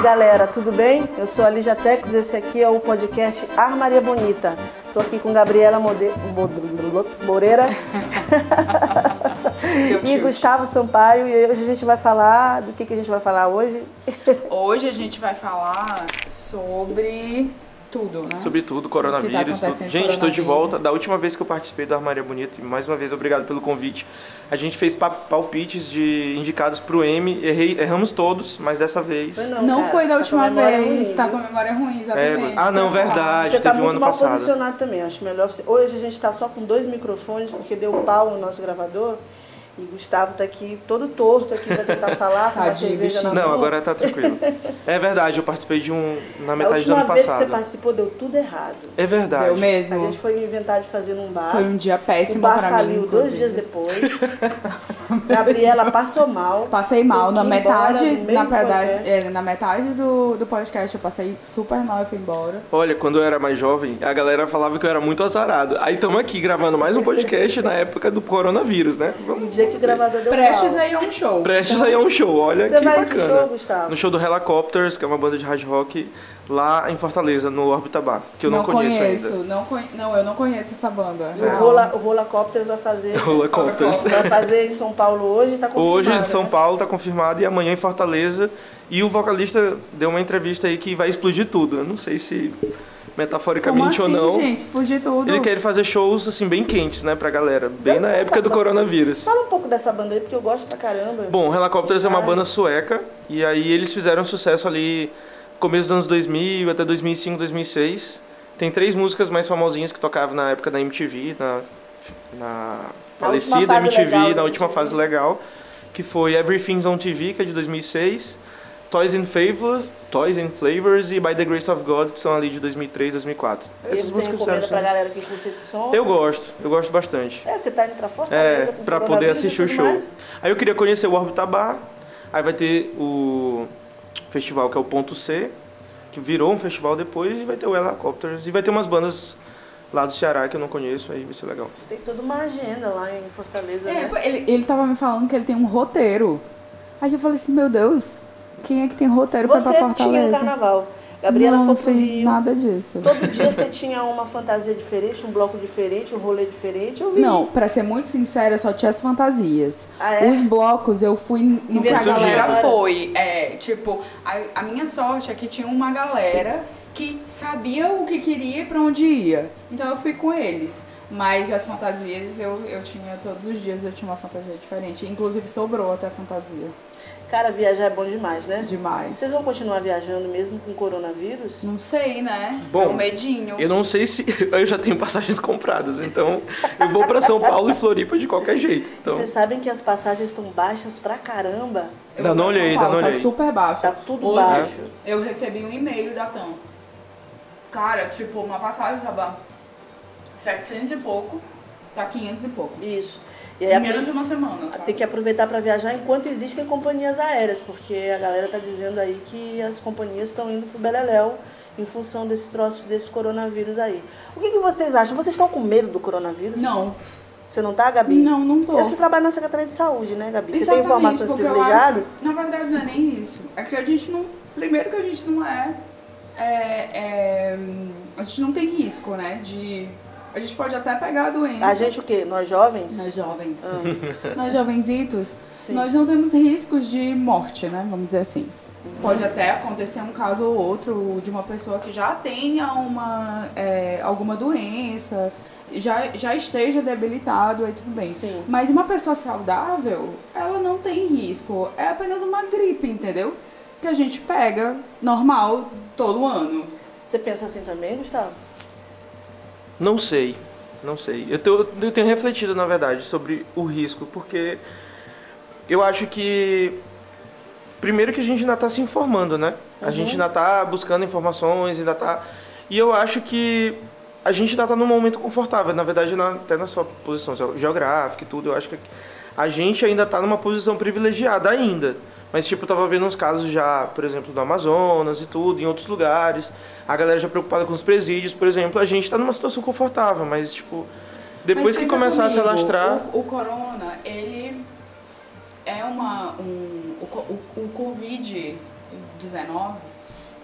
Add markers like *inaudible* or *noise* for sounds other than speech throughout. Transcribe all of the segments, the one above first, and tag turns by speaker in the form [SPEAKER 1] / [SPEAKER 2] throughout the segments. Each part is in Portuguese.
[SPEAKER 1] galera, tudo bem? Eu sou a Lígia Tex, esse aqui é o podcast Armaria Bonita. Tô aqui com Gabriela Mode... Mo-
[SPEAKER 2] *laughs*
[SPEAKER 1] Moreira *laughs* e
[SPEAKER 3] tilt.
[SPEAKER 1] Gustavo Sampaio. E hoje a gente vai falar do que, que a gente vai falar hoje.
[SPEAKER 3] Hoje a gente vai falar sobre tudo, né?
[SPEAKER 2] Sobre tudo,
[SPEAKER 3] O que tá
[SPEAKER 2] coronavírus.
[SPEAKER 3] acontecendo
[SPEAKER 2] tudo.
[SPEAKER 3] com
[SPEAKER 2] Gente, estou de
[SPEAKER 3] coronavírus.
[SPEAKER 2] volta. Da última vez que eu participei do Armaria Bonita, e mais uma vez obrigado pelo convite. A gente fez pa- palpites de indicados pro M, errei, erramos todos, mas dessa vez.
[SPEAKER 3] Não
[SPEAKER 1] cara,
[SPEAKER 3] foi da
[SPEAKER 1] você tá com a
[SPEAKER 3] última
[SPEAKER 1] memória
[SPEAKER 3] vez,
[SPEAKER 1] ruim,
[SPEAKER 3] tá
[SPEAKER 1] viu?
[SPEAKER 3] com a memória ruim,
[SPEAKER 2] É,
[SPEAKER 3] exatamente.
[SPEAKER 2] ah, não,
[SPEAKER 3] Então, tá.
[SPEAKER 2] verdade.
[SPEAKER 1] Você tá
[SPEAKER 2] teve um
[SPEAKER 1] muito
[SPEAKER 2] ano
[SPEAKER 1] mal
[SPEAKER 2] passado.
[SPEAKER 1] posicionado também, acho melhor você... Hoje a gente tá só com dois microfones, porque deu pau no nosso gravador. E Gustavo tá aqui todo torto aqui pra tentar falar, com uma
[SPEAKER 3] Tadinho,
[SPEAKER 1] cerveja na
[SPEAKER 3] bichinho.
[SPEAKER 2] Não,
[SPEAKER 1] mão.
[SPEAKER 2] agora tá
[SPEAKER 1] *laughs*
[SPEAKER 2] tranquilo. É verdade, eu participei de um na
[SPEAKER 1] A
[SPEAKER 2] metade do
[SPEAKER 1] última
[SPEAKER 2] ano
[SPEAKER 1] vez que você
[SPEAKER 2] passado.
[SPEAKER 1] participou deu tudo errado.
[SPEAKER 2] É verdade.
[SPEAKER 3] Deu mesmo.
[SPEAKER 1] A gente foi inventar de fazer num bar.
[SPEAKER 3] Foi um dia péssimo
[SPEAKER 1] O bar
[SPEAKER 3] pra mim,
[SPEAKER 1] faliu dois
[SPEAKER 3] inclusive.
[SPEAKER 1] dias depois.
[SPEAKER 3] *laughs*
[SPEAKER 1] Gabriela passou mal.
[SPEAKER 3] Passei mal
[SPEAKER 1] Teve
[SPEAKER 3] na
[SPEAKER 1] que ir embora
[SPEAKER 3] metade,
[SPEAKER 1] no meio
[SPEAKER 3] na
[SPEAKER 1] do
[SPEAKER 3] verdade,
[SPEAKER 1] podcast.
[SPEAKER 3] é, na metade do, do podcast eu passei super mal e fui embora.
[SPEAKER 2] Olha, quando eu era mais jovem, a galera falava que eu era muito azarado. Aí estamos aqui gravando mais um podcast na época do coronavírus, né?
[SPEAKER 1] No
[SPEAKER 2] Vamos.
[SPEAKER 1] dia que o gravador deu
[SPEAKER 3] Prestes
[SPEAKER 1] pau.
[SPEAKER 3] aí a um show.
[SPEAKER 2] Prestes aí a um show, olha
[SPEAKER 1] Você
[SPEAKER 2] que
[SPEAKER 1] vai
[SPEAKER 2] bacana.
[SPEAKER 1] no show, Gustavo?
[SPEAKER 2] No show do Helicopters, que é uma banda de hard rock lá em Fortaleza, no Orbita Bar, que eu não, conheço, *laughs* ainda.
[SPEAKER 3] Não, conhe- não, eu não conheço essa banda.
[SPEAKER 1] O, rola, o Rolacopters vai
[SPEAKER 2] *laughs*
[SPEAKER 1] fazer...
[SPEAKER 2] Helicopters.
[SPEAKER 1] Vai fazer em São Paulo hoje, tá confirmado.
[SPEAKER 2] Hoje em São
[SPEAKER 1] né?
[SPEAKER 2] Paulo tá confirmado e amanhã em Fortaleza. E o vocalista deu uma entrevista aí que vai explodir tudo. Eu não sei se
[SPEAKER 3] Como
[SPEAKER 2] metaforicamente
[SPEAKER 3] assim,
[SPEAKER 2] ou não.
[SPEAKER 3] gente? Explodir tudo.
[SPEAKER 2] Ele quer fazer shows assim bem quentes, né, pra galera, bem
[SPEAKER 1] Deve
[SPEAKER 2] na
[SPEAKER 1] ser
[SPEAKER 2] época
[SPEAKER 1] essa
[SPEAKER 2] do
[SPEAKER 1] banda.
[SPEAKER 2] coronavírus.
[SPEAKER 1] Fala um pouco dessa banda aí, porque eu gosto pra caramba.
[SPEAKER 2] Bom, Helicopters é uma
[SPEAKER 1] Ai.
[SPEAKER 2] banda sueca e aí eles fizeram sucesso ali no começo dos anos 2000 até 2005, 2006. Tem três músicas mais famosinhas que tocavam na época da MTV, na, na falecida
[SPEAKER 1] última fase
[SPEAKER 2] MTV,
[SPEAKER 1] legal da
[SPEAKER 2] na última
[SPEAKER 1] MTV.
[SPEAKER 2] fase legal, que foi Everything's on TV, que é de 2006, Toys and Flavors, Toys and Flavors e By the Grace of God, que são ali de 2003, 2004.
[SPEAKER 1] e você recomenda pra
[SPEAKER 2] sucesso.
[SPEAKER 1] galera que curte esse som?
[SPEAKER 2] Eu gosto, eu gosto bastante.
[SPEAKER 1] É, você tá indo pra Fortaleza
[SPEAKER 2] É,
[SPEAKER 1] com
[SPEAKER 2] pra poder
[SPEAKER 1] coronavírus e
[SPEAKER 2] assistir o
[SPEAKER 1] tudo
[SPEAKER 2] show.
[SPEAKER 1] mais?
[SPEAKER 2] Aí eu queria conhecer o Orbita Bar, aí vai ter o festival que é o Ponto C, que virou um festival depois, e vai ter o Helicopters, e vai ter umas bandas lá do Ceará que eu não conheço, aí vai ser legal.
[SPEAKER 1] Tem toda uma agenda lá em Fortaleza,
[SPEAKER 3] É,
[SPEAKER 1] né?
[SPEAKER 3] pô, ele, ele tava me falando que ele tem um roteiro. Aí eu falei assim, meu Deus, quem é que tem roteiro pra ir pra
[SPEAKER 1] Você tinha um
[SPEAKER 3] Fortaleza?
[SPEAKER 1] no carnaval. Gabriela
[SPEAKER 3] não,
[SPEAKER 1] foi
[SPEAKER 3] não
[SPEAKER 1] pro
[SPEAKER 3] fiz
[SPEAKER 1] Rio.
[SPEAKER 3] nada disso.
[SPEAKER 1] Todo dia você tinha uma fantasia diferente, um bloco diferente, um rolê diferente. Eu vi.
[SPEAKER 3] Não, pra ser muito sincera, eu só tinha as fantasias.
[SPEAKER 1] Ah, é? um
[SPEAKER 3] Os blocos eu fui no que a
[SPEAKER 1] Inventando
[SPEAKER 3] galera
[SPEAKER 1] dinheiro.
[SPEAKER 3] foi. É, tipo, a, a minha sorte é que tinha uma galera que sabia o que queria e pra onde ia. Então eu fui com eles. Mas as fantasias eu, eu tinha todos os dias, eu tinha uma fantasia diferente. Inclusive sobrou até a fantasia.
[SPEAKER 1] Cara, viajar é bom demais, né?
[SPEAKER 3] Demais.
[SPEAKER 1] Vocês vão continuar viajando mesmo com coronavírus?
[SPEAKER 3] Não sei, né?
[SPEAKER 2] Bom,
[SPEAKER 3] é um medinho.
[SPEAKER 2] Eu não sei se *laughs* eu já tenho passagens compradas, então eu vou pra São Paulo e Floripa de qualquer jeito. Então,
[SPEAKER 1] Vocês sabem que as passagens estão baixas pra caramba.
[SPEAKER 3] Eu
[SPEAKER 2] Dá
[SPEAKER 3] vou
[SPEAKER 2] uma
[SPEAKER 3] pra São
[SPEAKER 2] olhada,
[SPEAKER 3] Paulo,
[SPEAKER 2] dá uma
[SPEAKER 3] Tá
[SPEAKER 2] olhada.
[SPEAKER 3] super baixo.
[SPEAKER 1] Tá tudo
[SPEAKER 3] Hoje,
[SPEAKER 1] baixo.
[SPEAKER 3] Eu recebi um e-mail da TAM. Cara, tipo, uma passagem tava 700 e pouco, tá 500 e pouco.
[SPEAKER 1] Isso. E aí,
[SPEAKER 3] Em
[SPEAKER 1] a-
[SPEAKER 3] menos de uma semana. Tá?
[SPEAKER 1] tem que aproveitar pra viajar enquanto existem companhias aéreas, porque a galera tá dizendo aí que as companhias estão indo pro Beleléu em função desse troço, desse coronavírus aí. O que, que vocês acham? Vocês estão com medo do coronavírus?
[SPEAKER 3] Não,
[SPEAKER 1] Você não tá, Gabi?
[SPEAKER 3] não, não tô.
[SPEAKER 1] Você trabalha na Secretaria de Saúde, né, Gabi? Você tem
[SPEAKER 3] Exatamente,
[SPEAKER 1] informações
[SPEAKER 3] porque eu
[SPEAKER 1] privilegiadas?
[SPEAKER 3] acho- na verdade, não é nem isso. É que a gente não. Primeiro que a gente não é. é- é, a gente não tem risco, né? De. A gente pode até pegar a doença.
[SPEAKER 1] A gente o quê? Nós jovens?
[SPEAKER 3] Nós jovens. *laughs* Nós jovenzitos,
[SPEAKER 1] Sim.
[SPEAKER 3] nós não temos riscos de morte, né? Vamos dizer assim. Pode até acontecer um caso ou outro de uma pessoa que já tenha uma, é, alguma doença, já, já esteja debilitado, aí tudo bem.
[SPEAKER 1] Sim.
[SPEAKER 3] Mas uma pessoa saudável, ela não tem risco. É apenas uma gripe, entendeu? Que a gente pega normal todo ano.
[SPEAKER 1] Você pensa assim também, Gustavo?
[SPEAKER 2] Não sei, não sei. Eu, tô- eu tenho refletido, na verdade, sobre o risco, porque eu acho que. Primeiro que a gente ainda está se informando, né? A
[SPEAKER 3] Uhum.
[SPEAKER 2] gente ainda está buscando informações, ainda está. E eu acho que a gente ainda está num momento confortável, na verdade, na- até na sua posição geográfica e tudo, eu acho que a gente ainda está numa posição privilegiada ainda. Mas, tipo, eu tava vendo uns casos já, por exemplo, do Amazonas e tudo, em outros lugares. A galera já preocupada com os presídios, por exemplo. A gente está numa situação confortável, mas, tipo, depois
[SPEAKER 3] Mas
[SPEAKER 2] que
[SPEAKER 3] pensa
[SPEAKER 2] começar a se
[SPEAKER 3] comigo,
[SPEAKER 2] alastrar.
[SPEAKER 3] O, o corona, ele é uma. Um, o, co- o, o Covid-19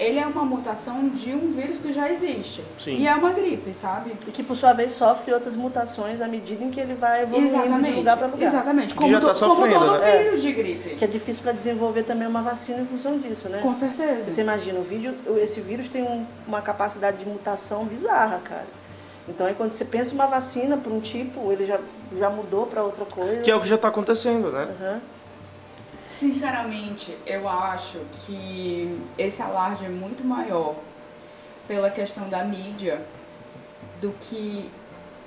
[SPEAKER 3] ele é uma mutação de um vírus que já existe.
[SPEAKER 2] Sim.
[SPEAKER 3] E é uma gripe, sabe?
[SPEAKER 1] E que por sua vez sofre outras mutações à medida em que ele vai evoluindo
[SPEAKER 3] Exatamente.
[SPEAKER 1] de lugar para lugar.
[SPEAKER 3] Exatamente.
[SPEAKER 2] Que
[SPEAKER 3] Como,
[SPEAKER 2] já tá
[SPEAKER 3] to- como
[SPEAKER 2] sofrendo,
[SPEAKER 3] todo
[SPEAKER 2] né?
[SPEAKER 3] vírus de gripe.
[SPEAKER 1] Que é difícil para desenvolver também uma vacina em função disso, né?
[SPEAKER 3] Com certeza.
[SPEAKER 1] Você imagina, o vídeo, esse vírus tem um- uma capacidade de mutação bizarra, cara. Então, aí quando você pensa uma vacina para um tipo, ele já, já mudou para outra coisa.
[SPEAKER 2] Que é o que já tá acontecendo, né?
[SPEAKER 1] Aham.
[SPEAKER 3] Sinceramente, eu acho que esse alarde é muito maior pela questão da mídia do que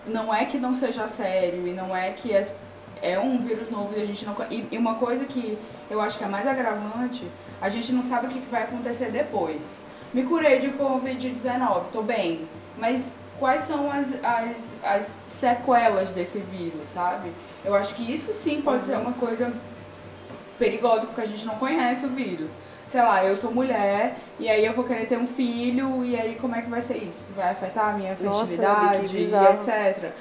[SPEAKER 3] não é que não seja sério e não é que as- é, um vírus novo e a gente não co- e, e uma coisa que eu acho que é mais agravante, a gente não sabe o que que vai acontecer depois. Me curei de covid-19, tô bem, mas quais são as, as, as sequelas desse vírus, sabe? Eu acho que isso sim pode ser uma coisa perigoso porque a gente não conhece o vírus. Sei lá, eu sou mulher e aí eu vou querer ter um filho e aí como é que vai ser isso? Vai afetar a minha
[SPEAKER 1] Nossa, Gabi,
[SPEAKER 3] fertilidade
[SPEAKER 1] que
[SPEAKER 3] e
[SPEAKER 1] bizarro.
[SPEAKER 3] etc.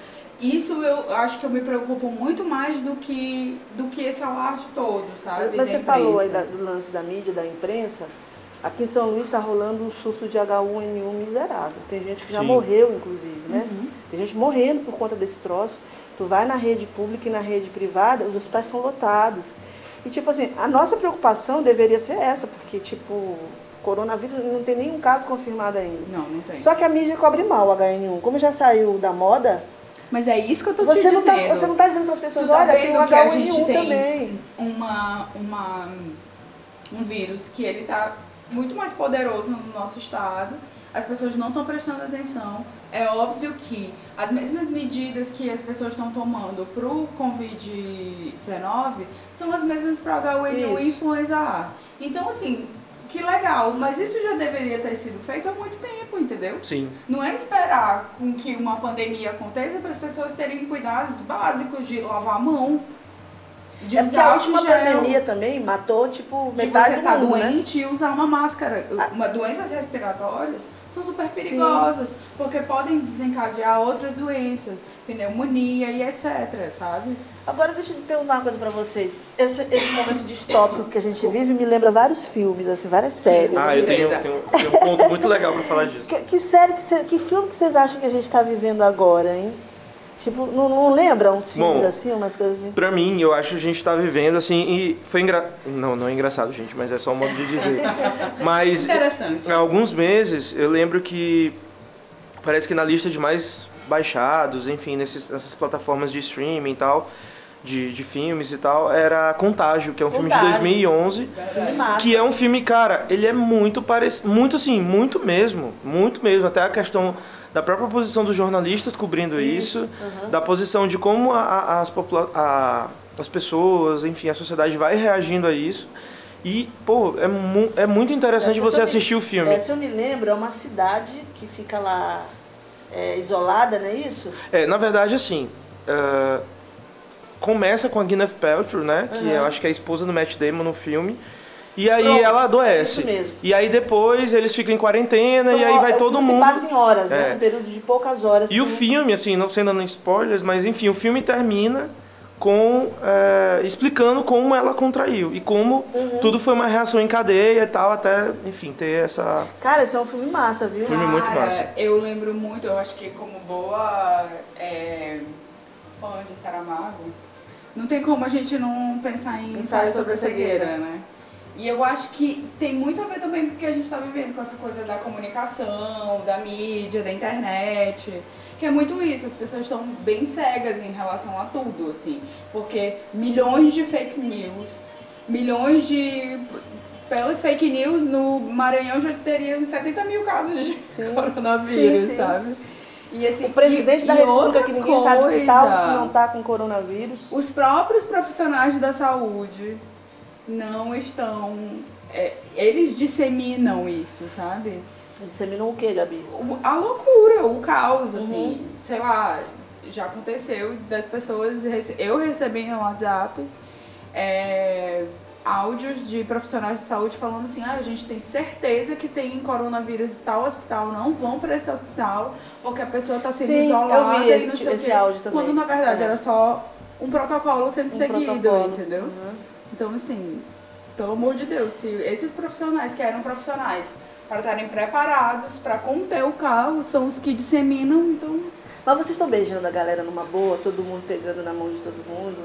[SPEAKER 3] Isso eu acho que eu me preocupo muito mais do que do que esse alarde todo, sabe?
[SPEAKER 1] Mas
[SPEAKER 3] da
[SPEAKER 1] você falou aí
[SPEAKER 3] imprensa.
[SPEAKER 1] da- do lance da mídia, da imprensa. Aqui em São Luís está rolando um surto de H1N1 miserável. Tem gente que já
[SPEAKER 2] Sim.
[SPEAKER 1] morreu, inclusive, né?
[SPEAKER 3] Uhum.
[SPEAKER 1] Tem gente morrendo por conta desse troço. Tu vai na rede pública e na rede privada, os hospitais estão lotados. E, tipo assim, a nossa preocupação deveria ser essa, porque, tipo, coronavírus não tem nenhum caso confirmado ainda.
[SPEAKER 3] Não, não tem.
[SPEAKER 1] Só que a mídia cobre mal o HN1. Como já saiu da moda,
[SPEAKER 3] Mas é isso que eu tô te
[SPEAKER 1] você não,
[SPEAKER 3] dizendo.
[SPEAKER 1] tá, você não tá dizendo para as
[SPEAKER 3] Tu
[SPEAKER 1] pessoas,
[SPEAKER 3] tá
[SPEAKER 1] olha, tem um
[SPEAKER 3] vendo
[SPEAKER 1] o
[SPEAKER 3] que a gente
[SPEAKER 1] HN1
[SPEAKER 3] tem
[SPEAKER 1] também.
[SPEAKER 3] Uma, uma, um vírus que ele tá muito mais poderoso no nosso estado. As pessoas não estão prestando atenção. É óbvio que as mesmas medidas que as pessoas estão tomando pro Covid-19 são as mesmas para H1N1
[SPEAKER 1] Isso.
[SPEAKER 3] e influenza A. Então, assim, que legal. Mas isso já deveria ter sido feito há muito tempo, entendeu?
[SPEAKER 2] Sim.
[SPEAKER 3] Não é esperar com que uma pandemia aconteça para as pessoas terem cuidados básicos de lavar a mão, de
[SPEAKER 1] É porque
[SPEAKER 3] usar
[SPEAKER 1] a
[SPEAKER 3] álcool
[SPEAKER 1] última
[SPEAKER 3] gel,
[SPEAKER 1] pandemia também matou, tipo,
[SPEAKER 3] de
[SPEAKER 1] metade
[SPEAKER 3] você
[SPEAKER 1] do
[SPEAKER 3] estar
[SPEAKER 1] mundo, né?
[SPEAKER 3] doente e usar uma máscara.
[SPEAKER 1] Ah.
[SPEAKER 3] Uma, doenças respiratórias são super perigosas, porque podem desencadear outras doenças, pneumonia e etc, sabe?
[SPEAKER 1] Agora deixa eu te perguntar uma coisa pra vocês. Esse, esse momento distópico que a gente vive me lembra vários filmes, assim, várias séries.
[SPEAKER 2] Ah, eu tenho,
[SPEAKER 3] certeza.
[SPEAKER 2] tenho- tenho um ponto muito legal pra falar disso.
[SPEAKER 1] Que, que série, que, cê- que filme que vocês acham que a gente tá vivendo agora, hein? Tipo, não, não lembra uns filmes
[SPEAKER 2] Bom,
[SPEAKER 1] assim, umas coisas
[SPEAKER 3] *laughs*
[SPEAKER 1] assim?
[SPEAKER 2] Pra mim, eu acho que a gente tá vivendo assim e foi engra... Não, não é engraçado, gente, mas é só um modo de dizer. Mas
[SPEAKER 3] Interessante.
[SPEAKER 2] há alguns meses eu lembro que parece que na lista de mais baixados, enfim, nesses- nessas plataformas de streaming e tal, de, de filmes e tal, era Contágio, que é um filme de
[SPEAKER 1] Contágio.
[SPEAKER 2] 2011.
[SPEAKER 1] Filme massa.
[SPEAKER 2] Que é um filme, cara, ele é muito parecido, muito assim, muito mesmo, muito mesmo. Até a questão da própria posição dos jornalistas cobrindo isso, da posição de como a- a- as, popula- a- as pessoas, enfim, a sociedade vai reagindo a isso. E, pô, é, mu- é muito interessante
[SPEAKER 1] É, se
[SPEAKER 2] você
[SPEAKER 1] eu me-
[SPEAKER 2] assistir o filme.
[SPEAKER 1] É, se eu me lembro, é uma cidade que fica lá é, isolada, não é isso?
[SPEAKER 2] É, na verdade, assim. ah, começa com a Gwyneth Paltrow, né? Que eu acho que é a esposa do Matt Damon no filme. E aí
[SPEAKER 1] Pronto,
[SPEAKER 2] ela adoece.
[SPEAKER 1] isso mesmo. é um
[SPEAKER 2] E aí depois eles ficam em quarentena e
[SPEAKER 1] São
[SPEAKER 2] aí vai
[SPEAKER 1] ho-
[SPEAKER 2] todo
[SPEAKER 1] se
[SPEAKER 2] mundo.
[SPEAKER 1] passa em horas, né?
[SPEAKER 2] É.
[SPEAKER 1] Um período de poucas horas.
[SPEAKER 2] E o
[SPEAKER 1] que-
[SPEAKER 2] filme, assim, não sendo dando spoilers, mas enfim, o filme termina com é, explicando como ela contraiu e como
[SPEAKER 1] Uhum.
[SPEAKER 2] tudo foi uma reação em cadeia e tal, até, enfim, ter essa.
[SPEAKER 1] Cara, esse é um filme massa, viu?
[SPEAKER 2] Filme muito
[SPEAKER 3] Cara,
[SPEAKER 2] massa.
[SPEAKER 3] Ah, é, Eu lembro muito, eu acho que como boa é, fã de Saramago, não tem como a gente não pensar em
[SPEAKER 1] Ensaio
[SPEAKER 3] ensaio sobre a
[SPEAKER 1] sobre a
[SPEAKER 3] cegueira,
[SPEAKER 1] cegueira.
[SPEAKER 3] né? E eu acho que tem muito a ver também com o que a gente está vivendo, com essa coisa da comunicação, da mídia, da internet. Que é muito isso, as pessoas estão bem cegas em relação a tudo, assim. Porque milhões de fake news, milhões de. Pelas fake news, no Maranhão já teria 70 mil casos de
[SPEAKER 1] Sim.
[SPEAKER 3] coronavírus,
[SPEAKER 1] Sim, sim.
[SPEAKER 3] sabe? E assim,
[SPEAKER 1] Ah, O presidente
[SPEAKER 3] e-
[SPEAKER 1] da
[SPEAKER 3] e
[SPEAKER 1] República,
[SPEAKER 3] outra
[SPEAKER 1] que ninguém sabe se tá ou se
[SPEAKER 3] coisa,
[SPEAKER 1] não tá com coronavírus.
[SPEAKER 3] Os próprios profissionais da saúde não estão. é, eles disseminam isso, sabe?
[SPEAKER 1] Disseminou o quê, Gabi?
[SPEAKER 3] O- A loucura, o caos, assim,
[SPEAKER 1] Uhum.
[SPEAKER 3] sei lá, já aconteceu das pessoas. rece- Eu recebi no WhatsApp é, áudios de profissionais de saúde falando assim: ah, a gente tem certeza que tem coronavírus em tal hospital, não vão para esse hospital, porque a pessoa está sendo
[SPEAKER 1] Sim, eu
[SPEAKER 3] isolada
[SPEAKER 1] vi
[SPEAKER 3] e
[SPEAKER 1] esse-
[SPEAKER 3] não sei
[SPEAKER 1] esse
[SPEAKER 3] o quê.
[SPEAKER 1] áudio também.
[SPEAKER 3] Quando na verdade
[SPEAKER 1] É.
[SPEAKER 3] era só um protocolo sendo
[SPEAKER 1] Um
[SPEAKER 3] seguido,
[SPEAKER 1] protocolo.
[SPEAKER 3] entendeu?
[SPEAKER 1] Uhum.
[SPEAKER 3] Então, assim, pelo amor de Deus, se esses profissionais que eram profissionais para estarem preparados para conter o carro, são os que disseminam, então
[SPEAKER 1] Mas vocês estão beijando a galera numa boa, todo mundo pegando na mão de todo mundo,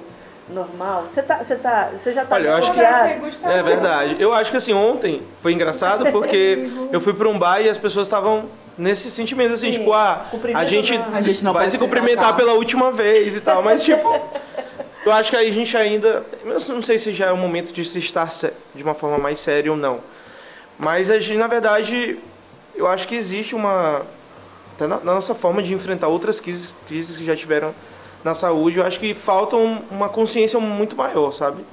[SPEAKER 1] normal? Você tá, você tá, você já tá
[SPEAKER 2] Olha, eu acho que-
[SPEAKER 1] desconfiado?
[SPEAKER 3] Conversa, Gustavo.
[SPEAKER 2] É verdade. Eu acho que assim, ontem
[SPEAKER 3] *laughs*
[SPEAKER 2] foi
[SPEAKER 3] É
[SPEAKER 2] engraçado porque eu fui pra um bar e as pessoas estavam nesse sentimento assim,
[SPEAKER 1] Sim.
[SPEAKER 2] tipo, ah, a
[SPEAKER 1] Cumprimento
[SPEAKER 2] gente,
[SPEAKER 1] não.
[SPEAKER 3] A gente não
[SPEAKER 2] vai
[SPEAKER 3] pode
[SPEAKER 2] se
[SPEAKER 3] se
[SPEAKER 2] cumprimentar
[SPEAKER 3] abraçar.
[SPEAKER 2] pela última vez e tal, mas tipo, eu acho que aí a gente ainda, eu não sei se já é o momento de se estar sé- de uma forma mais séria ou não. Mas a gente, na verdade, eu acho que existe uma até na, na nossa forma de enfrentar outras crises, crises que já tiveram na saúde, eu acho que falta um- uma consciência muito maior, sabe?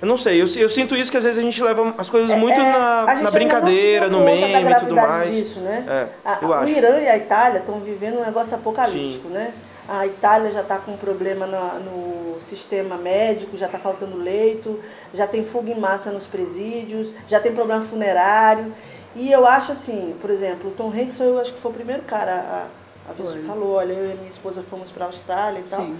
[SPEAKER 2] Eu não sei, eu, si- eu sinto isso que às vezes a gente leva as coisas muito
[SPEAKER 1] Hum. É,
[SPEAKER 2] na,
[SPEAKER 1] a gente
[SPEAKER 2] na
[SPEAKER 1] ainda
[SPEAKER 2] brincadeira,
[SPEAKER 1] não
[SPEAKER 2] no
[SPEAKER 1] se deu conta da
[SPEAKER 2] meme e tudo
[SPEAKER 1] gravidade
[SPEAKER 2] mais.
[SPEAKER 1] Disso, né?
[SPEAKER 2] É,
[SPEAKER 1] A-
[SPEAKER 2] eu
[SPEAKER 1] a- o
[SPEAKER 2] acho.
[SPEAKER 1] Irã e a Itália estão vivendo um negócio apocalíptico, né? A Itália já está com problema na- no sistema médico, já está faltando leito, já tem fuga em massa nos presídios, já tem problema funerário. E eu acho assim, por exemplo, o Tom Hanks, eu acho que foi o primeiro cara a, a
[SPEAKER 3] Foi.
[SPEAKER 1] falou, olha, eu e minha esposa fomos para a Austrália e tal
[SPEAKER 3] Sim.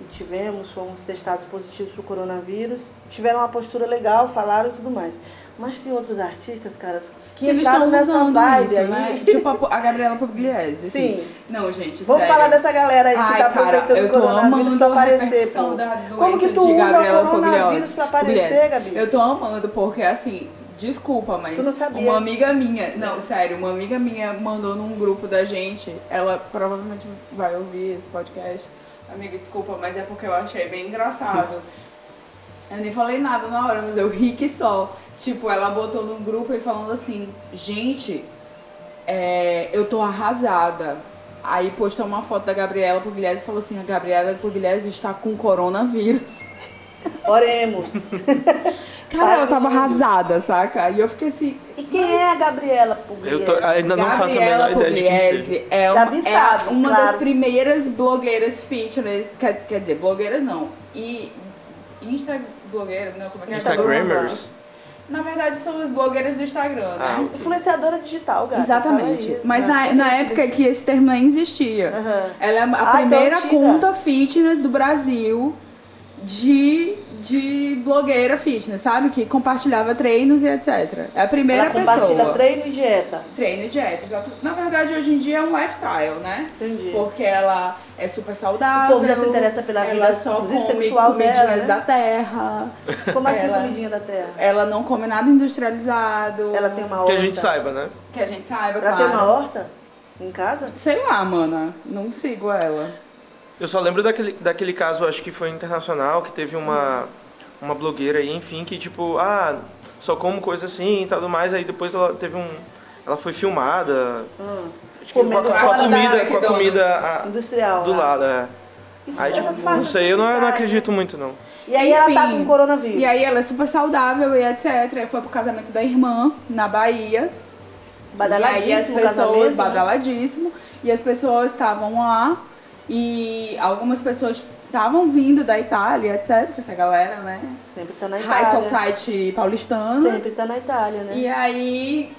[SPEAKER 1] e tivemos, fomos testados positivos para o coronavírus, tiveram uma postura legal, falaram e tudo mais. Mas tem outros artistas, caras, que,
[SPEAKER 3] eles
[SPEAKER 1] entraram
[SPEAKER 3] estão
[SPEAKER 1] nessa
[SPEAKER 3] usando
[SPEAKER 1] vibe
[SPEAKER 3] isso,
[SPEAKER 1] aí.
[SPEAKER 3] né? Tipo a, a Gabriela Pugliese.
[SPEAKER 1] Sim.
[SPEAKER 3] assim. Não, gente,
[SPEAKER 1] Vamos
[SPEAKER 3] sério.
[SPEAKER 1] falar dessa galera aí que
[SPEAKER 3] Ai,
[SPEAKER 1] tá
[SPEAKER 3] cara,
[SPEAKER 1] aproveitando
[SPEAKER 3] eu
[SPEAKER 1] o
[SPEAKER 3] tô
[SPEAKER 1] coronavírus
[SPEAKER 3] amando
[SPEAKER 1] pra
[SPEAKER 3] a
[SPEAKER 1] aparecer,
[SPEAKER 3] repercussão
[SPEAKER 1] pô.
[SPEAKER 3] da
[SPEAKER 1] Como que
[SPEAKER 3] doença
[SPEAKER 1] tu
[SPEAKER 3] de
[SPEAKER 1] usa
[SPEAKER 3] Gabriela
[SPEAKER 1] o coronavírus
[SPEAKER 3] Pugliese.
[SPEAKER 1] pra aparecer, Gabi?
[SPEAKER 3] Eu tô amando, porque assim, desculpa, mas
[SPEAKER 1] Tu não sabia.
[SPEAKER 3] uma amiga minha, não, sério, uma amiga minha mandou num grupo da gente, ela provavelmente vai ouvir esse podcast. Amiga, desculpa, mas é porque eu achei
[SPEAKER 1] *laughs*
[SPEAKER 3] bem engraçado. Eu nem falei nada na hora, mas eu ri que só. Tipo, ela botou num grupo e falando assim, gente, é, eu tô arrasada. Aí postou uma foto da Gabriela Pugliese e falou assim, a Gabriela Pugliese está com coronavírus. *laughs*
[SPEAKER 1] Oremos.
[SPEAKER 3] Cara,
[SPEAKER 1] Para
[SPEAKER 3] ela tava
[SPEAKER 1] tudo.
[SPEAKER 3] arrasada, saca? E eu fiquei assim.
[SPEAKER 1] E quem é a Gabriela Pugliese?
[SPEAKER 2] Eu tô- ainda não faço a menor
[SPEAKER 3] Gabriela
[SPEAKER 2] ideia de quem seja.
[SPEAKER 3] Pugliese é, uma-
[SPEAKER 1] Gabi
[SPEAKER 3] é
[SPEAKER 1] sabe,
[SPEAKER 3] uma
[SPEAKER 1] Tá claro.
[SPEAKER 3] das primeiras blogueiras fitness. Quer, quer dizer, blogueiras não. E. Insta blogueira, não, como é que é?
[SPEAKER 2] Instagrammers.
[SPEAKER 3] Na verdade, são as blogueiras do Instagram, né?
[SPEAKER 2] Ah,
[SPEAKER 1] Influenciadora digital, gata.
[SPEAKER 3] Exatamente.
[SPEAKER 1] fala aí.
[SPEAKER 3] Mas na,
[SPEAKER 1] Nossa,
[SPEAKER 3] na
[SPEAKER 1] que
[SPEAKER 3] época
[SPEAKER 1] isso.
[SPEAKER 3] que esse termo nem existia.
[SPEAKER 1] Aham.
[SPEAKER 3] Ela é a
[SPEAKER 1] Ah, então
[SPEAKER 3] primeira
[SPEAKER 1] tira.
[SPEAKER 3] conta fitness do Brasil de, de blogueira fitness, sabe? Que compartilhava treinos e etc. É a primeira
[SPEAKER 1] Ela
[SPEAKER 3] pessoa.
[SPEAKER 1] compartilha treino e dieta.
[SPEAKER 3] Treino e dieta, exato. Na verdade, hoje em dia é um lifestyle, né?
[SPEAKER 1] Entendi.
[SPEAKER 3] Porque ela é super saudável.
[SPEAKER 1] O povo já se interessa pela
[SPEAKER 3] ela
[SPEAKER 1] vida,
[SPEAKER 3] só
[SPEAKER 1] inclusive,
[SPEAKER 3] come
[SPEAKER 1] sexual
[SPEAKER 3] comidinhas
[SPEAKER 1] dela, né?
[SPEAKER 3] da terra.
[SPEAKER 1] Como assim
[SPEAKER 3] Ela-
[SPEAKER 1] comidinha da terra?
[SPEAKER 3] Ela não come nada industrializado.
[SPEAKER 1] Ela tem uma horta.
[SPEAKER 2] Que a gente saiba, né?
[SPEAKER 3] Que a gente saiba,
[SPEAKER 1] Ela
[SPEAKER 3] claro.
[SPEAKER 1] tem uma horta em casa?
[SPEAKER 3] Sei lá, mana. Não sigo ela.
[SPEAKER 2] Eu só lembro daquele, daquele caso, acho que foi internacional, que teve uma, uma blogueira aí, enfim, que tipo, ah, só como coisa assim e tudo mais, aí depois ela teve um. Ela foi filmada. acho que com,
[SPEAKER 1] Ah. Comendo
[SPEAKER 2] a, com a
[SPEAKER 1] fora da
[SPEAKER 2] comida, com a comida a-
[SPEAKER 1] Industrial.
[SPEAKER 2] do
[SPEAKER 1] lá.
[SPEAKER 2] lado. é.
[SPEAKER 1] Isso,
[SPEAKER 2] Aí,
[SPEAKER 1] né? essas
[SPEAKER 2] tipo,
[SPEAKER 1] fases
[SPEAKER 2] não sei, eu não, eu não
[SPEAKER 1] sanitárias.
[SPEAKER 2] acredito muito, não.
[SPEAKER 1] E aí ela tá
[SPEAKER 3] Enfim,
[SPEAKER 1] com coronavírus.
[SPEAKER 3] E aí ela é super saudável e etc. E foi pro casamento da irmã, na Bahia. E aí as
[SPEAKER 1] Badaladíssimo
[SPEAKER 3] pessoas,
[SPEAKER 1] um casamento. né?
[SPEAKER 3] badaladíssimo. E as pessoas estavam lá e algumas pessoas estavam vindo da Itália, etc. Essa galera, né?
[SPEAKER 1] Sempre tá na
[SPEAKER 3] High
[SPEAKER 1] Itália.
[SPEAKER 3] Society paulistana.
[SPEAKER 1] Sempre tá na Itália, né?
[SPEAKER 3] E aí,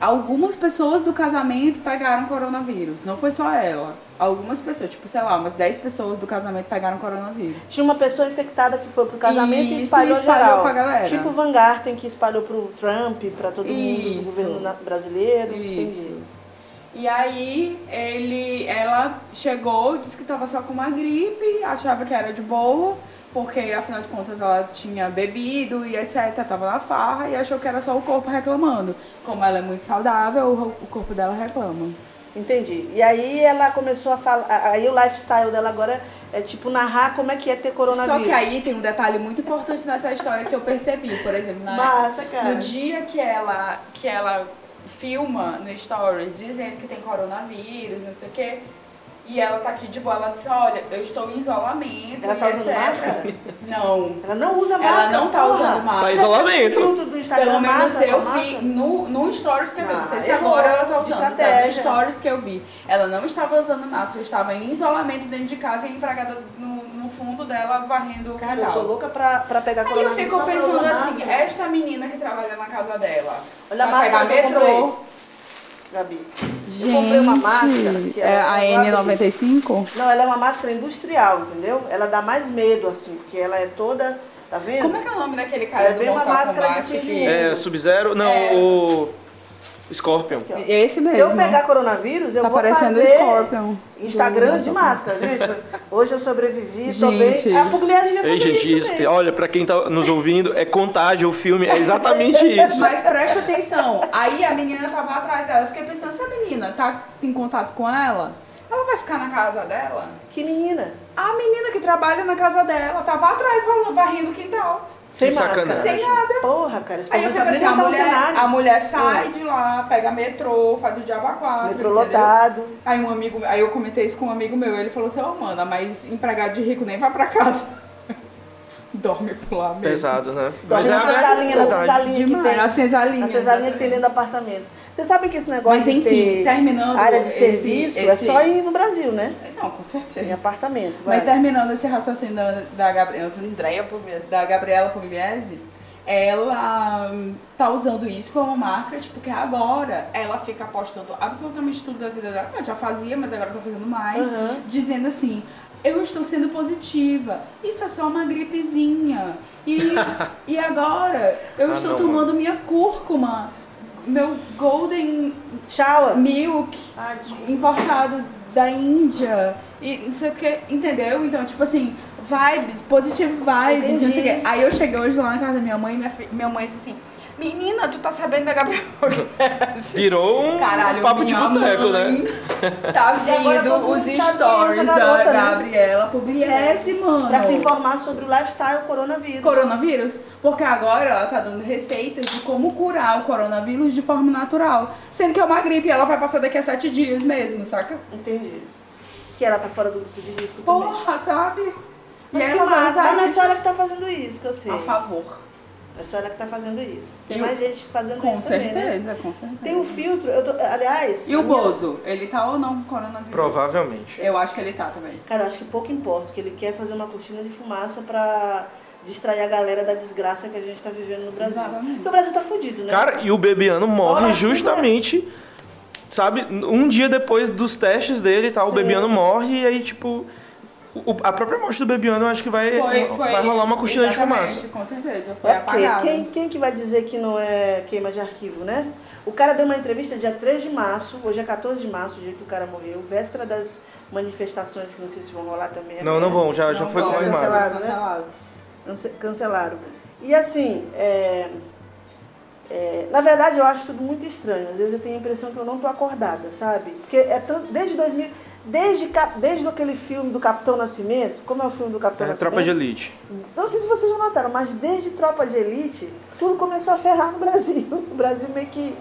[SPEAKER 3] algumas pessoas do casamento pegaram coronavírus. Não foi só ela. Algumas pessoas, tipo, sei lá, umas 10 pessoas do casamento pegaram coronavírus.
[SPEAKER 1] Tinha uma pessoa infectada que foi pro casamento e
[SPEAKER 3] Isso,
[SPEAKER 1] espalhou,
[SPEAKER 3] espalhou
[SPEAKER 1] geral.
[SPEAKER 3] pra galera.
[SPEAKER 1] Tipo o Van Garten que espalhou pro Trump, pra todo mundo do
[SPEAKER 3] Isso.
[SPEAKER 1] governo na- brasileiro.
[SPEAKER 3] Isso.
[SPEAKER 1] Entendi.
[SPEAKER 3] E aí ele, ela chegou, disse que tava só com uma gripe, achava que era de boa, porque afinal de contas ela tinha bebido e etc, tava na farra e achou que era só o corpo reclamando. Como ela é muito saudável, o- o corpo dela reclama.
[SPEAKER 1] Entendi. E aí ela começou a falar. Aí o lifestyle dela agora é tipo narrar como é que é ter coronavírus.
[SPEAKER 3] Só que aí tem um detalhe muito importante nessa história que eu percebi, por exemplo, na-
[SPEAKER 1] Massa, cara.
[SPEAKER 3] no dia que ela, que ela filma no Stories dizendo que tem coronavírus, não sei o quê, e ela tá aqui de boa, ela disse, olha, eu estou em isolamento.
[SPEAKER 1] Ela tá
[SPEAKER 3] e
[SPEAKER 1] usando
[SPEAKER 3] etc.
[SPEAKER 1] máscara?
[SPEAKER 3] Não.
[SPEAKER 1] Ela não usa
[SPEAKER 3] Ela
[SPEAKER 1] máscara.
[SPEAKER 3] não tá
[SPEAKER 1] porra.
[SPEAKER 3] usando máscara.
[SPEAKER 2] Tá
[SPEAKER 1] O
[SPEAKER 2] isolamento.
[SPEAKER 1] filtro do Instagram
[SPEAKER 3] Pelo menos
[SPEAKER 1] massa,
[SPEAKER 3] eu
[SPEAKER 1] tá
[SPEAKER 3] vi
[SPEAKER 1] massa?
[SPEAKER 3] no, no Stories que eu vi.
[SPEAKER 1] Ah,
[SPEAKER 3] não sei se
[SPEAKER 1] errou.
[SPEAKER 3] agora ela tá
[SPEAKER 1] De
[SPEAKER 3] usando. sabe? No
[SPEAKER 1] estratégia.
[SPEAKER 3] Stories que eu vi. Ela não estava usando máscara, estava em isolamento dentro de casa e a empregada no, no fundo dela varrendo o
[SPEAKER 1] Cara, eu
[SPEAKER 3] quintal.
[SPEAKER 1] tô louca pra, pra pegar
[SPEAKER 3] Aí eu
[SPEAKER 1] coronavírus.
[SPEAKER 3] fico
[SPEAKER 1] só pra
[SPEAKER 3] pensando
[SPEAKER 1] usar
[SPEAKER 3] assim,
[SPEAKER 1] máscara.
[SPEAKER 3] esta menina que trabalha na casa dela,
[SPEAKER 1] Olha a
[SPEAKER 3] vai
[SPEAKER 1] máscara
[SPEAKER 3] pegar
[SPEAKER 1] que eu
[SPEAKER 3] metrô,
[SPEAKER 1] comprei. Gabi. eu comprei uma máscara. que
[SPEAKER 3] é
[SPEAKER 1] é ela- eu abri. Não, ela é uma máscara industrial, entendeu? Ela dá mais medo, assim, porque ela é toda. Tá vendo?
[SPEAKER 3] Como é que é o é nome daquele cara
[SPEAKER 1] É
[SPEAKER 3] do
[SPEAKER 1] bem uma
[SPEAKER 3] Mortal
[SPEAKER 1] máscara que
[SPEAKER 3] Kombat
[SPEAKER 1] atinge o
[SPEAKER 3] que-
[SPEAKER 1] olho.
[SPEAKER 2] É, Sub-Zero? Não,
[SPEAKER 3] É.
[SPEAKER 2] É, o. Scorpion.
[SPEAKER 1] Aqui, ó.
[SPEAKER 3] Esse é mesmo.
[SPEAKER 1] Se eu pegar coronavírus, eu
[SPEAKER 3] Tá
[SPEAKER 1] vou
[SPEAKER 3] parecendo
[SPEAKER 1] fazer
[SPEAKER 3] Scorpion.
[SPEAKER 1] Instagram de
[SPEAKER 3] Hum,
[SPEAKER 1] máscara, gente. Hoje eu sobrevivi, tô bem. É
[SPEAKER 3] Gente.
[SPEAKER 1] A Pugliese já
[SPEAKER 2] Ei,
[SPEAKER 1] fez
[SPEAKER 2] gente,
[SPEAKER 1] isso
[SPEAKER 2] isso-
[SPEAKER 1] mesmo.
[SPEAKER 2] olha, pra quem tá nos ouvindo, é contágio o filme,
[SPEAKER 1] *laughs*
[SPEAKER 2] é exatamente
[SPEAKER 3] *laughs*
[SPEAKER 2] isso.
[SPEAKER 3] Mas preste atenção. Aí a menina tava atrás dela. Eu fiquei pensando, se a menina tá em contato com ela, ela vai ficar na casa dela?
[SPEAKER 1] Que menina.
[SPEAKER 3] A menina que trabalha na casa dela tava atrás var- varrendo o quintal.
[SPEAKER 1] Sem
[SPEAKER 2] Que
[SPEAKER 1] máscara.
[SPEAKER 2] sacanagem.
[SPEAKER 3] Sem nada.
[SPEAKER 1] Porra, cara. Esse
[SPEAKER 3] Aí eu
[SPEAKER 1] povo
[SPEAKER 3] fico
[SPEAKER 1] sabe
[SPEAKER 3] assim,
[SPEAKER 1] nem
[SPEAKER 3] a
[SPEAKER 1] montar um
[SPEAKER 3] mulher,
[SPEAKER 1] cenário.
[SPEAKER 3] a mulher sai de lá, pega metrô, faz o diabo a quatro,
[SPEAKER 1] Metrô
[SPEAKER 3] entendeu?
[SPEAKER 1] lotado.
[SPEAKER 3] Aí um amigo, aí eu comentei isso com um amigo meu, ele falou assim, ô mana, mas empregado de rico nem vai pra casa. *laughs* Dorme por lá mesmo.
[SPEAKER 2] Pesado, né?
[SPEAKER 1] Dorme na
[SPEAKER 2] a
[SPEAKER 1] cesalinha, na
[SPEAKER 2] verdade.
[SPEAKER 1] cesalinha que
[SPEAKER 3] Demais,
[SPEAKER 1] tem.
[SPEAKER 3] a cesalinha,
[SPEAKER 1] Na cesalinha que tem dentro
[SPEAKER 3] exatamente.
[SPEAKER 1] do apartamento. Você sabe que esse negócio
[SPEAKER 3] Mas
[SPEAKER 1] de
[SPEAKER 3] enfim,
[SPEAKER 1] ter
[SPEAKER 3] terminando
[SPEAKER 1] área de
[SPEAKER 3] esse-
[SPEAKER 1] serviço é
[SPEAKER 3] esse-
[SPEAKER 1] só ir no Brasil, né?
[SPEAKER 3] Não, com
[SPEAKER 1] Em
[SPEAKER 3] certeza.
[SPEAKER 1] apartamento. vai.
[SPEAKER 3] Mas tá- terminando esse raciocínio da, da Gabriela, Andréia Pugliese, da Gabriela Pugliese, ela hum, tá usando isso como marketing, porque agora ela fica postando absolutamente tudo da vida dela. Ela já fazia, mas agora tá fazendo mais.
[SPEAKER 1] Uhum.
[SPEAKER 3] Dizendo assim, eu estou sendo positiva, isso é só uma gripezinha.
[SPEAKER 2] *laughs*
[SPEAKER 3] E, e agora eu
[SPEAKER 2] Ah,
[SPEAKER 3] estou
[SPEAKER 2] não,
[SPEAKER 3] tomando minha cúrcuma, meu golden
[SPEAKER 1] Tchau.
[SPEAKER 3] milk
[SPEAKER 1] Ai, desculpa.
[SPEAKER 3] importado da Índia e não sei o que, entendeu? Então, tipo assim, vibes, positive vibes, não sei o
[SPEAKER 1] Entendi.
[SPEAKER 3] que. Aí eu cheguei hoje lá na casa da minha mãe e minha, fi- minha mãe disse assim: Menina, tu tá sabendo da Gabriela?
[SPEAKER 1] *laughs*
[SPEAKER 2] Virou um
[SPEAKER 3] Caralho,
[SPEAKER 2] papo de
[SPEAKER 3] minha
[SPEAKER 2] boteco,
[SPEAKER 3] mãe
[SPEAKER 2] né?
[SPEAKER 3] Tá
[SPEAKER 1] *laughs* E agora
[SPEAKER 3] vindo
[SPEAKER 1] todo mundo sabe
[SPEAKER 3] os
[SPEAKER 1] quem é essa
[SPEAKER 3] stories
[SPEAKER 1] garota,
[SPEAKER 3] da
[SPEAKER 1] né? É,
[SPEAKER 3] Gabriela Pugliese, mano.
[SPEAKER 1] Pra se informar sobre o lifestyle coronavírus.
[SPEAKER 3] Coronavírus, porque agora ela tá dando receitas de como curar o coronavírus de forma natural. Sendo que é uma gripe, ela vai passar daqui a sete dias mesmo, saca?
[SPEAKER 1] Entendi. Que ela tá fora do grupo de risco também.
[SPEAKER 3] Porra, sabe?
[SPEAKER 1] Mas
[SPEAKER 3] E
[SPEAKER 1] que
[SPEAKER 3] ela vai
[SPEAKER 1] massa.
[SPEAKER 3] usar
[SPEAKER 1] Mas não é a
[SPEAKER 3] isso
[SPEAKER 1] senhora que tá fazendo isso, que eu sei.
[SPEAKER 3] a favor.
[SPEAKER 1] É a senhora que tá fazendo isso. Tem
[SPEAKER 3] E
[SPEAKER 1] mais
[SPEAKER 3] o-
[SPEAKER 1] gente fazendo
[SPEAKER 3] Com
[SPEAKER 1] isso também, né?
[SPEAKER 3] certeza, com certeza.
[SPEAKER 1] Tem um filtro, eu tô, aliás...
[SPEAKER 3] E o
[SPEAKER 1] a minha-
[SPEAKER 3] Bozo, ele tá ou não com coronavírus?
[SPEAKER 2] Provavelmente.
[SPEAKER 3] Eu acho que ele tá também.
[SPEAKER 1] Cara, eu acho que pouco importa, que ele quer fazer uma cortina de fumaça pra distrair a galera da desgraça que a gente tá vivendo no Brasil.
[SPEAKER 3] Exatamente.
[SPEAKER 1] Porque o Brasil tá fudido, né?
[SPEAKER 2] Cara, e o Bebiano morre
[SPEAKER 1] Olha,
[SPEAKER 2] justamente, sabe, um dia depois dos testes dele, tá? O
[SPEAKER 1] Sim.
[SPEAKER 2] Bebiano morre e aí, tipo, o- a própria morte do Bebiano eu acho que vai, vai rolar uma cortina de
[SPEAKER 3] exatamente,
[SPEAKER 2] fumaça.
[SPEAKER 3] Com certeza, foi
[SPEAKER 1] É porque
[SPEAKER 3] apagado. né?
[SPEAKER 1] Quem, quem que vai dizer que não é queima de arquivo, né? O cara deu uma entrevista dia 3 de março, hoje é 14 de março, o dia que o cara morreu, véspera das manifestações que não sei se vão rolar também. né?
[SPEAKER 2] Não, não vão, Ah, já,
[SPEAKER 3] Não
[SPEAKER 2] já foi
[SPEAKER 3] vão,
[SPEAKER 2] confirmado.
[SPEAKER 1] cancelar.
[SPEAKER 3] Cancelado,
[SPEAKER 1] né?
[SPEAKER 3] cancelado.
[SPEAKER 1] Cance- Cancelaram. E assim, é, é, na verdade eu acho tudo muito estranho. Às vezes eu tenho a impressão que eu não tô acordada, sabe? Porque é tanto, desde 2000, desde, cap- desde aquele filme do Capitão Nascimento, como é o filme do Capitão
[SPEAKER 2] É,
[SPEAKER 1] Nascimento?
[SPEAKER 2] tropa de elite.
[SPEAKER 1] Então, Não sei se vocês já notaram, mas desde Tropa de Elite, tudo começou a ferrar no Brasil. *laughs* O Brasil meio que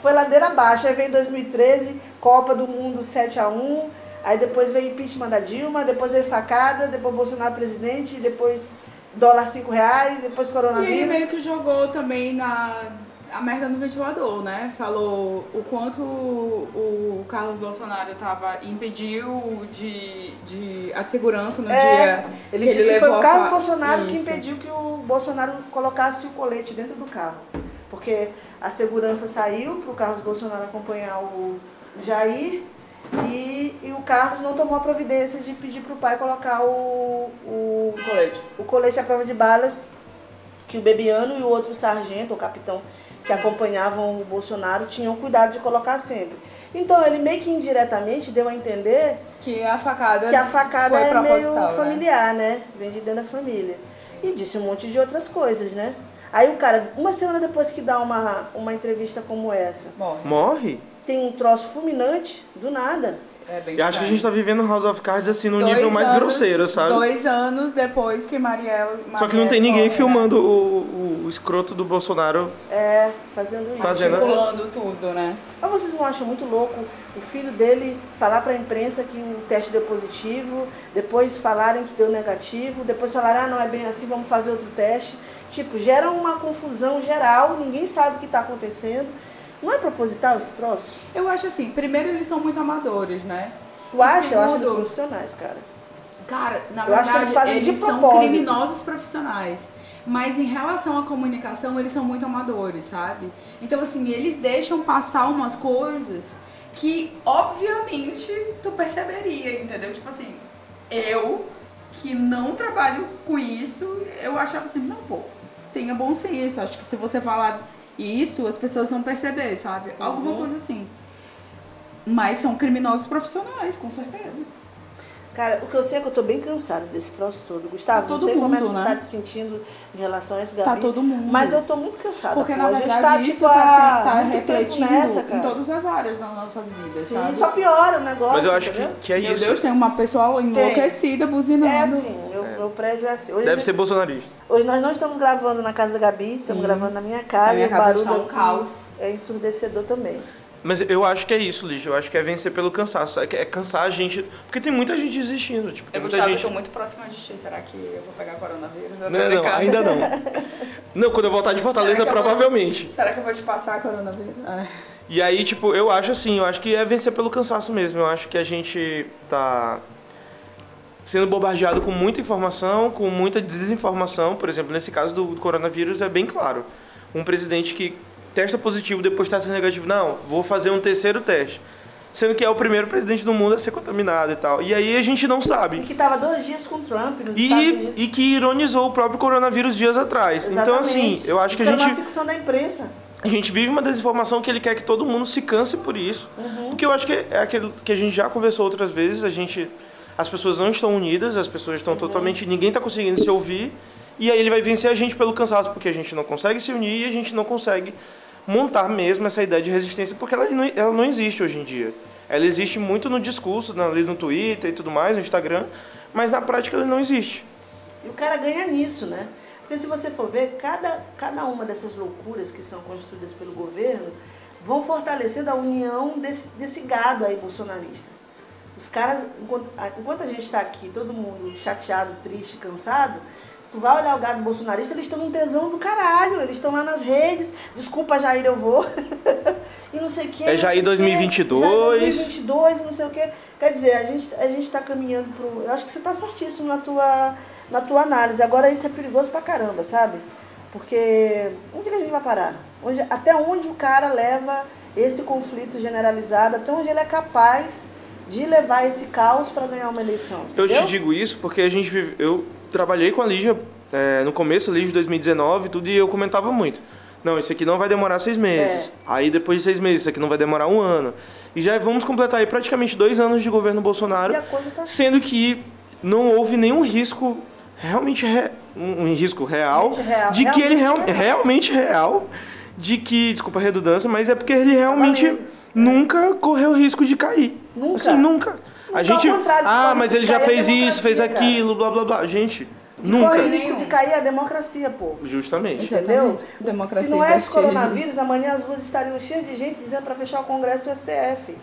[SPEAKER 1] foi ladeira abaixo. Aí veio 2013, Copa do Mundo 7 a 1 aí depois veio impeachment da Dilma, depois veio facada, depois Bolsonaro presidente, depois dólar 5 reais, depois
[SPEAKER 3] E ele meio
[SPEAKER 1] coronavírus.
[SPEAKER 3] que jogou também na a merda no ventilador, né? Falou o quanto o o Carlos Bolsonaro tava impediu de, de a segurança no
[SPEAKER 1] É,
[SPEAKER 3] um dia.
[SPEAKER 1] ele
[SPEAKER 3] que
[SPEAKER 1] disse que
[SPEAKER 3] ele
[SPEAKER 1] foi
[SPEAKER 3] levou
[SPEAKER 1] o
[SPEAKER 3] a
[SPEAKER 1] Carlos
[SPEAKER 3] fa-
[SPEAKER 1] Bolsonaro que
[SPEAKER 3] Isso.
[SPEAKER 1] impediu que o Bolsonaro colocasse o colete dentro do carro. Porque a segurança saiu para o Carlos Bolsonaro acompanhar o Jair e, e o Carlos não tomou a providência de pedir para o pai colocar o, o,
[SPEAKER 3] O colete.
[SPEAKER 1] o colete à prova de balas que o Bebiano e o outro sargento, ou capitão, que acompanhavam o Bolsonaro tinham cuidado de colocar sempre. Então ele meio que indiretamente deu a entender
[SPEAKER 3] Que a facada
[SPEAKER 1] que a facada
[SPEAKER 3] foi
[SPEAKER 1] é
[SPEAKER 3] proposital,
[SPEAKER 1] meio
[SPEAKER 3] né?
[SPEAKER 1] familiar, né? Vem de dentro da família. E disse um monte de outras coisas, né? Aí o cara, uma semana depois que dá uma, uma entrevista como essa,
[SPEAKER 3] Bom,
[SPEAKER 2] Morre?
[SPEAKER 1] tem um troço fulminante, do nada.
[SPEAKER 3] é bem
[SPEAKER 2] Eu acho que a gente tá vivendo House of Cards assim num
[SPEAKER 3] Dois
[SPEAKER 2] nível mais
[SPEAKER 3] anos-
[SPEAKER 2] grosseiro, sabe?
[SPEAKER 3] Dois anos depois que Marielle...
[SPEAKER 2] Só que não
[SPEAKER 3] Marielle né?
[SPEAKER 2] tem ninguém
[SPEAKER 3] morre,
[SPEAKER 2] filmando o, o escroto do Bolsonaro.
[SPEAKER 1] É, fazendo isso.
[SPEAKER 3] Né?
[SPEAKER 2] Fazendo as-
[SPEAKER 3] Pulando tudo, né?
[SPEAKER 1] Mas vocês não acham muito louco o filho dele falar pra imprensa que o teste deu positivo, depois falarem que deu negativo, depois falaram, ah, não é bem assim, vamos fazer outro teste. Tipo, gera uma confusão geral, ninguém sabe o que tá acontecendo. Não é proposital esse troço?
[SPEAKER 3] Eu acho assim, primeiro eles são muito amadores, né?
[SPEAKER 1] Tu
[SPEAKER 3] E
[SPEAKER 1] acha? Eu acho eles
[SPEAKER 3] segundo,
[SPEAKER 1] profissionais, cara.
[SPEAKER 3] Cara, na
[SPEAKER 1] Eu acho que
[SPEAKER 3] verdade,
[SPEAKER 1] eles
[SPEAKER 3] eles,
[SPEAKER 1] fazem de
[SPEAKER 3] são
[SPEAKER 1] propósito.
[SPEAKER 3] criminosos profissionais. Mas em relação à comunicação, eles são muito amadores, sabe? Então, assim, eles deixam passar umas coisas que, obviamente, tu perceberia, entendeu? Tipo assim, eu, que não trabalho com isso, eu achava assim, não, pô, tenha bom senso. Acho que se você falar E isso as pessoas vão perceber, sabe?
[SPEAKER 1] Uhum.
[SPEAKER 3] Alguma coisa assim. Mas são criminosos profissionais, com certeza.
[SPEAKER 1] Cara, o que eu sei é que eu tô bem cansada desse troço todo. Gustavo,
[SPEAKER 3] Todo
[SPEAKER 1] não sei como é que tu
[SPEAKER 3] mundo, né?
[SPEAKER 1] tá te sentindo em relação a esse
[SPEAKER 3] Tá
[SPEAKER 1] Gabi.
[SPEAKER 3] todo mundo.
[SPEAKER 1] Mas eu tô muito cansada.
[SPEAKER 3] Porque,
[SPEAKER 1] pô.
[SPEAKER 3] na
[SPEAKER 1] a gente
[SPEAKER 3] verdade,
[SPEAKER 1] tá,
[SPEAKER 3] isso
[SPEAKER 1] tipo,
[SPEAKER 3] tá,
[SPEAKER 1] há
[SPEAKER 3] se- tá
[SPEAKER 1] muito tempo
[SPEAKER 3] refletindo
[SPEAKER 1] nessa, cara.
[SPEAKER 3] em todas as áreas das nossas vidas,
[SPEAKER 1] Sim,
[SPEAKER 3] sabe?
[SPEAKER 1] e só piora o negócio,
[SPEAKER 2] Mas eu acho que,
[SPEAKER 1] entendeu?
[SPEAKER 2] que é
[SPEAKER 3] Meu
[SPEAKER 2] isso.
[SPEAKER 3] Deus, tem uma pessoa enlouquecida buzinando.
[SPEAKER 1] É assim, meu, meu prédio é assim. Hoje,
[SPEAKER 2] Deve ser bolsonarista.
[SPEAKER 1] hoje nós não estamos gravando na casa da Gabi, estamos gravando na minha casa.
[SPEAKER 3] Na minha
[SPEAKER 1] e
[SPEAKER 3] casa
[SPEAKER 1] o barulho
[SPEAKER 3] está um
[SPEAKER 1] aqui
[SPEAKER 3] caos.
[SPEAKER 1] É ensurdecedor também.
[SPEAKER 2] Mas eu acho que é isso, Liz. Eu acho que é vencer pelo cansaço. sabe? É cansar a gente. Porque tem muita gente desistindo. Tipo, tem
[SPEAKER 3] Eu,
[SPEAKER 2] muita
[SPEAKER 3] Gustavo,
[SPEAKER 2] gente.
[SPEAKER 3] eu tô muito próxima de ti. Será que eu vou pegar coronavírus? Eu tô
[SPEAKER 2] Não, não,
[SPEAKER 3] brincando. *laughs*
[SPEAKER 2] ainda não. Não, quando eu voltar de Fortaleza,
[SPEAKER 3] né, Será que eu vou-
[SPEAKER 2] provavelmente.
[SPEAKER 3] Será que eu vou te passar coronavírus? Ah.
[SPEAKER 2] E aí, tipo, eu acho assim, eu acho que é vencer pelo cansaço mesmo. Eu acho que a gente tá sendo bombardeado com muita informação, com muita desinformação. Por exemplo, nesse caso do coronavírus é bem claro. Um presidente que testa positivo, depois testa negativo. Não, vou fazer um terceiro teste. Sendo que é o primeiro presidente do mundo a ser contaminado e tal. E aí a gente não
[SPEAKER 1] E
[SPEAKER 2] sabe.
[SPEAKER 1] que tava dois dias com o Trump nos Estados
[SPEAKER 2] E,
[SPEAKER 1] Unidos.
[SPEAKER 2] e que ironizou o próprio coronavírus dias atrás. Então, assim,
[SPEAKER 1] Exatamente.
[SPEAKER 2] eu acho
[SPEAKER 1] Isso
[SPEAKER 2] que a
[SPEAKER 1] era
[SPEAKER 2] gente.
[SPEAKER 1] uma ficção da imprensa.
[SPEAKER 2] A gente vive uma desinformação que ele quer que todo mundo se canse por isso. Porque eu acho que é aquilo que a gente já conversou outras vezes, a gente as pessoas não estão unidas, as pessoas estão totalmente, ninguém tá conseguindo se ouvir, e aí ele vai vencer a gente pelo cansaço, porque a gente não consegue se unir e a gente não consegue montar mesmo essa ideia de resistência, porque ela não, ela não existe hoje em dia. Ela existe muito no discurso, na- ali no Twitter e tudo mais, no Instagram, mas na prática ela não existe.
[SPEAKER 1] E o cara ganha nisso, né? Porque se você for ver, cada, cada uma dessas loucuras que são construídas pelo governo vão fortalecendo a união desse, desse gado aí bolsonarista. Os caras, enquanto a, enquanto a gente está aqui, todo mundo chateado, triste, cansado, tu vai olhar o gado bolsonarista, eles estão num tesão do caralho, eles estão lá nas redes, desculpa Jair, eu vou. *laughs* e não sei o que.
[SPEAKER 2] É Jair 2022.
[SPEAKER 1] Jair 2022, não sei o quê. Quer dizer, a gente a gente está caminhando pro. Eu acho que você está certíssimo na tua na tua análise. Agora isso é perigoso pra caramba, sabe? Porque onde que a gente vai parar? Onde, até onde o cara leva esse conflito generalizado? Até onde ele é capaz de levar esse caos para ganhar uma eleição?
[SPEAKER 2] Eu
[SPEAKER 1] Entendeu?
[SPEAKER 2] te digo isso porque a gente vive, eu trabalhei com a Lígia é, no começo ali de 2019 e tudo e eu comentava muito. Não, isso aqui não vai demorar seis meses.
[SPEAKER 1] É.
[SPEAKER 2] Aí depois de seis meses, isso aqui não vai demorar um ano. E já vamos completar aí praticamente dois anos de governo Bolsonaro,
[SPEAKER 1] E a coisa tá
[SPEAKER 2] sendo que não houve nenhum risco realmente re- um um risco real
[SPEAKER 1] Realmente real,
[SPEAKER 2] de que ele real-
[SPEAKER 1] realmente real.
[SPEAKER 2] realmente real de que desculpa a redundância, mas é porque ele realmente
[SPEAKER 1] valendo.
[SPEAKER 2] nunca correu risco de cair.
[SPEAKER 1] É. Nunca.
[SPEAKER 2] Assim, nunca.
[SPEAKER 1] Então,
[SPEAKER 2] A gente,
[SPEAKER 1] ao contrário, que
[SPEAKER 2] ah,
[SPEAKER 1] corre
[SPEAKER 2] mas
[SPEAKER 1] risco
[SPEAKER 2] ele já
[SPEAKER 1] de cair é
[SPEAKER 2] fez isso, fez
[SPEAKER 1] democracia, cara.
[SPEAKER 2] aquilo, blá blá blá. Gente,
[SPEAKER 1] O que
[SPEAKER 2] nunca.
[SPEAKER 1] corre risco de
[SPEAKER 3] Nenhum.
[SPEAKER 1] cair é a democracia, pô.
[SPEAKER 2] Justamente.
[SPEAKER 1] Entendeu?
[SPEAKER 3] Exatamente.
[SPEAKER 1] Se
[SPEAKER 3] Democracia
[SPEAKER 1] não é esse
[SPEAKER 3] invertida.
[SPEAKER 1] coronavírus, amanhã as ruas estariam cheias de gente dizendo para fechar o Congresso e o STF.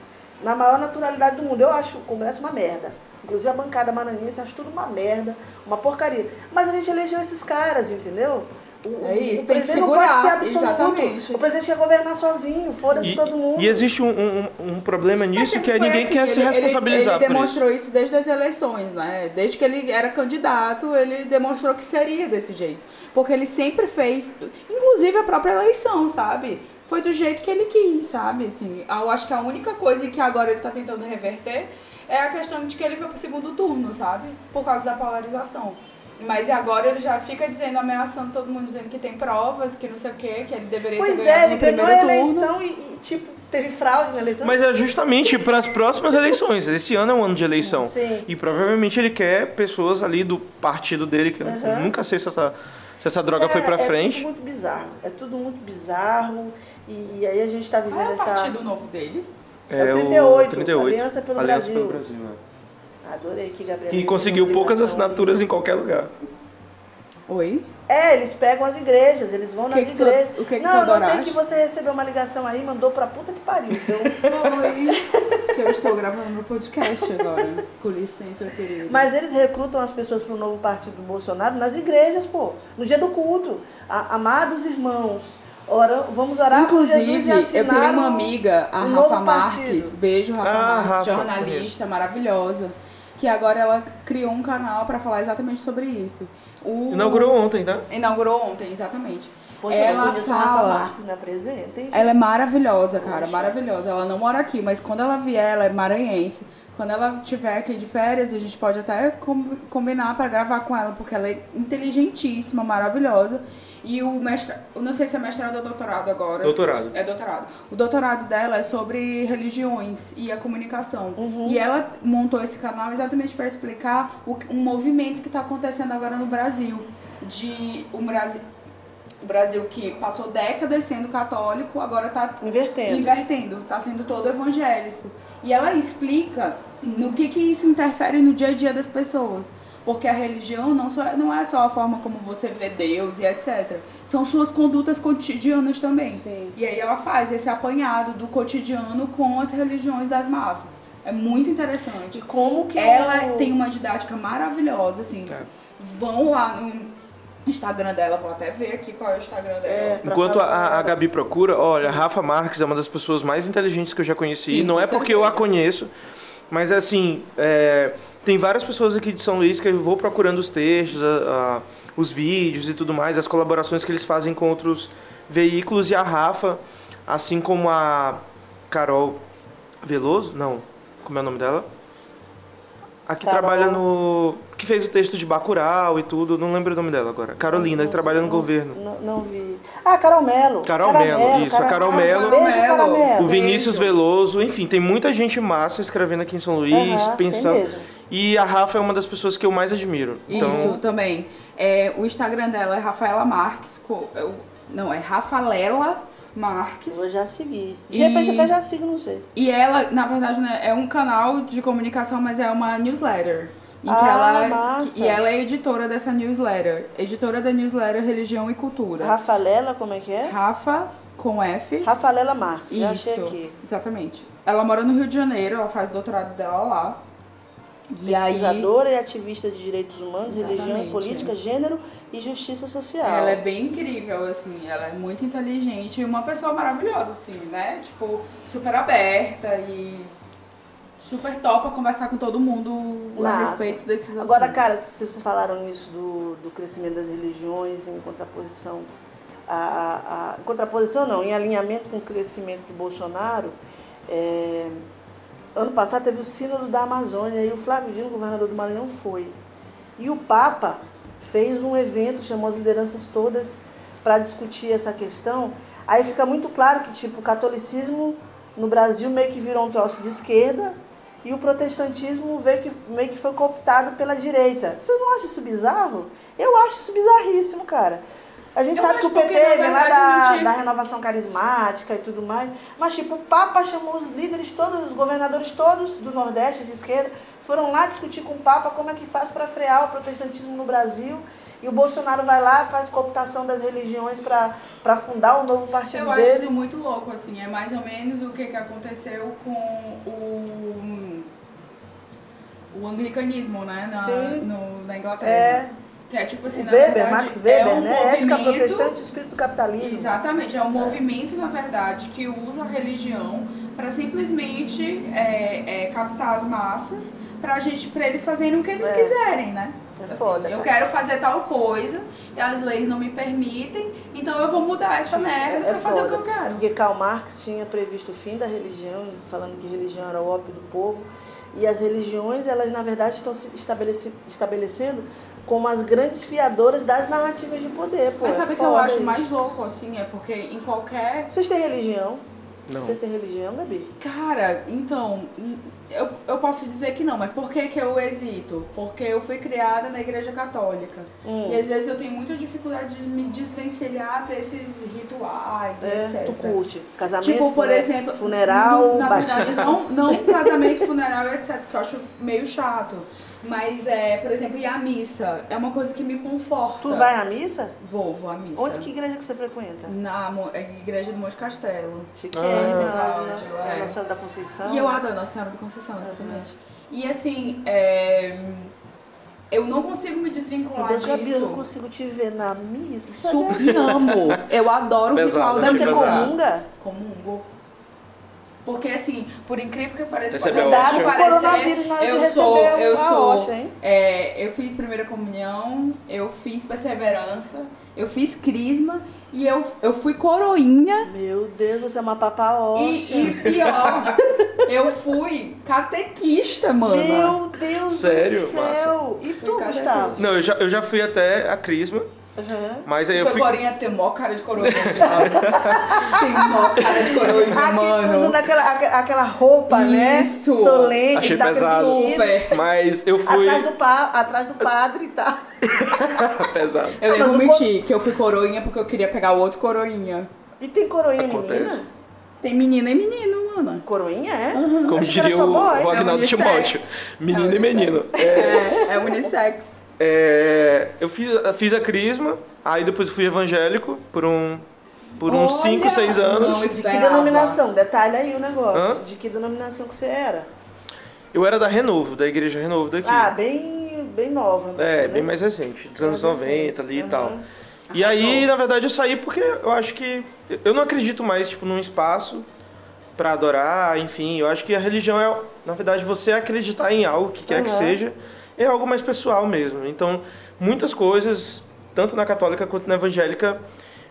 [SPEAKER 1] Na maior naturalidade do mundo. Eu acho o Congresso uma merda. Inclusive a bancada maranhense acho tudo uma merda, uma porcaria. Mas a gente elegeu esses caras, entendeu? O,
[SPEAKER 3] É isso,
[SPEAKER 1] o
[SPEAKER 3] tem que
[SPEAKER 1] presidente não
[SPEAKER 3] segurar,
[SPEAKER 1] pode ser absoluto.
[SPEAKER 3] exatamente.
[SPEAKER 1] O presidente quer governar sozinho, foda-se todo mundo.
[SPEAKER 2] E, e existe um, um- um problema
[SPEAKER 3] Mas
[SPEAKER 2] nisso
[SPEAKER 3] sempre
[SPEAKER 2] que é
[SPEAKER 3] foi
[SPEAKER 2] ninguém
[SPEAKER 3] assim,
[SPEAKER 2] quer
[SPEAKER 3] ele-
[SPEAKER 2] se
[SPEAKER 3] ele-
[SPEAKER 2] responsabilizar
[SPEAKER 3] Ele,
[SPEAKER 2] por isso.
[SPEAKER 3] demonstrou isso. desde as eleições, né? Desde que ele era candidato, ele demonstrou que seria desse jeito. Porque ele sempre fez, inclusive a própria eleição, sabe? Foi do jeito que ele quis, sabe? Assim, eu acho que a única coisa que agora ele tá tentando reverter é a questão de que ele foi pro segundo turno, sabe? Por causa da polarização. Mas agora ele já fica dizendo, ameaçando todo mundo, dizendo que tem provas, que não sei o quê, que ele deveria ter
[SPEAKER 1] Pois é,
[SPEAKER 3] ganhado
[SPEAKER 1] ele
[SPEAKER 3] no
[SPEAKER 1] ganhou
[SPEAKER 3] primeiro
[SPEAKER 1] a eleição
[SPEAKER 3] turno.
[SPEAKER 1] e, e, tipo, teve fraude na eleição.
[SPEAKER 2] Mas é justamente para as próximas eleições. Esse ano é um ano de eleição.
[SPEAKER 1] Sim.
[SPEAKER 2] E provavelmente ele quer pessoas ali do partido dele, que eu nunca sei se essa, se essa droga foi
[SPEAKER 1] Cara,
[SPEAKER 2] para
[SPEAKER 1] é
[SPEAKER 2] frente.
[SPEAKER 1] tudo muito bizarro. É tudo muito bizarro. E, e aí a gente tá
[SPEAKER 3] Qual é
[SPEAKER 1] vivendo
[SPEAKER 3] o
[SPEAKER 1] essa.
[SPEAKER 3] partido novo dele?
[SPEAKER 1] É o 38,
[SPEAKER 2] Aliança pelo Brasil. né?
[SPEAKER 1] Adorei que Gabriel.
[SPEAKER 2] Que conseguiu poucas assinaturas em qualquer lugar.
[SPEAKER 3] Oi?
[SPEAKER 1] É, eles pegam as igrejas, eles vão
[SPEAKER 3] Que
[SPEAKER 1] nas
[SPEAKER 3] que tu-
[SPEAKER 1] igrejas.
[SPEAKER 3] o que que tu
[SPEAKER 1] não, eu notei
[SPEAKER 3] adoraste?
[SPEAKER 1] que você recebeu uma ligação aí, mandou pra puta que pariu.
[SPEAKER 3] *laughs*
[SPEAKER 1] Então,
[SPEAKER 3] Oi, que eu estou gravando meu podcast agora. Com licença, eu querido.
[SPEAKER 1] mas eles recrutam as pessoas pro novo partido do Bolsonaro nas igrejas, pô. No dia do culto. A- amados irmãos, ora, vamos orar por Jesus
[SPEAKER 3] Inclusive,
[SPEAKER 1] e
[SPEAKER 3] eu
[SPEAKER 1] assinar um-
[SPEAKER 3] tenho uma
[SPEAKER 1] o-
[SPEAKER 3] amiga,
[SPEAKER 1] o
[SPEAKER 3] a Rafa
[SPEAKER 1] novo partido.
[SPEAKER 3] Marques. Beijo, Rafa
[SPEAKER 2] Ah,
[SPEAKER 3] Marques,
[SPEAKER 2] Rafa,
[SPEAKER 3] jornalista maravilhosa. Que agora ela criou um canal pra falar exatamente sobre isso.
[SPEAKER 1] Uhum.
[SPEAKER 3] O-
[SPEAKER 2] Inaugurou ontem, tá?
[SPEAKER 3] Inaugurou ontem, exatamente.
[SPEAKER 1] Poxa, eu
[SPEAKER 3] ela
[SPEAKER 1] conheço a Rafa
[SPEAKER 3] fala.
[SPEAKER 1] Marques, me apresenta, hein?
[SPEAKER 3] Ela é maravilhosa, cara,
[SPEAKER 1] Poxa.
[SPEAKER 3] maravilhosa. Ela não mora aqui, mas quando ela vier, ela é maranhense. Quando ela estiver aqui de férias, a gente pode até com- combinar pra gravar com ela, porque ela é inteligentíssima, maravilhosa. E o mestrado, não sei se é mestrado ou doutorado agora.
[SPEAKER 2] Doutorado.
[SPEAKER 3] É doutorado. O doutorado dela é sobre religiões e a comunicação. E ela montou esse canal exatamente para explicar o, que- um movimento que está acontecendo agora no Brasil. De um Brasil, o Brasil que passou décadas sendo católico, agora tá está
[SPEAKER 1] Invertendo.
[SPEAKER 3] invertendo, está sendo todo evangélico. E ela explica no que, que isso interfere no dia a dia das pessoas. Porque a religião não, só, não é só a forma como você vê Deus e etc. São suas condutas cotidianas também.
[SPEAKER 1] Sim.
[SPEAKER 3] E aí ela faz esse apanhado do cotidiano com as religiões das massas. É muito interessante.
[SPEAKER 1] De como que
[SPEAKER 3] Ela
[SPEAKER 1] o-
[SPEAKER 3] tem uma didática maravilhosa, assim.
[SPEAKER 2] É.
[SPEAKER 3] Vão lá no Instagram dela, vou até ver aqui qual é o Instagram dela.
[SPEAKER 1] pra
[SPEAKER 2] Enquanto a,
[SPEAKER 1] falar.
[SPEAKER 2] a- a Gabi procura, olha, a Rafa Marques é uma das pessoas mais inteligentes que eu já conheci.
[SPEAKER 3] Sim,
[SPEAKER 2] não é
[SPEAKER 3] com
[SPEAKER 2] porque eu a
[SPEAKER 3] certeza.
[SPEAKER 2] conheço, mas assim, é, tem várias pessoas aqui de São Luís que eu vou procurando os textos, a- a- os vídeos e tudo mais, as colaborações que eles fazem com outros veículos. E a Rafa, assim como a Carol Veloso, não, como é o nome dela? A que
[SPEAKER 1] Carol.
[SPEAKER 2] trabalha no. que fez o texto de Bacurau e tudo, não lembro o nome dela agora. Carolina, é que trabalha no governo.
[SPEAKER 1] Não, não vi. Ah, Carol Melo.
[SPEAKER 2] Carol Mello, isso, a Carol Mello.
[SPEAKER 1] Beijo, Carol
[SPEAKER 3] O
[SPEAKER 1] Melo.
[SPEAKER 2] O Vinícius
[SPEAKER 3] Beijo.
[SPEAKER 2] Veloso, enfim, tem muita gente massa escrevendo aqui em São Luís,
[SPEAKER 1] Aham, tem
[SPEAKER 2] pensando.
[SPEAKER 1] mesmo.
[SPEAKER 2] E a Rafa é uma das pessoas que eu mais admiro. Então,
[SPEAKER 3] Isso também. É, o Instagram dela é Rafaela Marques. co- é o- Não, é Rafalela Marques.
[SPEAKER 1] Vou já seguir. De
[SPEAKER 3] E-
[SPEAKER 1] repente até já sigo, não sei.
[SPEAKER 3] E ela, na verdade, né, é um canal de comunicação, mas é uma newsletter. Em que
[SPEAKER 1] Ah,
[SPEAKER 3] ela,
[SPEAKER 1] massa.
[SPEAKER 3] que- e ela é editora dessa newsletter. Editora da newsletter Religião e Cultura.
[SPEAKER 1] Rafalela, como é que é?
[SPEAKER 3] Rafa com F.
[SPEAKER 1] Rafalela Marques, já achei
[SPEAKER 3] Isso,
[SPEAKER 1] aqui.
[SPEAKER 3] exatamente. Ela mora no Rio de Janeiro, ela faz o doutorado dela lá. E aí,
[SPEAKER 1] Pesquisadora e ativista de direitos humanos, religião e
[SPEAKER 3] Exatamente. é.
[SPEAKER 1] política, gênero e justiça social.
[SPEAKER 3] ela é bem incrível, assim, ela é muito inteligente e uma pessoa maravilhosa, assim, né? Tipo, super aberta e super topa conversar com todo mundo a
[SPEAKER 1] Massa.
[SPEAKER 3] respeito desses assuntos.
[SPEAKER 1] Agora, cara, se vocês falaram isso do, do crescimento das religiões em contraposição a, a- a- em contraposição não, em alinhamento com o crescimento do Bolsonaro, é, ano passado teve o sínodo da Amazônia e o Flávio Dino, governador do Maranhão, foi. E o Papa fez um evento, chamou as lideranças todas para discutir essa questão. Aí fica muito claro que, tipo, o catolicismo no Brasil meio que virou um troço de esquerda e o protestantismo veio que, meio que foi cooptado pela direita. Vocês não acham isso bizarro? Eu acho isso bizarríssimo, cara. A gente
[SPEAKER 3] Eu
[SPEAKER 1] sabe que
[SPEAKER 3] acho
[SPEAKER 1] o PT
[SPEAKER 3] porque, na
[SPEAKER 1] vem lá
[SPEAKER 3] verdade,
[SPEAKER 1] da,
[SPEAKER 3] não tinha-
[SPEAKER 1] da renovação carismática e tudo mais. Mas, tipo, o Papa chamou os líderes todos, os governadores todos do Nordeste, de esquerda, foram lá discutir com o Papa como é que faz para frear o protestantismo no Brasil. E o Bolsonaro vai lá, faz cooptação das religiões para fundar um novo partido
[SPEAKER 3] Eu acho
[SPEAKER 1] dele.
[SPEAKER 3] isso muito louco, assim. É mais ou menos o que, que aconteceu com o, o anglicanismo, né? Na,
[SPEAKER 1] Sim.
[SPEAKER 3] no- na Inglaterra.
[SPEAKER 1] É.
[SPEAKER 3] Que é tipo assim,
[SPEAKER 1] o
[SPEAKER 3] na
[SPEAKER 1] Weber,
[SPEAKER 3] verdade,
[SPEAKER 1] Max
[SPEAKER 3] é
[SPEAKER 1] Weber,
[SPEAKER 3] um
[SPEAKER 1] né? Ética
[SPEAKER 3] movimento-
[SPEAKER 1] protestante e espírito do capitalismo.
[SPEAKER 3] Exatamente, é um movimento, na verdade, que usa a religião para simplesmente é, é, captar as massas pra gente, para eles fazerem o que eles
[SPEAKER 1] É.
[SPEAKER 3] quiserem, né?
[SPEAKER 1] É foda,
[SPEAKER 3] eu
[SPEAKER 1] tá?
[SPEAKER 3] quero fazer tal coisa e as leis não me permitem, então eu vou mudar essa merda pra fazer o que eu
[SPEAKER 1] Tipo, É, foda.
[SPEAKER 3] quero.
[SPEAKER 1] Porque Karl Marx tinha previsto o fim da religião, falando que religião era o ópio do povo. E as religiões, elas na verdade estão se estabeleci- estabelecendo como as grandes fiadoras das narrativas de poder. Pô,
[SPEAKER 3] Mas
[SPEAKER 1] é
[SPEAKER 3] sabe o que eu
[SPEAKER 1] foda
[SPEAKER 3] acho
[SPEAKER 1] isso.
[SPEAKER 3] mais louco, assim? É porque em qualquer.
[SPEAKER 1] Vocês têm religião?
[SPEAKER 2] Não.
[SPEAKER 1] Você tem religião, Gabi?
[SPEAKER 3] Cara, então, eu, eu posso dizer que não, mas por que, que eu hesito? Porque eu fui criada na igreja católica.
[SPEAKER 1] Hum.
[SPEAKER 3] E às vezes eu tenho muita dificuldade de me desvencilhar desses rituais,
[SPEAKER 1] É,
[SPEAKER 3] etc.
[SPEAKER 1] tu curte? Casamento,
[SPEAKER 3] Tipo, por
[SPEAKER 1] fune-
[SPEAKER 3] exemplo,
[SPEAKER 1] funeral,
[SPEAKER 3] não, na
[SPEAKER 1] batismo.
[SPEAKER 3] verdade, não, não casamento, funeral, etc, que eu acho meio chato. Mas, é, por exemplo, e a missa? É uma coisa que me conforta.
[SPEAKER 1] Tu vai à missa?
[SPEAKER 3] Vou, vou à missa.
[SPEAKER 1] Onde que é? igreja que você frequenta?
[SPEAKER 3] Na mo- é, igreja do Monte Castelo.
[SPEAKER 1] Chiquérrima,
[SPEAKER 3] Ah,
[SPEAKER 1] lá,
[SPEAKER 3] verdade,
[SPEAKER 1] né?
[SPEAKER 3] é.
[SPEAKER 1] Nossa Senhora da Conceição.
[SPEAKER 3] E eu adoro Nossa Senhora da Conceição, exatamente. E assim, é, eu não consigo me
[SPEAKER 1] Meu
[SPEAKER 3] desvincular
[SPEAKER 1] Deus, Gabi, eu não
[SPEAKER 3] disso.
[SPEAKER 1] consigo te ver na missa. né?
[SPEAKER 3] Super amo. Eu adoro o ritual
[SPEAKER 2] Pesado,
[SPEAKER 3] da
[SPEAKER 2] né?
[SPEAKER 1] Você
[SPEAKER 2] Pesado.
[SPEAKER 3] missa.
[SPEAKER 1] comunga?
[SPEAKER 3] Comungo. Porque assim, por incrível que pareça,
[SPEAKER 2] Recebeu
[SPEAKER 3] pode
[SPEAKER 2] a hóstia?
[SPEAKER 3] parecer,
[SPEAKER 1] Coronavírus na hora de
[SPEAKER 3] eu
[SPEAKER 1] receber
[SPEAKER 3] sou, eu
[SPEAKER 1] a
[SPEAKER 3] sou,
[SPEAKER 1] hóstia, hein?
[SPEAKER 3] é, eu fiz primeira comunhão, eu fiz perseverança, eu fiz crisma e eu, eu fui coroinha
[SPEAKER 1] Meu Deus, você é uma papaocha.
[SPEAKER 3] E, e pior, eu fui catequista, mano.
[SPEAKER 1] Meu Deus
[SPEAKER 2] Sério?
[SPEAKER 1] do céu. E tu,
[SPEAKER 3] Fui cara
[SPEAKER 1] Gustavo?
[SPEAKER 2] Não, eu já, eu já fui até a Crisma.
[SPEAKER 1] Aham.
[SPEAKER 2] Mas aí eu
[SPEAKER 3] Foi
[SPEAKER 2] fui.
[SPEAKER 3] Glorinha tem mó cara de coroa. tem mó cara de coroa,
[SPEAKER 1] Ah, que
[SPEAKER 3] mano.
[SPEAKER 1] usando aquela, aque- aquela roupa, né?
[SPEAKER 3] Isso.
[SPEAKER 1] Solene,
[SPEAKER 2] Achei
[SPEAKER 1] que tá
[SPEAKER 2] pesado.
[SPEAKER 1] vestido.
[SPEAKER 3] Super.
[SPEAKER 2] *laughs* Mas eu fui.
[SPEAKER 1] Atrás do, pa, atrás do padre tá? e tal.
[SPEAKER 2] *laughs* Pesado.
[SPEAKER 3] Eu
[SPEAKER 1] Mas
[SPEAKER 3] lembro
[SPEAKER 1] o
[SPEAKER 3] mentir que eu fui coroinha porque eu queria pegar o outro coroinha.
[SPEAKER 1] E tem coroinha
[SPEAKER 2] Acontece.
[SPEAKER 1] É menina?
[SPEAKER 3] Tem menina e menino, mana.
[SPEAKER 1] Coroinha, é?
[SPEAKER 2] Como
[SPEAKER 1] Achei que era
[SPEAKER 2] diria
[SPEAKER 1] só
[SPEAKER 2] o
[SPEAKER 1] boy.
[SPEAKER 2] Rognaldo
[SPEAKER 3] É unissex.
[SPEAKER 2] Timóteo. Menino e
[SPEAKER 3] unissex.
[SPEAKER 2] menino.
[SPEAKER 3] É, é unissex.
[SPEAKER 2] É, eu fiz, fiz a crisma, aí depois fui evangélico por um por uns
[SPEAKER 1] Olha!
[SPEAKER 2] 5, 6 anos.
[SPEAKER 3] Não, isso-
[SPEAKER 1] De que
[SPEAKER 3] Esperava.
[SPEAKER 1] denominação? Detalha aí o negócio.
[SPEAKER 2] Hã?
[SPEAKER 1] De que denominação que você era?
[SPEAKER 2] Eu era da Renovo, da igreja Renovo daqui.
[SPEAKER 1] Ah, bem, bem nova. mesmo,
[SPEAKER 2] é,
[SPEAKER 1] né?
[SPEAKER 2] bem mais recente, dos anos
[SPEAKER 1] Mais
[SPEAKER 2] 90 ali e
[SPEAKER 1] recente,
[SPEAKER 2] tal.
[SPEAKER 1] aham. Ah,
[SPEAKER 2] E aí, na verdade, eu saí porque eu acho que eu não acredito mais tipo num espaço pra adorar, enfim, eu acho que a religião é, na verdade, você acreditar em algo que quer que
[SPEAKER 1] Aham.
[SPEAKER 2] seja, é algo mais pessoal mesmo. Então, muitas coisas, tanto na católica quanto na evangélica,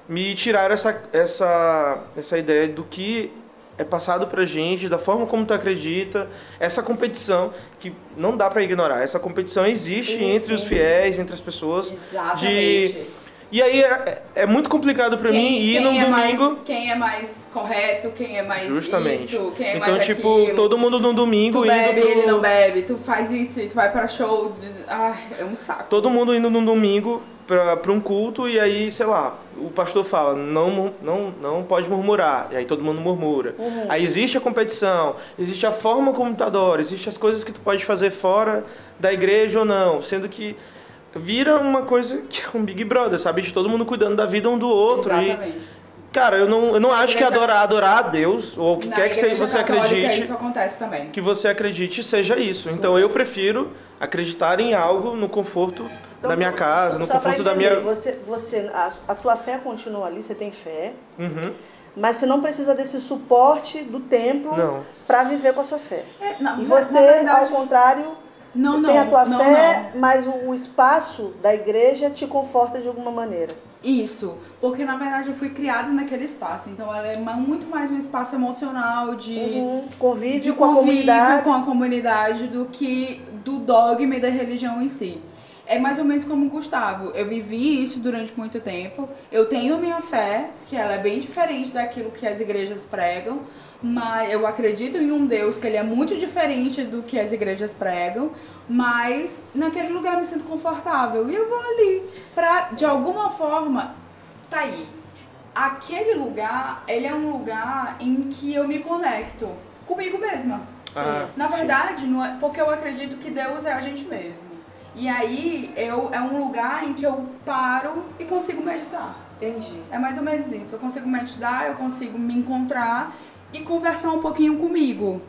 [SPEAKER 2] me tiraram essa essa essa ideia do que é passado pra gente, da forma como tu acredita, essa competição que não dá pra ignorar. Essa competição existe
[SPEAKER 1] Sim,
[SPEAKER 2] entre os
[SPEAKER 1] sim.
[SPEAKER 2] fiéis, entre as pessoas.
[SPEAKER 3] Exatamente.
[SPEAKER 2] E aí é, é muito complicado pra mim ir num
[SPEAKER 3] é
[SPEAKER 2] domingo.
[SPEAKER 3] Mais, quem é mais correto, quem é mais
[SPEAKER 2] Justamente.
[SPEAKER 3] isso, quem é
[SPEAKER 2] então,
[SPEAKER 3] mais
[SPEAKER 2] tipo,
[SPEAKER 3] aquilo.
[SPEAKER 2] todo mundo num domingo
[SPEAKER 3] Tu
[SPEAKER 2] indo
[SPEAKER 3] bebe,
[SPEAKER 2] pro-
[SPEAKER 3] ele não bebe, tu faz isso e tu vai pra show. de- Ai, é um saco.
[SPEAKER 2] Todo mundo indo num domingo pra, pra um culto e aí, sei lá, o pastor fala, não, mur- não, não pode murmurar. E aí todo mundo murmura.
[SPEAKER 1] Uhum.
[SPEAKER 2] Aí existe a competição, existe a forma como tu adora, existe as coisas que tu pode fazer fora da igreja ou não, sendo que vira uma coisa que é um Big Brother, sabe? De todo mundo cuidando da vida um do outro. e-
[SPEAKER 3] Exatamente.
[SPEAKER 2] Cara, eu não, eu não acho que
[SPEAKER 1] tá-
[SPEAKER 3] igreja-
[SPEAKER 2] adorar, adorar a Deus, ou o que
[SPEAKER 3] Na
[SPEAKER 2] quer que seja
[SPEAKER 3] igreja
[SPEAKER 2] você
[SPEAKER 3] católica,
[SPEAKER 2] acredite,
[SPEAKER 1] é
[SPEAKER 3] Isso acontece
[SPEAKER 1] um
[SPEAKER 3] também.
[SPEAKER 2] que você acredite seja isso. Então eu prefiro acreditar em algo no conforto
[SPEAKER 1] Então,
[SPEAKER 2] da minha casa,
[SPEAKER 1] só-
[SPEAKER 2] no
[SPEAKER 1] só pra
[SPEAKER 2] conforto da
[SPEAKER 1] entender,
[SPEAKER 2] minha.
[SPEAKER 1] Você, você, a, a tua fé continua ali, você tem fé,
[SPEAKER 2] Uhum.
[SPEAKER 1] mas você não precisa desse suporte do templo
[SPEAKER 2] Não.
[SPEAKER 1] pra viver com a sua fé.
[SPEAKER 3] É, na-
[SPEAKER 1] E
[SPEAKER 3] na-
[SPEAKER 1] você,
[SPEAKER 3] na verdade-
[SPEAKER 1] ao contrário,
[SPEAKER 3] Não, não.
[SPEAKER 1] tem a tua
[SPEAKER 3] não,
[SPEAKER 1] fé,
[SPEAKER 3] não.
[SPEAKER 1] mas o, o espaço da igreja te conforta de alguma maneira.
[SPEAKER 3] Isso, porque na verdade eu fui criada naquele espaço, então ela é ma- muito mais um espaço emocional de,
[SPEAKER 1] Uhum. Convive
[SPEAKER 3] de
[SPEAKER 1] com a
[SPEAKER 3] convívio
[SPEAKER 1] comunidade.
[SPEAKER 3] com a comunidade do que do dogma e da religião em si. É mais ou menos como o Gustavo. Eu vivi isso durante muito tempo. Eu tenho a minha fé, que ela é bem diferente daquilo que as igrejas pregam, mas eu acredito em um Deus que ele é muito diferente do que as igrejas pregam, mas naquele lugar eu me sinto confortável e eu vou ali pra de alguma forma tá aí aquele lugar, ele é um lugar em que eu me conecto comigo mesma.
[SPEAKER 2] Ah,
[SPEAKER 3] Na
[SPEAKER 2] sim.
[SPEAKER 3] verdade, não é, porque eu acredito que Deus é a gente mesmo. E aí eu é um lugar em que eu paro e consigo meditar.
[SPEAKER 1] Entendi.
[SPEAKER 3] É mais ou menos isso. Eu consigo meditar, eu consigo me encontrar e conversar um pouquinho comigo.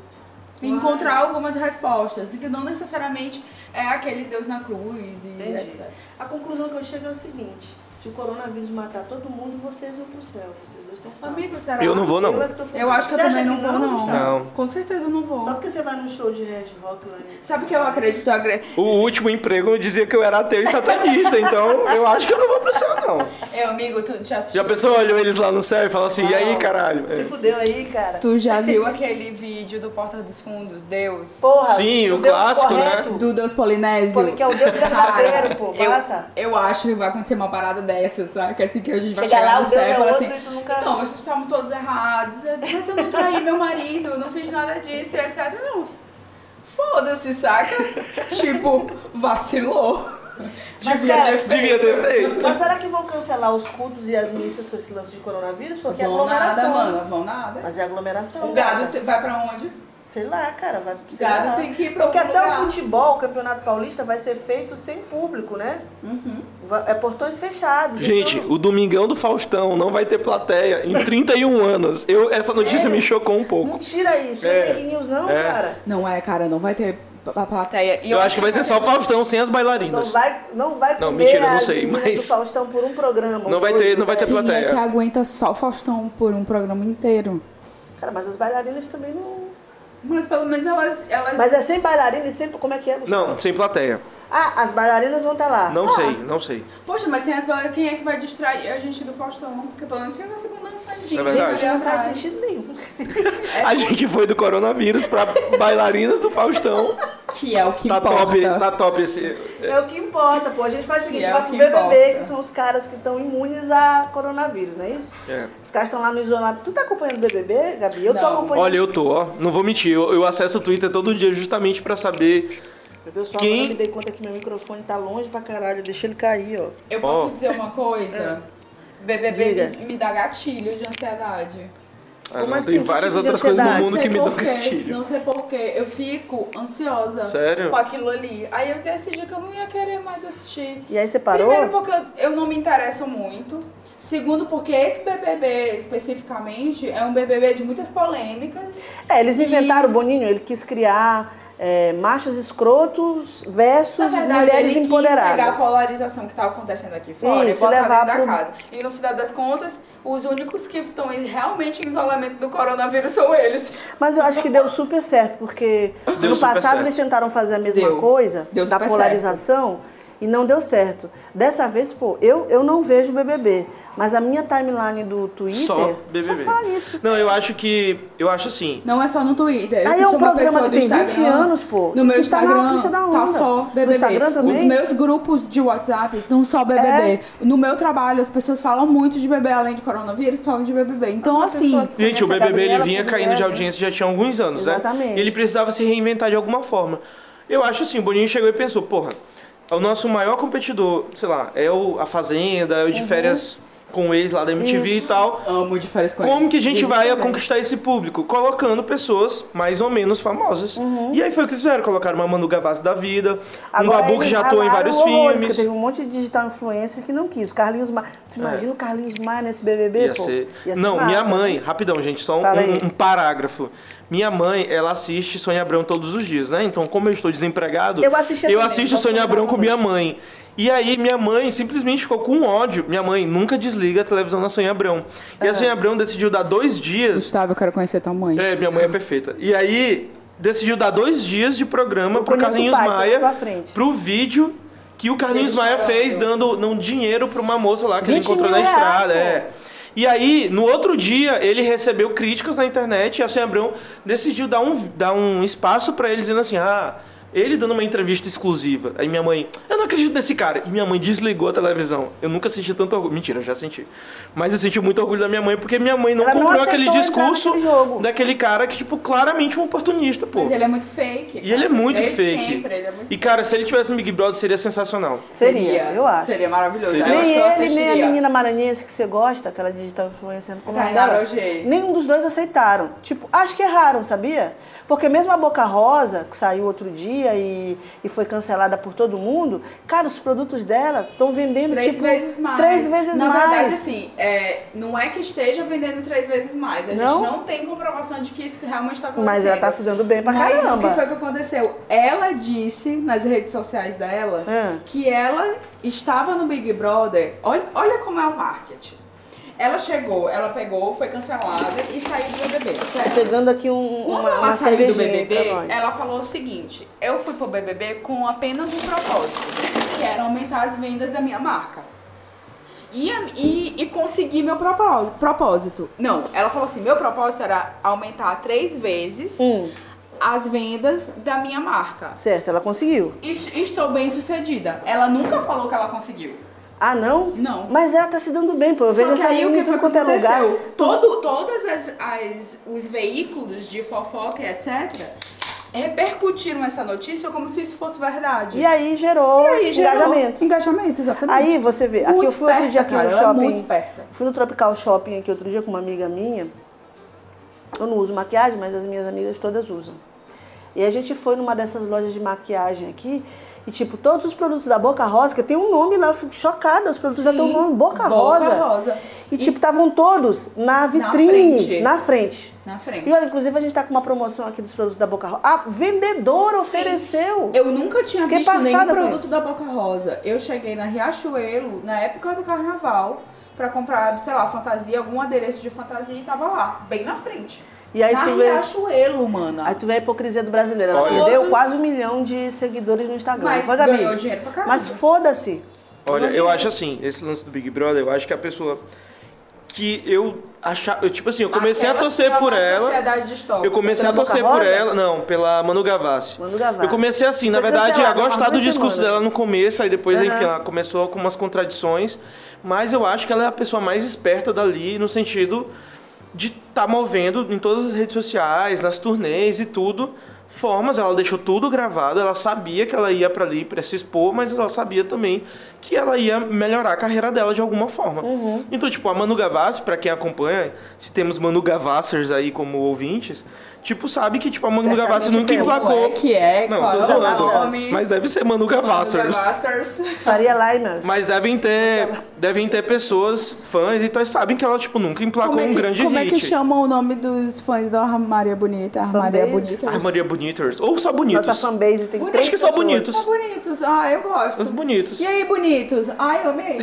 [SPEAKER 3] E Encontrar algumas respostas, de que não necessariamente é aquele Deus na cruz e
[SPEAKER 1] Entendi.
[SPEAKER 3] etc.
[SPEAKER 1] A conclusão que eu chego é o seguinte: se o coronavírus matar todo mundo, vocês vão pro céu. Vocês dois estão salvos.
[SPEAKER 3] Amigo, será?
[SPEAKER 2] Eu não vou, não.
[SPEAKER 1] Eu, é que tô falando.
[SPEAKER 3] Eu acho que
[SPEAKER 1] Você
[SPEAKER 3] eu
[SPEAKER 1] acha
[SPEAKER 3] também não
[SPEAKER 1] que tá?
[SPEAKER 3] vou, não.
[SPEAKER 1] Gustavo?
[SPEAKER 2] Não.
[SPEAKER 3] Com certeza eu não vou.
[SPEAKER 1] Só porque você vai num show de Red Rock lá em-
[SPEAKER 3] Sabe o que eu acredito? Eu acre-
[SPEAKER 2] O último emprego eu dizia que eu era ateu e satanista, então eu acho que eu não vou pro céu, não.
[SPEAKER 3] É, amigo, tu já assistiu?
[SPEAKER 2] Já a pessoa olhou eles lá no céu e fala assim, e aí,
[SPEAKER 1] Não.
[SPEAKER 2] caralho?
[SPEAKER 1] Se
[SPEAKER 2] É.
[SPEAKER 1] fudeu aí, cara.
[SPEAKER 3] Tu já viu aquele vídeo do Porta dos Fundos, Deus?
[SPEAKER 1] Porra.
[SPEAKER 2] Sim, o
[SPEAKER 1] Deus
[SPEAKER 2] clássico, né?
[SPEAKER 1] correto,
[SPEAKER 3] Do Deus Polinésio?
[SPEAKER 1] Porque é o Deus verdadeiro, pô.
[SPEAKER 3] Eu,
[SPEAKER 1] Passa.
[SPEAKER 3] eu acho que vai acontecer uma parada dessa, sabe? Que assim que a gente vai
[SPEAKER 1] Chega
[SPEAKER 3] chegar
[SPEAKER 1] lá,
[SPEAKER 3] no
[SPEAKER 1] o Deus
[SPEAKER 3] céu
[SPEAKER 1] é
[SPEAKER 3] e falar
[SPEAKER 1] outro
[SPEAKER 3] assim,
[SPEAKER 1] e tu nunca-
[SPEAKER 3] então, vocês estavam todos errados, mas eu não traí meu marido, eu não fiz nada disso, e etc. Não, foda-se, saca? tipo, vacilou. Tipo,
[SPEAKER 1] Mas,
[SPEAKER 2] Devia
[SPEAKER 1] cara,
[SPEAKER 2] ter- devia ter feito.
[SPEAKER 1] Mas será que vão cancelar os cultos e as missas com esse lance de coronavírus? Porque é
[SPEAKER 3] vão nada,
[SPEAKER 1] aglomeração.
[SPEAKER 3] mano, vão nada.
[SPEAKER 1] Mas é aglomeração.
[SPEAKER 3] O gado
[SPEAKER 1] cara.
[SPEAKER 3] te- vai pra onde?
[SPEAKER 1] Sei lá, cara. Vai, sei
[SPEAKER 3] Gado
[SPEAKER 1] lá.
[SPEAKER 3] tem que ir pra
[SPEAKER 1] Porque
[SPEAKER 3] algum
[SPEAKER 1] até
[SPEAKER 3] lugar.
[SPEAKER 1] o futebol, o Campeonato Paulista, vai ser feito sem público, né?
[SPEAKER 3] Uhum.
[SPEAKER 1] Va- É portões fechados.
[SPEAKER 2] Gente,
[SPEAKER 1] então-
[SPEAKER 2] o Domingão do Faustão não vai ter plateia em 31 anos. Eu, essa notícia
[SPEAKER 1] Sério?
[SPEAKER 2] me chocou um pouco.
[SPEAKER 1] Não tira isso. É,
[SPEAKER 2] É.
[SPEAKER 1] fake news, não,
[SPEAKER 2] É.
[SPEAKER 1] cara.
[SPEAKER 3] Não é, cara, não vai ter pa- pa- plateia. E
[SPEAKER 2] Eu acho que vai ser só o Faustão sem as
[SPEAKER 1] é. Não
[SPEAKER 2] bailarinas.
[SPEAKER 1] vai, não vai
[SPEAKER 2] Não,
[SPEAKER 1] comer
[SPEAKER 2] mentira, eu
[SPEAKER 1] a
[SPEAKER 2] não sei,
[SPEAKER 1] menina
[SPEAKER 2] mas-
[SPEAKER 1] do Faustão por um programa.
[SPEAKER 2] Não
[SPEAKER 1] um
[SPEAKER 2] vai
[SPEAKER 1] dois,
[SPEAKER 2] ter- não vai ter
[SPEAKER 1] né?
[SPEAKER 2] plateia.
[SPEAKER 3] Tinha que aguenta só o Faustão por um programa inteiro.
[SPEAKER 1] Cara, mas as bailarinas também não...
[SPEAKER 3] Mas pelo menos elas. elas...
[SPEAKER 1] Mas é sem bailarina e sempre... Como é que é, Gustavo?
[SPEAKER 2] Não, sem plateia.
[SPEAKER 1] Ah, as bailarinas vão estar lá.
[SPEAKER 2] Não
[SPEAKER 3] Ah.
[SPEAKER 2] sei, não sei.
[SPEAKER 3] Poxa, mas sem as balas, quem é que vai distrair a gente do Faustão? Porque pelo menos fica a segunda dançadinha.
[SPEAKER 2] É verdade.
[SPEAKER 1] Gente, não faz sentido nenhum.
[SPEAKER 2] A gente foi do coronavírus pra bailarinas do Faustão.
[SPEAKER 3] Que é o que
[SPEAKER 2] Tá
[SPEAKER 3] importa.
[SPEAKER 2] top, tá top esse.
[SPEAKER 1] É o que importa, pô. A gente faz o seguinte,
[SPEAKER 3] é
[SPEAKER 1] vai
[SPEAKER 3] o
[SPEAKER 1] pro
[SPEAKER 3] que
[SPEAKER 1] BBB,
[SPEAKER 3] importa.
[SPEAKER 1] que são os caras que estão imunes a coronavírus, não é isso?
[SPEAKER 2] É.
[SPEAKER 1] Os caras estão lá no isolamento. Tu tá acompanhando o BBB, Gabi? Eu tô
[SPEAKER 3] Não.
[SPEAKER 1] acompanhando.
[SPEAKER 2] Olha, eu tô, ó. Não vou mentir, eu, eu acesso o Twitter todo dia justamente pra saber.
[SPEAKER 1] Meu Deus, só
[SPEAKER 2] quem-
[SPEAKER 1] agora eu me dei conta que meu microfone tá longe pra caralho. Eu deixei ele cair, ó.
[SPEAKER 3] Eu posso
[SPEAKER 2] Ó.
[SPEAKER 3] dizer uma coisa? BBB
[SPEAKER 1] Hum. Diga.
[SPEAKER 3] me, me dá gatilho de ansiedade.
[SPEAKER 2] Ah,
[SPEAKER 1] Como
[SPEAKER 2] não,
[SPEAKER 1] assim?
[SPEAKER 2] Tem
[SPEAKER 1] Que
[SPEAKER 2] várias
[SPEAKER 1] tipo de
[SPEAKER 2] outras coisas no
[SPEAKER 1] ansiedade?
[SPEAKER 2] mundo
[SPEAKER 3] sei
[SPEAKER 2] que me dão
[SPEAKER 3] porquê,
[SPEAKER 2] gatilho.
[SPEAKER 3] Não sei porquê, eu fico ansiosa
[SPEAKER 2] Sério?
[SPEAKER 3] com aquilo ali. Aí eu decidi que eu não ia querer mais assistir.
[SPEAKER 1] E aí você parou?
[SPEAKER 3] Primeiro porque eu, eu não me interesso muito. Segundo porque esse BBB especificamente é um BBB de muitas polêmicas.
[SPEAKER 1] É, eles
[SPEAKER 3] E-
[SPEAKER 1] inventaram o Boninho, ele quis criar é, machos escrotos versus
[SPEAKER 3] Na verdade,
[SPEAKER 1] mulheres
[SPEAKER 3] ele quis pegar a
[SPEAKER 1] empoderadas.
[SPEAKER 3] polarização que estava acontecendo aqui fora
[SPEAKER 1] Isso,
[SPEAKER 3] e botar
[SPEAKER 1] levar
[SPEAKER 3] dentro
[SPEAKER 1] pro-
[SPEAKER 3] da casa. E no final das contas, os únicos que estão em- realmente em isolamento do coronavírus são eles.
[SPEAKER 1] Mas eu acho que deu super certo, porque
[SPEAKER 2] Deu
[SPEAKER 1] no
[SPEAKER 2] super
[SPEAKER 1] passado
[SPEAKER 2] certo.
[SPEAKER 1] eles tentaram fazer a mesma
[SPEAKER 3] Deu.
[SPEAKER 1] coisa,
[SPEAKER 3] Deu
[SPEAKER 1] da
[SPEAKER 3] super
[SPEAKER 1] polarização, e não deu certo. Dessa vez, pô, eu, eu não vejo o BBB, mas a minha timeline do Twitter
[SPEAKER 2] Só BBB.
[SPEAKER 1] só fala isso.
[SPEAKER 2] Não, eu acho que. Eu acho assim.
[SPEAKER 3] Não é só no Twitter. Eu
[SPEAKER 1] Aí
[SPEAKER 3] que
[SPEAKER 1] é um
[SPEAKER 3] sou uma
[SPEAKER 1] programa
[SPEAKER 3] pessoa
[SPEAKER 1] que
[SPEAKER 3] do
[SPEAKER 1] tem 20
[SPEAKER 3] Instagram,
[SPEAKER 1] anos, pô,
[SPEAKER 3] No meu
[SPEAKER 1] que tá na
[SPEAKER 3] Instagram,
[SPEAKER 1] crista da onda.
[SPEAKER 3] tá só
[SPEAKER 1] No
[SPEAKER 3] BBB.
[SPEAKER 1] Instagram também?
[SPEAKER 3] Os meus grupos de WhatsApp não só BBB.
[SPEAKER 1] É.
[SPEAKER 3] No meu trabalho, as pessoas falam muito de BBB, além de coronavírus, falam de BBB. Então,
[SPEAKER 1] Uma
[SPEAKER 3] assim,
[SPEAKER 1] pessoa que
[SPEAKER 2] Gente, o
[SPEAKER 1] conhece a
[SPEAKER 2] BBB ele
[SPEAKER 1] Gabriela,
[SPEAKER 2] vinha
[SPEAKER 1] tudo
[SPEAKER 2] caindo de
[SPEAKER 1] dessa.
[SPEAKER 2] audiência já tinha alguns anos, né?
[SPEAKER 1] Exatamente.
[SPEAKER 2] E ele precisava se reinventar de alguma forma. Eu acho assim, o Boninho chegou e pensou, porra, o nosso maior competidor, sei lá, é o a Fazenda, é o
[SPEAKER 1] Uhum.
[SPEAKER 2] de férias com o ex lá da MTV e tal.
[SPEAKER 3] amo de férias com
[SPEAKER 2] Como
[SPEAKER 3] eles.
[SPEAKER 2] que a gente
[SPEAKER 3] Eles
[SPEAKER 2] vai
[SPEAKER 3] também.
[SPEAKER 2] conquistar esse público? Colocando pessoas mais ou menos famosas.
[SPEAKER 1] Uhum.
[SPEAKER 2] E aí foi o que eles fizeram, colocaram uma Manu Gavassi da vida, um Babu que
[SPEAKER 1] eles
[SPEAKER 2] já atuou em
[SPEAKER 1] ralaram
[SPEAKER 2] vários
[SPEAKER 1] tá horrores,
[SPEAKER 2] filmes. É.
[SPEAKER 1] que Teve um monte de digital influencer que não quis. O Carlinhos Maia. Tu imagina o Carlinhos Maia nesse BBB,
[SPEAKER 2] Ia
[SPEAKER 1] pô?
[SPEAKER 2] ser...
[SPEAKER 1] Ia ser
[SPEAKER 2] Não, minha
[SPEAKER 1] massa. né?
[SPEAKER 2] mãe, rapidão, gente, só um,
[SPEAKER 1] Fala aí.
[SPEAKER 2] um- um parágrafo. Minha mãe, ela assiste Sônia Abrão todos os dias, né? Então, como eu estou desempregado,
[SPEAKER 1] Eu assistia também,
[SPEAKER 2] assisto
[SPEAKER 1] posso
[SPEAKER 2] Sônia
[SPEAKER 1] contar
[SPEAKER 2] Abrão
[SPEAKER 1] uma
[SPEAKER 2] com
[SPEAKER 1] coisa?
[SPEAKER 2] minha mãe. E aí, minha mãe simplesmente ficou com ódio. Minha mãe nunca desliga a televisão da Sônia Abrão. E a Sônia Abrão decidiu dar dois dias.
[SPEAKER 3] Gustavo, eu quero conhecer tua mãe.
[SPEAKER 2] É, minha mãe é perfeita. E aí, decidiu dar dois dias de programa
[SPEAKER 1] Eu
[SPEAKER 2] pro
[SPEAKER 1] conheço o
[SPEAKER 2] Carlinhos
[SPEAKER 1] pai, tô
[SPEAKER 2] Maia,
[SPEAKER 1] pra frente.
[SPEAKER 2] pro vídeo que o Carlinhos
[SPEAKER 3] Ele
[SPEAKER 2] Maia
[SPEAKER 3] chorando.
[SPEAKER 2] fez, dando um dinheiro pra uma moça lá que ele
[SPEAKER 1] 20
[SPEAKER 2] encontrou na
[SPEAKER 1] mil
[SPEAKER 2] estrada.
[SPEAKER 1] reais,
[SPEAKER 2] é. E aí, no outro dia, ele recebeu críticas na internet e a Sônia Abrão decidiu dar um, dar um espaço pra ele, dizendo assim, ah... Ele dando uma entrevista exclusiva. Aí minha mãe, eu não acredito nesse cara. E minha mãe desligou a televisão. Eu nunca senti tanto orgulho. Mentira, eu já senti. Mas eu senti muito orgulho da minha mãe, porque minha mãe não
[SPEAKER 1] Ela não
[SPEAKER 2] comprou aquele
[SPEAKER 1] aceitou entrar
[SPEAKER 2] discurso
[SPEAKER 1] naquele jogo.
[SPEAKER 2] daquele cara que, tipo, claramente um oportunista, pô.
[SPEAKER 3] Mas ele é muito fake.
[SPEAKER 2] E ele é
[SPEAKER 3] cara.
[SPEAKER 2] muito
[SPEAKER 3] Desde
[SPEAKER 2] fake.
[SPEAKER 3] sempre, ele é muito
[SPEAKER 2] e, cara, se ele tivesse no Big Brother, seria sensacional.
[SPEAKER 1] Seria, eu acho.
[SPEAKER 3] Seria maravilhoso.
[SPEAKER 2] Seria.
[SPEAKER 3] Tá, Eu acho
[SPEAKER 1] Nem
[SPEAKER 3] que
[SPEAKER 1] ele,
[SPEAKER 3] eu
[SPEAKER 1] nem a
[SPEAKER 3] assistiria.
[SPEAKER 1] menina maranhense que você gosta, aquela digital influencer. como é o nome
[SPEAKER 3] Tainara
[SPEAKER 1] dela?
[SPEAKER 3] Ojei.
[SPEAKER 1] Nenhum dos dois aceitaram. Tipo, acho que erraram, sabia? Porque mesmo a Boca Rosa, que saiu outro dia e, e foi cancelada por todo mundo, cara, os produtos dela estão vendendo
[SPEAKER 3] Três
[SPEAKER 1] tipo,
[SPEAKER 3] vezes mais.
[SPEAKER 1] Três vezes
[SPEAKER 3] Na
[SPEAKER 1] mais.
[SPEAKER 3] verdade, assim, é, não é que esteja vendendo três vezes mais. A
[SPEAKER 1] Não?
[SPEAKER 3] gente não tem comprovação de que isso realmente está acontecendo.
[SPEAKER 1] Mas ela tá se dando bem pra
[SPEAKER 3] Mas
[SPEAKER 1] caramba.
[SPEAKER 3] o que foi que aconteceu? Ela disse nas redes sociais dela
[SPEAKER 1] É.
[SPEAKER 3] que ela estava no Big Brother. Olha, olha como é o marketing. Ela chegou, ela pegou, foi cancelada e saiu do BBB.
[SPEAKER 1] Tô
[SPEAKER 3] certo?
[SPEAKER 1] pegando aqui um,
[SPEAKER 3] Quando
[SPEAKER 1] uma,
[SPEAKER 3] ela
[SPEAKER 1] uma
[SPEAKER 3] saiu do
[SPEAKER 1] cervejinha
[SPEAKER 3] BBB,
[SPEAKER 1] pra nós.
[SPEAKER 3] ela falou o seguinte: eu fui pro BBB com apenas um propósito, que era aumentar as vendas da minha marca. E, a- e, e consegui meu propó- propósito. Não, ela falou assim: meu propósito era aumentar três vezes
[SPEAKER 1] Hum.
[SPEAKER 3] as vendas da minha marca.
[SPEAKER 1] Certo, ela conseguiu.
[SPEAKER 3] E s- estou bem sucedida. Ela nunca falou que ela conseguiu.
[SPEAKER 1] Ah, não?
[SPEAKER 3] Não.
[SPEAKER 1] Mas ela tá se dando bem, pô. Eu
[SPEAKER 3] Só
[SPEAKER 1] vejo
[SPEAKER 3] que
[SPEAKER 1] essa
[SPEAKER 3] aí o
[SPEAKER 1] menina
[SPEAKER 3] que
[SPEAKER 1] em
[SPEAKER 3] foi
[SPEAKER 1] tudo
[SPEAKER 3] que
[SPEAKER 1] quanto é lugar.
[SPEAKER 3] aconteceu? Todo, todas as, as- os veículos de fofoca, etc., repercutiram essa notícia como se isso fosse verdade.
[SPEAKER 1] E aí gerou
[SPEAKER 3] E aí gerou
[SPEAKER 1] engajamento.
[SPEAKER 3] Engajamento, exatamente.
[SPEAKER 1] Aí você vê, aqui
[SPEAKER 3] Muito
[SPEAKER 1] eu fui outro dia
[SPEAKER 3] esperta,
[SPEAKER 1] aqui no
[SPEAKER 3] cara, ela é
[SPEAKER 1] shopping.
[SPEAKER 3] muito esperta.
[SPEAKER 1] Fui no Tropical Shopping aqui outro dia com uma amiga minha. Eu não uso maquiagem, mas as minhas amigas todas usam. E a gente foi numa dessas lojas de maquiagem aqui. E, tipo, todos os produtos da Boca Rosa, que tem um nome lá, eu fico chocada. Os produtos já
[SPEAKER 3] Sim,
[SPEAKER 1] têm um nome, Boca,
[SPEAKER 3] Boca
[SPEAKER 1] Rosa.
[SPEAKER 3] Rosa.
[SPEAKER 1] E, tipo, estavam todos na vitrine,
[SPEAKER 3] frente.
[SPEAKER 1] na frente.
[SPEAKER 3] Na frente.
[SPEAKER 1] E olha, inclusive a gente tá com uma promoção aqui dos produtos da Boca Rosa. A vendedora ofereceu.
[SPEAKER 3] Eu nunca tinha
[SPEAKER 1] Fiquei
[SPEAKER 3] visto nenhum
[SPEAKER 1] passada com
[SPEAKER 3] produto
[SPEAKER 1] isso.
[SPEAKER 3] da Boca Rosa. Eu cheguei na Riachuelo, na época do carnaval, pra comprar, sei lá, fantasia, algum adereço de fantasia e tava lá, bem na frente.
[SPEAKER 1] E aí
[SPEAKER 3] na
[SPEAKER 1] tu vê-
[SPEAKER 3] Riachuelo, mana.
[SPEAKER 1] Aí tu vê a hipocrisia do brasileiro. Ela
[SPEAKER 2] Olha.
[SPEAKER 1] perdeu
[SPEAKER 3] Todos-
[SPEAKER 1] quase um milhão de seguidores no Instagram.
[SPEAKER 3] Mas
[SPEAKER 1] Foi, Gabi?
[SPEAKER 3] ganhou dinheiro pra caramba.
[SPEAKER 1] Mas foda-se.
[SPEAKER 2] Olha, eu acho assim, esse lance do Big Brother, eu acho que a pessoa que eu achava. Eu, tipo assim, eu comecei
[SPEAKER 3] Aquela
[SPEAKER 2] a torcer
[SPEAKER 3] que é
[SPEAKER 2] por
[SPEAKER 3] uma
[SPEAKER 2] ela.
[SPEAKER 3] Sociedade distópica.
[SPEAKER 2] Eu comecei
[SPEAKER 1] Pela
[SPEAKER 2] a torcer
[SPEAKER 1] Boca
[SPEAKER 2] por
[SPEAKER 1] Rosa?
[SPEAKER 2] ela, não, pela Manu Gavassi.
[SPEAKER 1] Manu Gavassi.
[SPEAKER 2] Eu comecei assim, na
[SPEAKER 1] Foi
[SPEAKER 2] verdade, a
[SPEAKER 1] cancelada,
[SPEAKER 2] gostar
[SPEAKER 1] há
[SPEAKER 2] do
[SPEAKER 1] duas
[SPEAKER 2] discurso
[SPEAKER 1] semanas.
[SPEAKER 2] dela no começo, aí depois,
[SPEAKER 1] Aham.
[SPEAKER 2] enfim, ela começou com umas contradições, mas eu acho que ela é a pessoa mais esperta dali no sentido de estar movendo em todas as redes sociais, nas turnês e tudo, formas, ela deixou tudo gravado, ela sabia que ela ia pra ali pra se expor, mas ela sabia também que ela ia melhorar a carreira dela de alguma forma. Então, tipo, a Manu Gavassi, pra quem acompanha, se temos Manu Gavassers aí como ouvintes, tipo, sabe que tipo a Manu
[SPEAKER 1] Certamente
[SPEAKER 2] Gavassi nunca
[SPEAKER 1] temos.
[SPEAKER 3] Qual é
[SPEAKER 2] emplacou.
[SPEAKER 3] que é?
[SPEAKER 2] Não,
[SPEAKER 3] qual
[SPEAKER 2] tô
[SPEAKER 3] é o
[SPEAKER 2] zoando.
[SPEAKER 3] nome?
[SPEAKER 2] Mas Tá deve ser Manu Gavassers.
[SPEAKER 3] Gavassers.
[SPEAKER 1] Faria Liner.
[SPEAKER 2] Mas devem ter, devem ter pessoas, fãs e tal, sabem que ela, tipo, nunca emplacou
[SPEAKER 3] Como, é
[SPEAKER 2] um grande
[SPEAKER 3] que, como é
[SPEAKER 2] hit.
[SPEAKER 3] que chamam o nome dos fãs da Maria Bonita? Maria
[SPEAKER 1] Fanbase?
[SPEAKER 3] Bonita?
[SPEAKER 2] Ai, Maria Boniters. Ou só bonitos.
[SPEAKER 1] Nossa fanbase tem
[SPEAKER 3] Acho
[SPEAKER 1] três
[SPEAKER 2] que são
[SPEAKER 1] pessoas.
[SPEAKER 2] bonitos.
[SPEAKER 3] São bonitos. Ah, eu gosto.
[SPEAKER 2] Os bonitos.
[SPEAKER 3] E aí, bonitos? Ai, eu amei.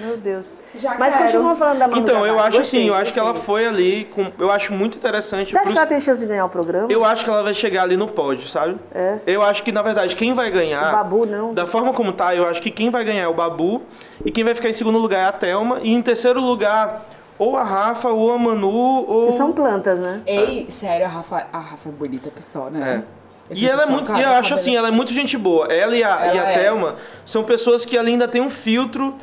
[SPEAKER 1] Meu Deus.
[SPEAKER 3] Já
[SPEAKER 1] Mas
[SPEAKER 3] quero.
[SPEAKER 1] continua falando da Manu
[SPEAKER 2] Então, eu
[SPEAKER 1] Gavassi.
[SPEAKER 2] acho assim,
[SPEAKER 1] Gostei,
[SPEAKER 2] eu acho que ela
[SPEAKER 1] gostei.
[SPEAKER 2] foi ali. com- eu acho muito interessante.
[SPEAKER 1] Você acha
[SPEAKER 2] pros-
[SPEAKER 1] que ela tá tem chance de ganhar o programa?
[SPEAKER 2] Eu acho que ela vai chegar ali no pódio, sabe?
[SPEAKER 1] É.
[SPEAKER 2] Eu acho que, na verdade, quem vai ganhar.
[SPEAKER 1] O Babu, não.
[SPEAKER 2] Da forma como tá, eu acho que quem vai ganhar é o Babu. E quem vai ficar em segundo lugar é a Thelma. E em terceiro lugar, ou a Rafa, ou a Manu, ou.
[SPEAKER 1] Que são plantas, né?
[SPEAKER 3] Ei, sério, a Rafa, a Rafa é bonita que só, né?
[SPEAKER 2] É. E ela é muito, e eu acho assim, ela é muito gente boa. Ela e a, e a
[SPEAKER 3] Ela é.
[SPEAKER 2] Thelma são pessoas que ela ainda tem um filtro.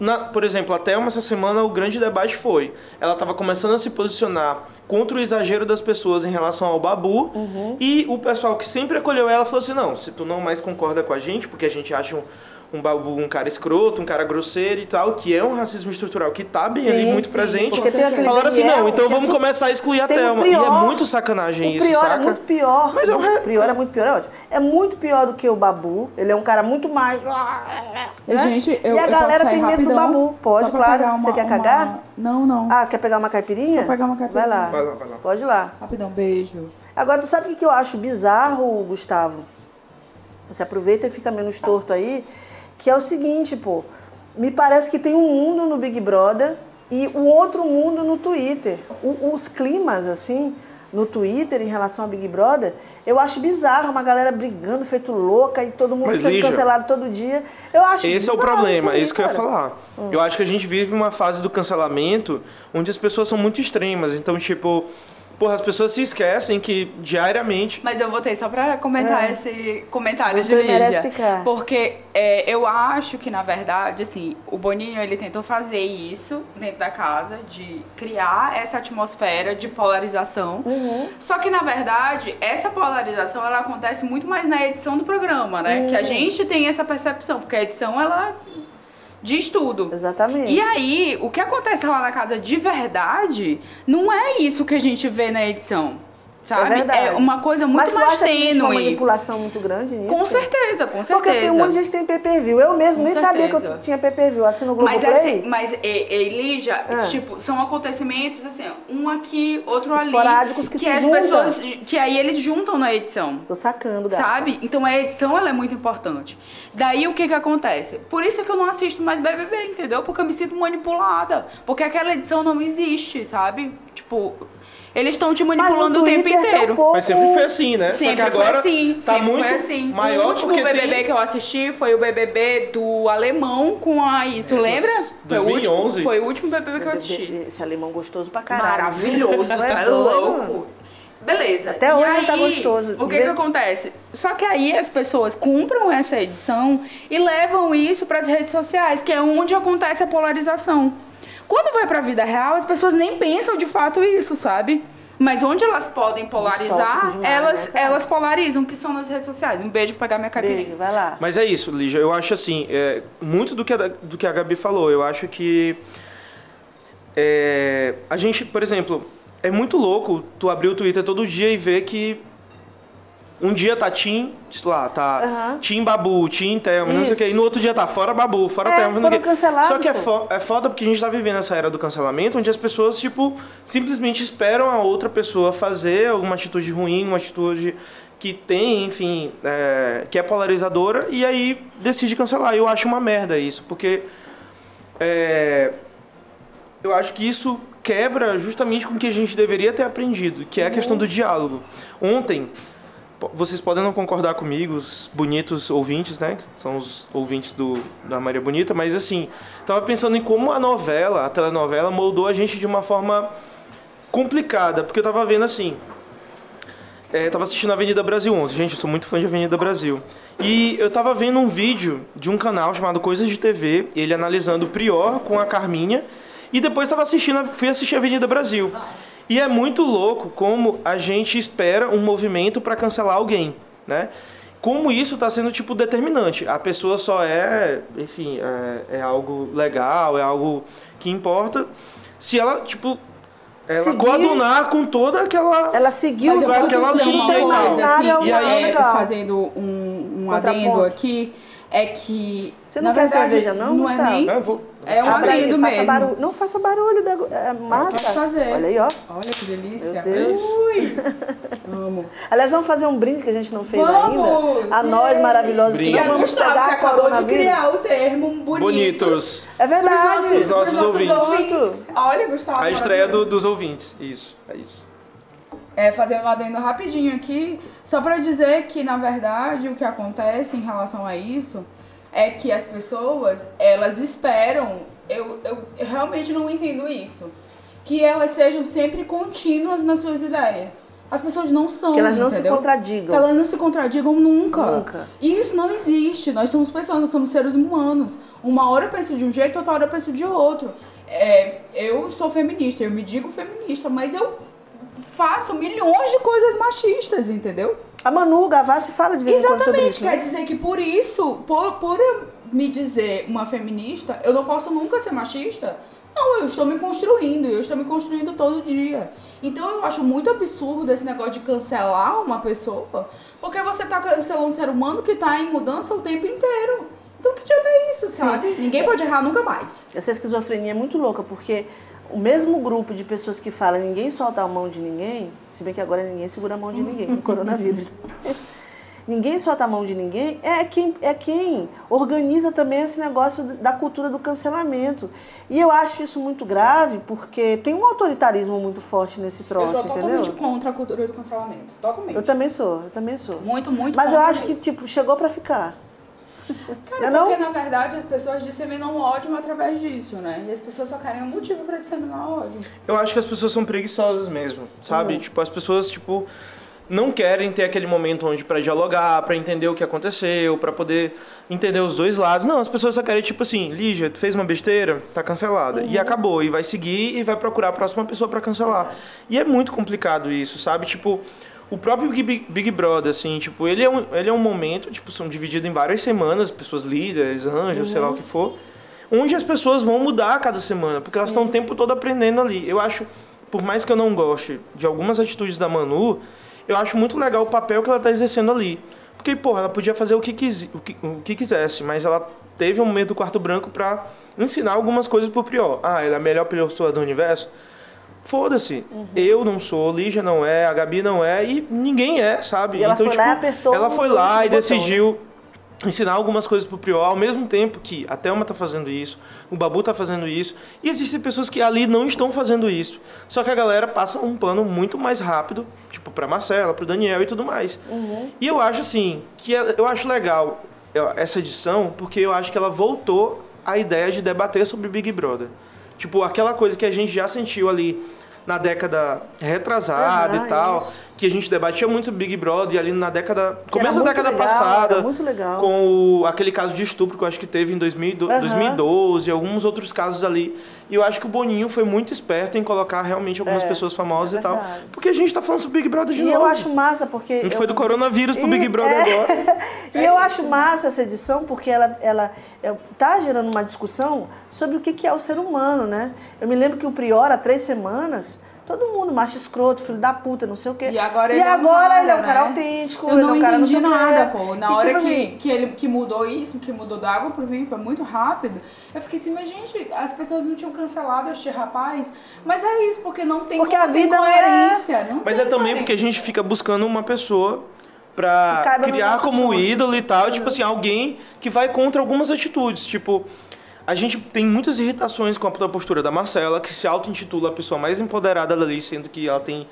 [SPEAKER 2] na- por exemplo, a Thelma, essa semana, o grande debate foi. Ela estava começando a se posicionar contra o exagero das pessoas em relação ao babu.
[SPEAKER 1] Uhum.
[SPEAKER 2] E o pessoal que sempre acolheu ela falou assim: não, se tu não mais concorda com a gente, porque a gente acha um, um babu um cara escroto, um cara grosseiro e tal, que é um racismo estrutural que tá bem ali
[SPEAKER 1] Sim,
[SPEAKER 2] muito
[SPEAKER 1] sim,
[SPEAKER 2] presente.
[SPEAKER 1] porque tem aquele
[SPEAKER 2] Falaram assim:
[SPEAKER 1] Daniel,
[SPEAKER 2] não, então
[SPEAKER 1] que
[SPEAKER 2] vamos
[SPEAKER 1] é su-
[SPEAKER 2] começar a excluir a
[SPEAKER 1] tem o
[SPEAKER 2] Thelma. e é
[SPEAKER 1] Prior.
[SPEAKER 2] muito sacanagem
[SPEAKER 1] O
[SPEAKER 2] isso,
[SPEAKER 1] Prior
[SPEAKER 2] saca?
[SPEAKER 1] é muito pior.
[SPEAKER 2] Mas é um re-
[SPEAKER 1] o Prior é muito pior, é ótimo. É muito pior do que o Babu. Ele é um cara muito mais. né?
[SPEAKER 3] Gente, eu,
[SPEAKER 1] e a
[SPEAKER 3] eu posso
[SPEAKER 1] galera
[SPEAKER 3] sair
[SPEAKER 1] tem medo do
[SPEAKER 3] rapidão,
[SPEAKER 1] Babu. Pode,
[SPEAKER 3] só pra
[SPEAKER 1] claro.
[SPEAKER 3] pegar uma-
[SPEAKER 1] Você quer
[SPEAKER 3] uma-
[SPEAKER 1] cagar?
[SPEAKER 3] Não, não.
[SPEAKER 1] Ah, quer pegar uma caipirinha?
[SPEAKER 3] Só pegar uma caipirinha.
[SPEAKER 1] Vai lá.
[SPEAKER 2] Vai lá, vai lá.
[SPEAKER 1] Pode ir lá.
[SPEAKER 3] Rapidão, beijo.
[SPEAKER 1] Agora, tu sabe o que que eu acho bizarro, Gustavo? Você aproveita e fica menos torto aí, que é o seguinte, pô. Me parece que tem um mundo no Big Brother e um outro mundo no Twitter. O- os climas, assim, no Twitter em relação ao Big Brother, eu acho bizarro. Uma galera brigando, feito louca e todo mundo
[SPEAKER 2] Mas,
[SPEAKER 1] sendo
[SPEAKER 2] Lígia,
[SPEAKER 1] cancelado todo dia. Eu acho
[SPEAKER 2] Esse é o
[SPEAKER 1] bizarro
[SPEAKER 2] problema, é
[SPEAKER 1] aí,
[SPEAKER 2] isso que eu ia
[SPEAKER 1] cara.
[SPEAKER 2] falar.
[SPEAKER 3] Hum.
[SPEAKER 2] Eu acho que a gente vive uma fase do cancelamento onde as pessoas são muito extremas. Então, tipo, porra, as pessoas se esquecem que diariamente.
[SPEAKER 3] Mas eu votei só pra comentar esse comentário
[SPEAKER 1] Votou
[SPEAKER 3] de
[SPEAKER 1] e É. merece
[SPEAKER 3] Lígia.
[SPEAKER 1] ficar.
[SPEAKER 3] Porque é, eu acho que, na verdade, assim, o Boninho, ele tentou fazer isso dentro da casa, de criar essa atmosfera de polarização.
[SPEAKER 1] Uhum.
[SPEAKER 3] Só que, na verdade, essa polarização, ela acontece muito mais na edição do programa, né?
[SPEAKER 1] Uhum.
[SPEAKER 3] Que a gente tem essa percepção, porque a edição, ela diz tudo.
[SPEAKER 1] Exatamente. É
[SPEAKER 3] E aí, o que acontece lá na casa de verdade não é isso que a gente vê na edição. Sabe?
[SPEAKER 1] É
[SPEAKER 3] é
[SPEAKER 1] verdade.
[SPEAKER 3] uma coisa muito
[SPEAKER 1] Mas tu
[SPEAKER 3] mais
[SPEAKER 1] acha que existe uma
[SPEAKER 3] tênue.
[SPEAKER 1] manipulação muito grande nisso?
[SPEAKER 3] Com certeza, com certeza.
[SPEAKER 1] Porque tem um monte de gente que tem pay-per-view. Eu mesmo nem
[SPEAKER 3] Com
[SPEAKER 1] sabia que
[SPEAKER 3] certeza.
[SPEAKER 1] eu tinha pay-per-view. Assino o Globoplay.
[SPEAKER 3] Mas, assim, mas e, e, Lígia,
[SPEAKER 1] Ah.
[SPEAKER 3] tipo, são acontecimentos assim, um aqui, outro ali.
[SPEAKER 1] Esporádicos que se
[SPEAKER 3] as
[SPEAKER 1] juntam.
[SPEAKER 3] pessoas. Que aí eles juntam na edição.
[SPEAKER 1] Tô sacando, gata.
[SPEAKER 3] Sabe? Então a edição ela é muito importante. Daí o que que acontece? Por isso que eu não assisto mais BBB, entendeu? Porque eu me sinto manipulada. Porque aquela edição não existe, sabe? Tipo, eles estão te manipulando o tempo
[SPEAKER 1] tá um
[SPEAKER 3] inteiro.
[SPEAKER 2] Mas sempre foi assim, né?
[SPEAKER 3] Uhum. Sempre
[SPEAKER 2] Só que agora
[SPEAKER 3] foi assim,
[SPEAKER 2] tá
[SPEAKER 3] sempre
[SPEAKER 2] muito
[SPEAKER 3] foi assim.
[SPEAKER 2] maior
[SPEAKER 3] o último
[SPEAKER 2] porque
[SPEAKER 3] BBB
[SPEAKER 2] tem...
[SPEAKER 3] que eu assisti foi o BBB do alemão com a Isso,
[SPEAKER 2] É,
[SPEAKER 3] lembra?
[SPEAKER 2] dos-
[SPEAKER 3] Foi o último-
[SPEAKER 2] 2011.
[SPEAKER 3] Foi o último BBB que eu assisti.
[SPEAKER 1] Esse alemão gostoso pra caralho.
[SPEAKER 3] *laughs* Maravilhoso,
[SPEAKER 1] Não é
[SPEAKER 3] né? tá
[SPEAKER 1] doido?
[SPEAKER 3] louco. Beleza.
[SPEAKER 1] Até
[SPEAKER 3] E
[SPEAKER 1] hoje
[SPEAKER 3] aí,
[SPEAKER 1] tá gostoso.
[SPEAKER 3] O que
[SPEAKER 1] Vê-
[SPEAKER 3] que acontece? Só que aí as pessoas compram essa edição e levam isso pras redes sociais, que é onde acontece a polarização. Quando vai pra vida real, as pessoas nem pensam de fato isso, sabe? Mas onde elas podem polarizar,
[SPEAKER 1] Distópico demais, né,
[SPEAKER 3] elas,
[SPEAKER 1] cara?
[SPEAKER 3] elas polarizam, que são nas redes sociais. Um beijo pra pegar minha caipirinha.
[SPEAKER 1] Beijo, vai lá.
[SPEAKER 2] Mas é isso, Lígia. Eu acho assim, é, muito do que, a, do que a Gabi falou. Eu acho que. é, a gente, por exemplo, é muito louco tu abrir o Twitter todo dia e ver que. Um dia tá Tim, sei lá, tá
[SPEAKER 1] Aham.
[SPEAKER 2] Tim Babu, Tim Thelma, não sei o
[SPEAKER 1] Isso.
[SPEAKER 2] quê. E no outro dia tá fora Babu, fora
[SPEAKER 1] É,
[SPEAKER 2] Thelma. não sei o
[SPEAKER 1] foram
[SPEAKER 2] quê.
[SPEAKER 1] cancelados,
[SPEAKER 2] Só que é,
[SPEAKER 1] pô.
[SPEAKER 2] fo- é foda porque a gente tá vivendo essa era do cancelamento, onde as pessoas, tipo, simplesmente esperam a outra pessoa fazer alguma atitude ruim, uma atitude que tem, enfim, é, que é polarizadora, e aí decide cancelar. Eu acho uma merda isso, porque é, eu acho que isso
[SPEAKER 1] Uhum.
[SPEAKER 2] quebra justamente com o que a gente deveria ter aprendido, que é a questão do diálogo. Ontem, po- vocês podem não concordar comigo, os bonitos ouvintes, né? que São os ouvintes do, da Maria Bonita, mas assim, tava pensando em como a novela, a telenovela, moldou a gente de uma forma complicada, porque eu tava vendo assim. É, tava assistindo Avenida Brasil 11. Gente, eu sou muito fã de Avenida Brasil. E eu tava vendo um vídeo de um canal chamado Coisas de TV, ele analisando o Prior com a Carminha. E depois tava assistindo, fui assistir Avenida Brasil. E é muito louco como a gente espera um movimento para cancelar alguém, né? Como isso está sendo, tipo, determinante. A pessoa só é, enfim, é, é algo legal, é algo que importa. Se ela, tipo, ela
[SPEAKER 1] Seguir-
[SPEAKER 2] coadunar com toda aquela...
[SPEAKER 1] Ela seguiu
[SPEAKER 3] Mas eu
[SPEAKER 2] lugar
[SPEAKER 3] posso
[SPEAKER 2] que ela
[SPEAKER 3] dizer uma
[SPEAKER 2] luta e tal.
[SPEAKER 3] coisa, assim,
[SPEAKER 1] Nada
[SPEAKER 2] E aí-
[SPEAKER 1] é
[SPEAKER 3] é,
[SPEAKER 1] legal.
[SPEAKER 3] fazendo um, um
[SPEAKER 1] Contraponto.
[SPEAKER 3] adendo aqui, é que.
[SPEAKER 1] Você não
[SPEAKER 3] na
[SPEAKER 1] quer
[SPEAKER 3] verdade,
[SPEAKER 1] cerveja não,
[SPEAKER 3] Não
[SPEAKER 1] Gustavo?
[SPEAKER 3] é nem.
[SPEAKER 2] Ah, vou-
[SPEAKER 3] É um
[SPEAKER 1] Abre aí,
[SPEAKER 3] adendo
[SPEAKER 1] faça
[SPEAKER 3] mesmo.
[SPEAKER 1] barulho. Não faça barulho, da, é massa.
[SPEAKER 3] posso fazer.
[SPEAKER 1] Olha aí, ó.
[SPEAKER 3] Olha que
[SPEAKER 1] Meu
[SPEAKER 3] delícia.
[SPEAKER 1] Deus. *laughs*
[SPEAKER 3] Ui. Amo.
[SPEAKER 1] Aliás, vamos fazer um brinde que a gente não fez
[SPEAKER 3] Vamos!
[SPEAKER 1] ainda. A
[SPEAKER 3] Sim.
[SPEAKER 1] nós maravilhosos
[SPEAKER 2] Brinde.
[SPEAKER 1] que
[SPEAKER 3] E
[SPEAKER 1] não
[SPEAKER 3] a
[SPEAKER 1] vamos
[SPEAKER 3] Gustavo,
[SPEAKER 1] pegar
[SPEAKER 3] que acabou de
[SPEAKER 1] coronavírus.
[SPEAKER 3] criar o termo bonitos.
[SPEAKER 2] Bonitos.
[SPEAKER 1] É
[SPEAKER 3] pros
[SPEAKER 1] verdade.
[SPEAKER 3] nossos-
[SPEAKER 2] Os nossos
[SPEAKER 3] pros
[SPEAKER 1] ouvintes.
[SPEAKER 3] Olha, Gustavo.
[SPEAKER 2] A estreia
[SPEAKER 3] maravilhoso.
[SPEAKER 2] do- dos ouvintes. Isso, é isso.
[SPEAKER 3] É, fazer um adendo rapidinho aqui, só pra dizer que, na verdade, o que acontece em relação a isso é que as pessoas, elas esperam, eu, eu, eu realmente não entendo isso, que elas sejam sempre contínuas nas suas ideias. As pessoas não são,
[SPEAKER 1] Que elas não se
[SPEAKER 3] entendeu?
[SPEAKER 1] contradigam.
[SPEAKER 3] Que elas não se contradigam nunca.
[SPEAKER 1] Nunca.
[SPEAKER 3] E isso não existe. Nós somos pessoas, nós somos seres humanos. Uma hora eu penso de um jeito, outra hora eu penso de outro. É, eu sou feminista, eu me digo feminista, mas eu faço milhões de coisas machistas, entendeu?
[SPEAKER 1] A Manu Gavassi fala de vez em quando sobre
[SPEAKER 3] Exatamente.
[SPEAKER 1] isso.
[SPEAKER 3] Quer
[SPEAKER 1] né?
[SPEAKER 3] dizer que por isso, por, por eu me dizer uma feminista, eu não posso nunca ser machista? Não, eu estou me construindo, eu estou me construindo todo dia. Então eu acho muito absurdo esse negócio de cancelar uma pessoa, porque você está cancelando um ser humano que está em mudança o tempo inteiro. Então que diabo é isso, sabe? Ninguém pode errar nunca mais.
[SPEAKER 1] Essa esquizofrenia é muito louca, porque o mesmo grupo de pessoas que fala ninguém solta a mão de ninguém, se bem que agora ninguém segura a mão de
[SPEAKER 3] *laughs*
[SPEAKER 1] ninguém, no coronavírus. *laughs* ninguém solta a mão de ninguém, é quem, é quem organiza também esse negócio da cultura do cancelamento. E eu acho isso muito grave, porque tem um autoritarismo muito forte nesse
[SPEAKER 3] Eu
[SPEAKER 1] troço,
[SPEAKER 3] sou
[SPEAKER 1] entendeu?
[SPEAKER 3] totalmente contra a cultura do cancelamento.
[SPEAKER 1] Eu
[SPEAKER 3] Totalmente.
[SPEAKER 1] também sou, eu também sou.
[SPEAKER 3] Muito, muito
[SPEAKER 1] Mas eu
[SPEAKER 3] contra
[SPEAKER 1] acho que,
[SPEAKER 3] mesmo.
[SPEAKER 1] tipo, chegou pra ficar.
[SPEAKER 3] Cara,
[SPEAKER 1] Não é
[SPEAKER 3] porque na verdade as pessoas disseminam ódio através disso, né? E as pessoas só querem um motivo pra disseminar ódio.
[SPEAKER 2] Eu acho que as pessoas são preguiçosas mesmo, sabe? Tipo, as pessoas, tipo, não querem ter aquele momento onde pra dialogar, pra entender o que aconteceu, pra poder entender os dois lados. Não, as pessoas só querem, tipo assim, Lígia, tu fez uma besteira, tá cancelada. E acabou, e vai seguir e vai procurar a próxima pessoa pra cancelar. E é muito complicado isso, sabe? Tipo, o próprio Big, Big Brother, assim, tipo, ele é, um, ele é um momento, tipo, são divididos em várias semanas, pessoas líderes, anjos, sei lá o que for onde as pessoas vão mudar a cada semana, porque elas estão o tempo todo aprendendo ali. Eu acho, por mais que eu não goste de algumas atitudes da Manu, eu acho muito legal o papel que ela está exercendo ali. Porque, porra, ela podia fazer o que, quis, o que, o que quisesse, mas ela teve um medo do quarto branco para ensinar algumas coisas pro Prior. Ah, ela é a melhor pessoa do universo? Foda-se.
[SPEAKER 1] Uhum.
[SPEAKER 2] Eu não sou, Lígia não é, a Gabi não é, e ninguém é, sabe?
[SPEAKER 1] E ela foi lá e apertou
[SPEAKER 2] Ela
[SPEAKER 1] o
[SPEAKER 2] foi lá
[SPEAKER 1] botão, né?
[SPEAKER 2] e decidiu ensinar algumas coisas pro Prior, ao mesmo tempo que a Thelma tá fazendo isso, o Babu tá fazendo isso, e existem pessoas que ali não estão fazendo isso. Só que a galera passa um pano muito mais rápido, tipo pra Marcela, pro Daniel e tudo mais.
[SPEAKER 1] Uhum.
[SPEAKER 2] E eu acho assim, que é- eu acho legal é, essa edição, porque eu acho que ela voltou à ideia de debater sobre Big Brother. Tipo, aquela coisa que a gente já sentiu ali na década retrasada
[SPEAKER 1] Aham,
[SPEAKER 2] e tal,
[SPEAKER 1] isso.
[SPEAKER 2] que a gente debatia muito sobre Big Brother e ali na década
[SPEAKER 1] Que era
[SPEAKER 2] Começa a
[SPEAKER 1] muito
[SPEAKER 2] década
[SPEAKER 1] legal,
[SPEAKER 2] passada
[SPEAKER 1] era muito legal.
[SPEAKER 2] com o- aquele caso de estupro que eu acho que teve em 2012,
[SPEAKER 1] Aham.
[SPEAKER 2] 2012 alguns outros casos ali. E eu acho que o Boninho foi muito esperto em colocar realmente algumas
[SPEAKER 1] É,
[SPEAKER 2] pessoas famosas
[SPEAKER 1] é
[SPEAKER 2] e tal.
[SPEAKER 1] verdade.
[SPEAKER 2] Porque a gente tá falando sobre Big Brother de
[SPEAKER 1] E
[SPEAKER 2] novo.
[SPEAKER 1] eu acho massa, porque.
[SPEAKER 2] a gente
[SPEAKER 1] eu-
[SPEAKER 2] foi do coronavírus pro
[SPEAKER 1] E-
[SPEAKER 2] Big Brother
[SPEAKER 1] é.
[SPEAKER 2] agora. *laughs*
[SPEAKER 1] E eu acho massa essa edição porque ela, ela é, tá gerando uma discussão sobre o que, que é o ser humano, né? Eu me lembro que o Prior, há três semanas, todo mundo, macho escroto, filho da puta, não sei o quê.
[SPEAKER 3] E agora, ele,
[SPEAKER 1] É, agora
[SPEAKER 3] é um cara,
[SPEAKER 1] ele é um cara
[SPEAKER 3] né?
[SPEAKER 1] autêntico,
[SPEAKER 3] Eu não
[SPEAKER 1] ele é um cara
[SPEAKER 3] entendi
[SPEAKER 1] não sei o quê.
[SPEAKER 3] nada, pô. Na
[SPEAKER 1] E,
[SPEAKER 3] hora
[SPEAKER 1] tipo
[SPEAKER 3] que,
[SPEAKER 1] assim,
[SPEAKER 3] que ele que mudou isso, que mudou da água pro vinho, foi muito rápido. Eu fiquei assim, mas gente, as pessoas não tinham cancelado este rapaz. Mas é isso, porque não tem
[SPEAKER 1] Porque
[SPEAKER 3] como
[SPEAKER 1] a
[SPEAKER 3] ter
[SPEAKER 1] vida não é-
[SPEAKER 3] coerência. Não
[SPEAKER 2] Mas é
[SPEAKER 3] tem
[SPEAKER 2] também porque
[SPEAKER 3] coerência.
[SPEAKER 2] a gente fica buscando uma pessoa
[SPEAKER 1] Que
[SPEAKER 2] pra
[SPEAKER 1] caiba no
[SPEAKER 2] criar
[SPEAKER 1] nosso
[SPEAKER 2] como
[SPEAKER 1] sonho. Uhum.
[SPEAKER 2] ídolo e tal. Tipo assim, alguém que vai contra algumas atitudes. Tipo, a gente tem muitas irritações com a postura da Marcela, que se auto-intitula a pessoa mais empoderada dali, sendo que ela tem